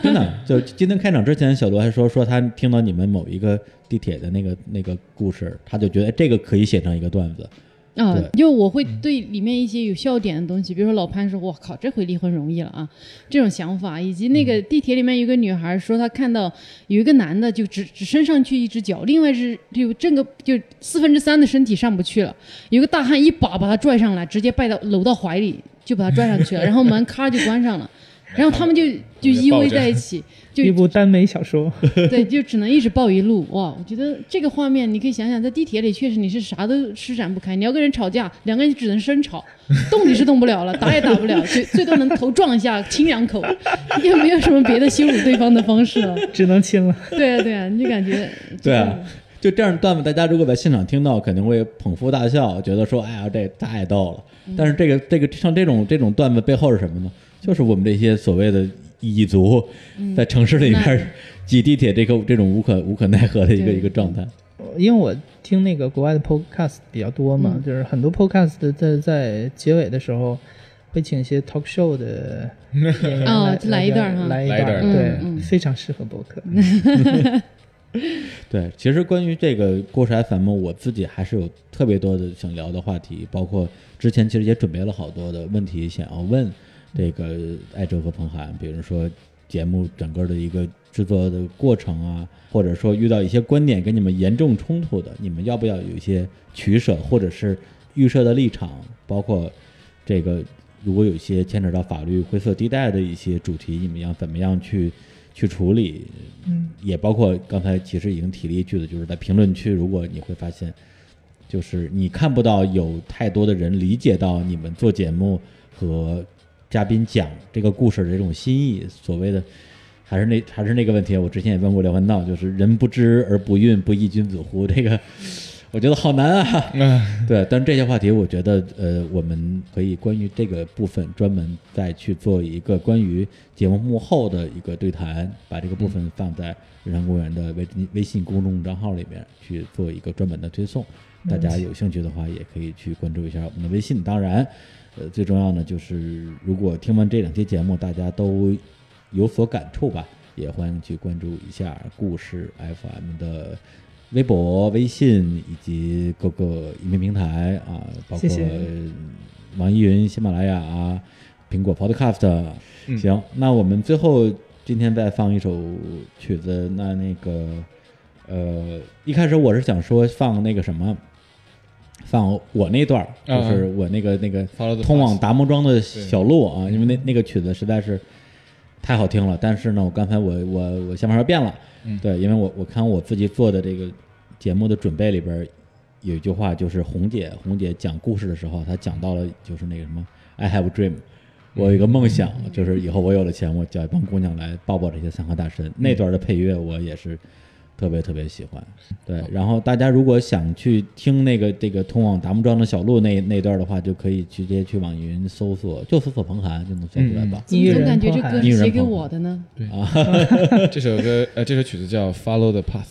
Speaker 1: 真的，就今天开场之前，小罗还说说他听到你们某一个地铁的那个那个故事，他就觉得哎这个可以写成一个段子。
Speaker 4: 啊
Speaker 1: 对，
Speaker 4: 因为我会对里面一些有笑点的东西，比如说老潘说：“我靠，这回离婚容易了啊！”这种想法，以及那个地铁里面有个女孩说，她看到有一个男的就只只伸上去一只脚，另外是就整个就四分之三的身体上不去了，有个大汉一把把他拽上来，直接抱到搂到怀里，就把他拽上去了，然后门咔就关上了，然后他们就就依偎在一起，就
Speaker 2: 一部耽美小说，
Speaker 4: *laughs* 对，就只能一直抱一路哇！我觉得这个画面，你可以想想，在地铁里确实你是啥都施展不开，你要跟人吵架，两个人只能生吵，动你是动不了了，打也打不了，最最多能头撞一下，亲两口， *laughs* 也没有什么别的羞辱对方的方式了。
Speaker 2: 只能亲了。
Speaker 4: 对啊，对啊，你就感觉
Speaker 1: 对啊，就这样的段子，大家如果在现场听到，肯定会捧腹大笑，觉得说哎呀这太逗了。但是这个这个像这种这种段子背后是什么呢？就是我们这些所谓的蚁族在城市里边挤地铁这个这种无可无可奈何的一个
Speaker 4: 对
Speaker 1: 一个状态。
Speaker 2: 呃因为我听那个国外的 podcast 比较多嘛，
Speaker 4: 嗯
Speaker 2: 就是很多 podcast 在在结尾的时候会请一些 talk show 的演员来、
Speaker 4: 哦来一段儿哈
Speaker 2: 来一
Speaker 5: 来一
Speaker 2: 段儿，
Speaker 5: 段儿
Speaker 2: 对，
Speaker 4: 嗯嗯
Speaker 2: 非常适合播客。
Speaker 1: 对，其实关于这个故事 FM，我自己还是有特别多的想聊的话题，包括之前其实也准备了好多的问题想要问这个艾哲和彭涵，比如说节目整个的一个制作的过程啊，或者说遇到一些观点跟你们严重冲突的，你们要不要有一些取舍，或者是预设的立场，包括这个如果有一些牵扯到法律灰色地带的一些主题，你们要怎么样去去处理？
Speaker 2: 嗯，
Speaker 1: 也包括刚才其实已经提了一句的，就是在评论区，如果你会发现，就是你看不到有太多的人理解到你们做节目和嘉宾讲这个故事的这种心意，所谓的。还是那还是那个问题，我之前也问过梁文道，就是“人不知而不愠，不亦君子乎”这个，我觉得好难啊。 *laughs* 对，但这些话题，我觉得呃，我们可以关于这个部分专门再去做一个关于节目幕后的一个对谈，把这个部分放在日常公园的微微信公众账号里面去做一个专门的推送。大家有兴趣的话，也可以去关注一下我们的微信。当然，呃，最重要呢，就是如果听完这两期节目，大家都有所感触吧，也欢迎去关注一下故事 FM 的微博、微信以及各个音频平台啊，包
Speaker 2: 谢
Speaker 1: 括
Speaker 2: 谢
Speaker 1: 网易云、喜马拉雅、啊、苹果 Podcast。行，那我们最后今天再放一首曲子，那那个呃，一开始我是想说放那个什么。放我那段儿，
Speaker 5: 啊
Speaker 1: 就是我那个那个
Speaker 5: Follow the
Speaker 1: 通往
Speaker 5: bus
Speaker 1: 达摩庄的小路啊，因为那那个曲子实在是太好听了。但是呢，我刚才我我我想法要变了，
Speaker 5: 嗯
Speaker 1: 对，因为我我看我自己做的这个节目的准备里边儿有一句话，就是红姐红姐讲故事的时候，她讲到了就是那个什么，I have a dream。我有一个梦想，就是以后我有了钱，我叫一帮姑娘来抱抱这些三河大神。那段的配乐我也是特别特别喜欢。对，然后大家如果想去听那个这个通往达木庄的小路那那段的话，就可以直接去网易云搜索，就搜索彭涵就能搜出来吧。
Speaker 4: 总
Speaker 2: 音乐
Speaker 4: 总
Speaker 2: 人
Speaker 4: 感觉
Speaker 2: 彭
Speaker 4: 这歌
Speaker 2: 涵
Speaker 4: 是写给我的呢。
Speaker 1: 啊
Speaker 5: *laughs* 这首歌呃，这首曲子叫《Follow the Path》。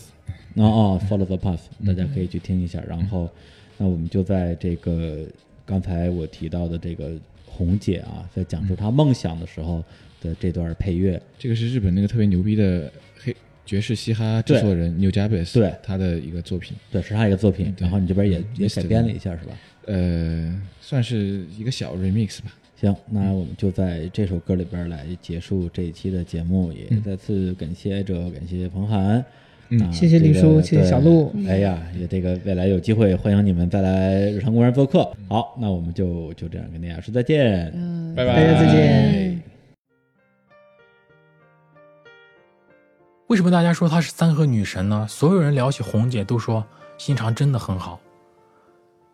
Speaker 1: 哦哦，Follow the Path，大家可以去听一下。然后，那我们就在这个刚才我提到的这个红姐啊，在讲述她梦想的时候的这段配乐，
Speaker 5: 这个是日本那个特别牛逼的黑爵士嘻哈制作人牛加贝斯，
Speaker 1: 对
Speaker 5: 他的一个作品，
Speaker 1: 对，是她一个作品。
Speaker 5: 对
Speaker 1: 然后你这边也也
Speaker 5: Mr.
Speaker 1: 改编了一下，是吧？
Speaker 5: 呃，算是一个小 remix 吧。
Speaker 1: 行，那我们就在这首歌里边来结束这一期的节目，也
Speaker 2: 嗯
Speaker 1: 再次感谢艾哲，感谢彭涵，
Speaker 5: 嗯
Speaker 1: 啊
Speaker 2: 谢谢李
Speaker 1: 这个
Speaker 2: 叔谢谢
Speaker 1: 对
Speaker 2: 小鹿
Speaker 1: 哎呀，也这个未来有机会欢迎你们再来日常公园做客。好，那我们就就这样跟大家说再见，
Speaker 4: 嗯，
Speaker 5: 拜
Speaker 2: 大
Speaker 5: 拜，
Speaker 2: 家再见。
Speaker 8: 为什么大家说她是三和女神呢？所有人聊起红姐都说心肠真的很好，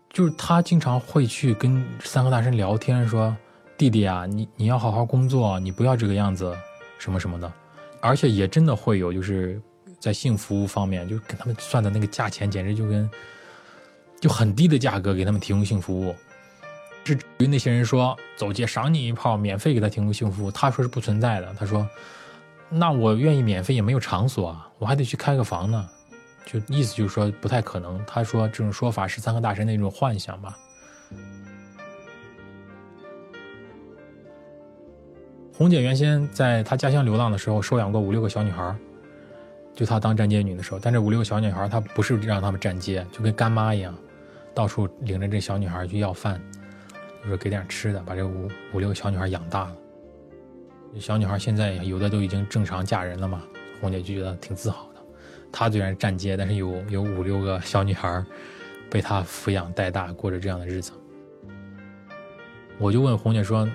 Speaker 8: 就是她经常会去跟三和大神聊天，说弟弟啊，你你要好好工作，你不要这个样子，什么什么的，而且也真的会有，就是在性服务方面，就给他们算的那个价钱，简直就跟就很低的价格给他们提供性服务，是至于那些人说走街赏你一炮，免费给他提供性服务，他说是不存在的。他说，那我愿意免费也没有场所啊，我还得去开个房呢。就意思就是说不太可能。他说这种说法是三个大神的一种幻想吧。红姐原先在她家乡流浪的时候，收养过五六个小女孩儿，就她当站街女的时候。但这五六个小女孩儿，她不是让她们站街，就跟干妈一样，到处领着这小女孩儿去要饭，就说给点吃的，把这五五六个小女孩儿养大了。这小女孩儿现在有的都已经正常嫁人了嘛，红姐就觉得挺自豪的。她虽然站街，但是有有五六个小女孩儿被她抚养带大，过着这样的日子。我就问红姐说：“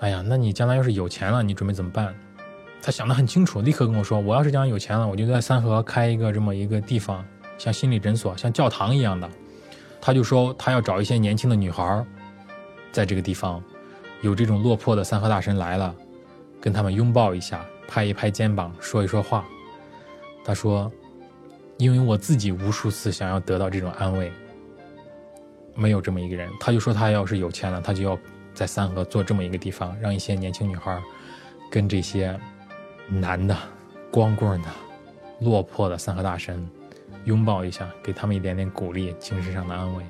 Speaker 8: 哎呀，那你将来要是有钱了，你准备怎么办？他想得很清楚，立刻跟我说，我要是将来有钱了，我就在三河开一个这么一个地方，像心理诊所、像教堂一样的。他就说他要找一些年轻的女孩儿，在这个地方，有这种落魄的三河大神来了，跟他们拥抱一下，拍一拍肩膀，说一说话。他说，因为我自己无数次想要得到这种安慰，没有这么一个人。他就说他要是有钱了，他就要在三河做这么一个地方，让一些年轻女孩儿跟这些男的、光棍的、落魄的三河大神拥抱一下，给他们一点点鼓励、精神上的安慰。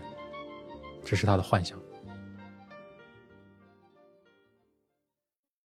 Speaker 8: 这是他的幻想。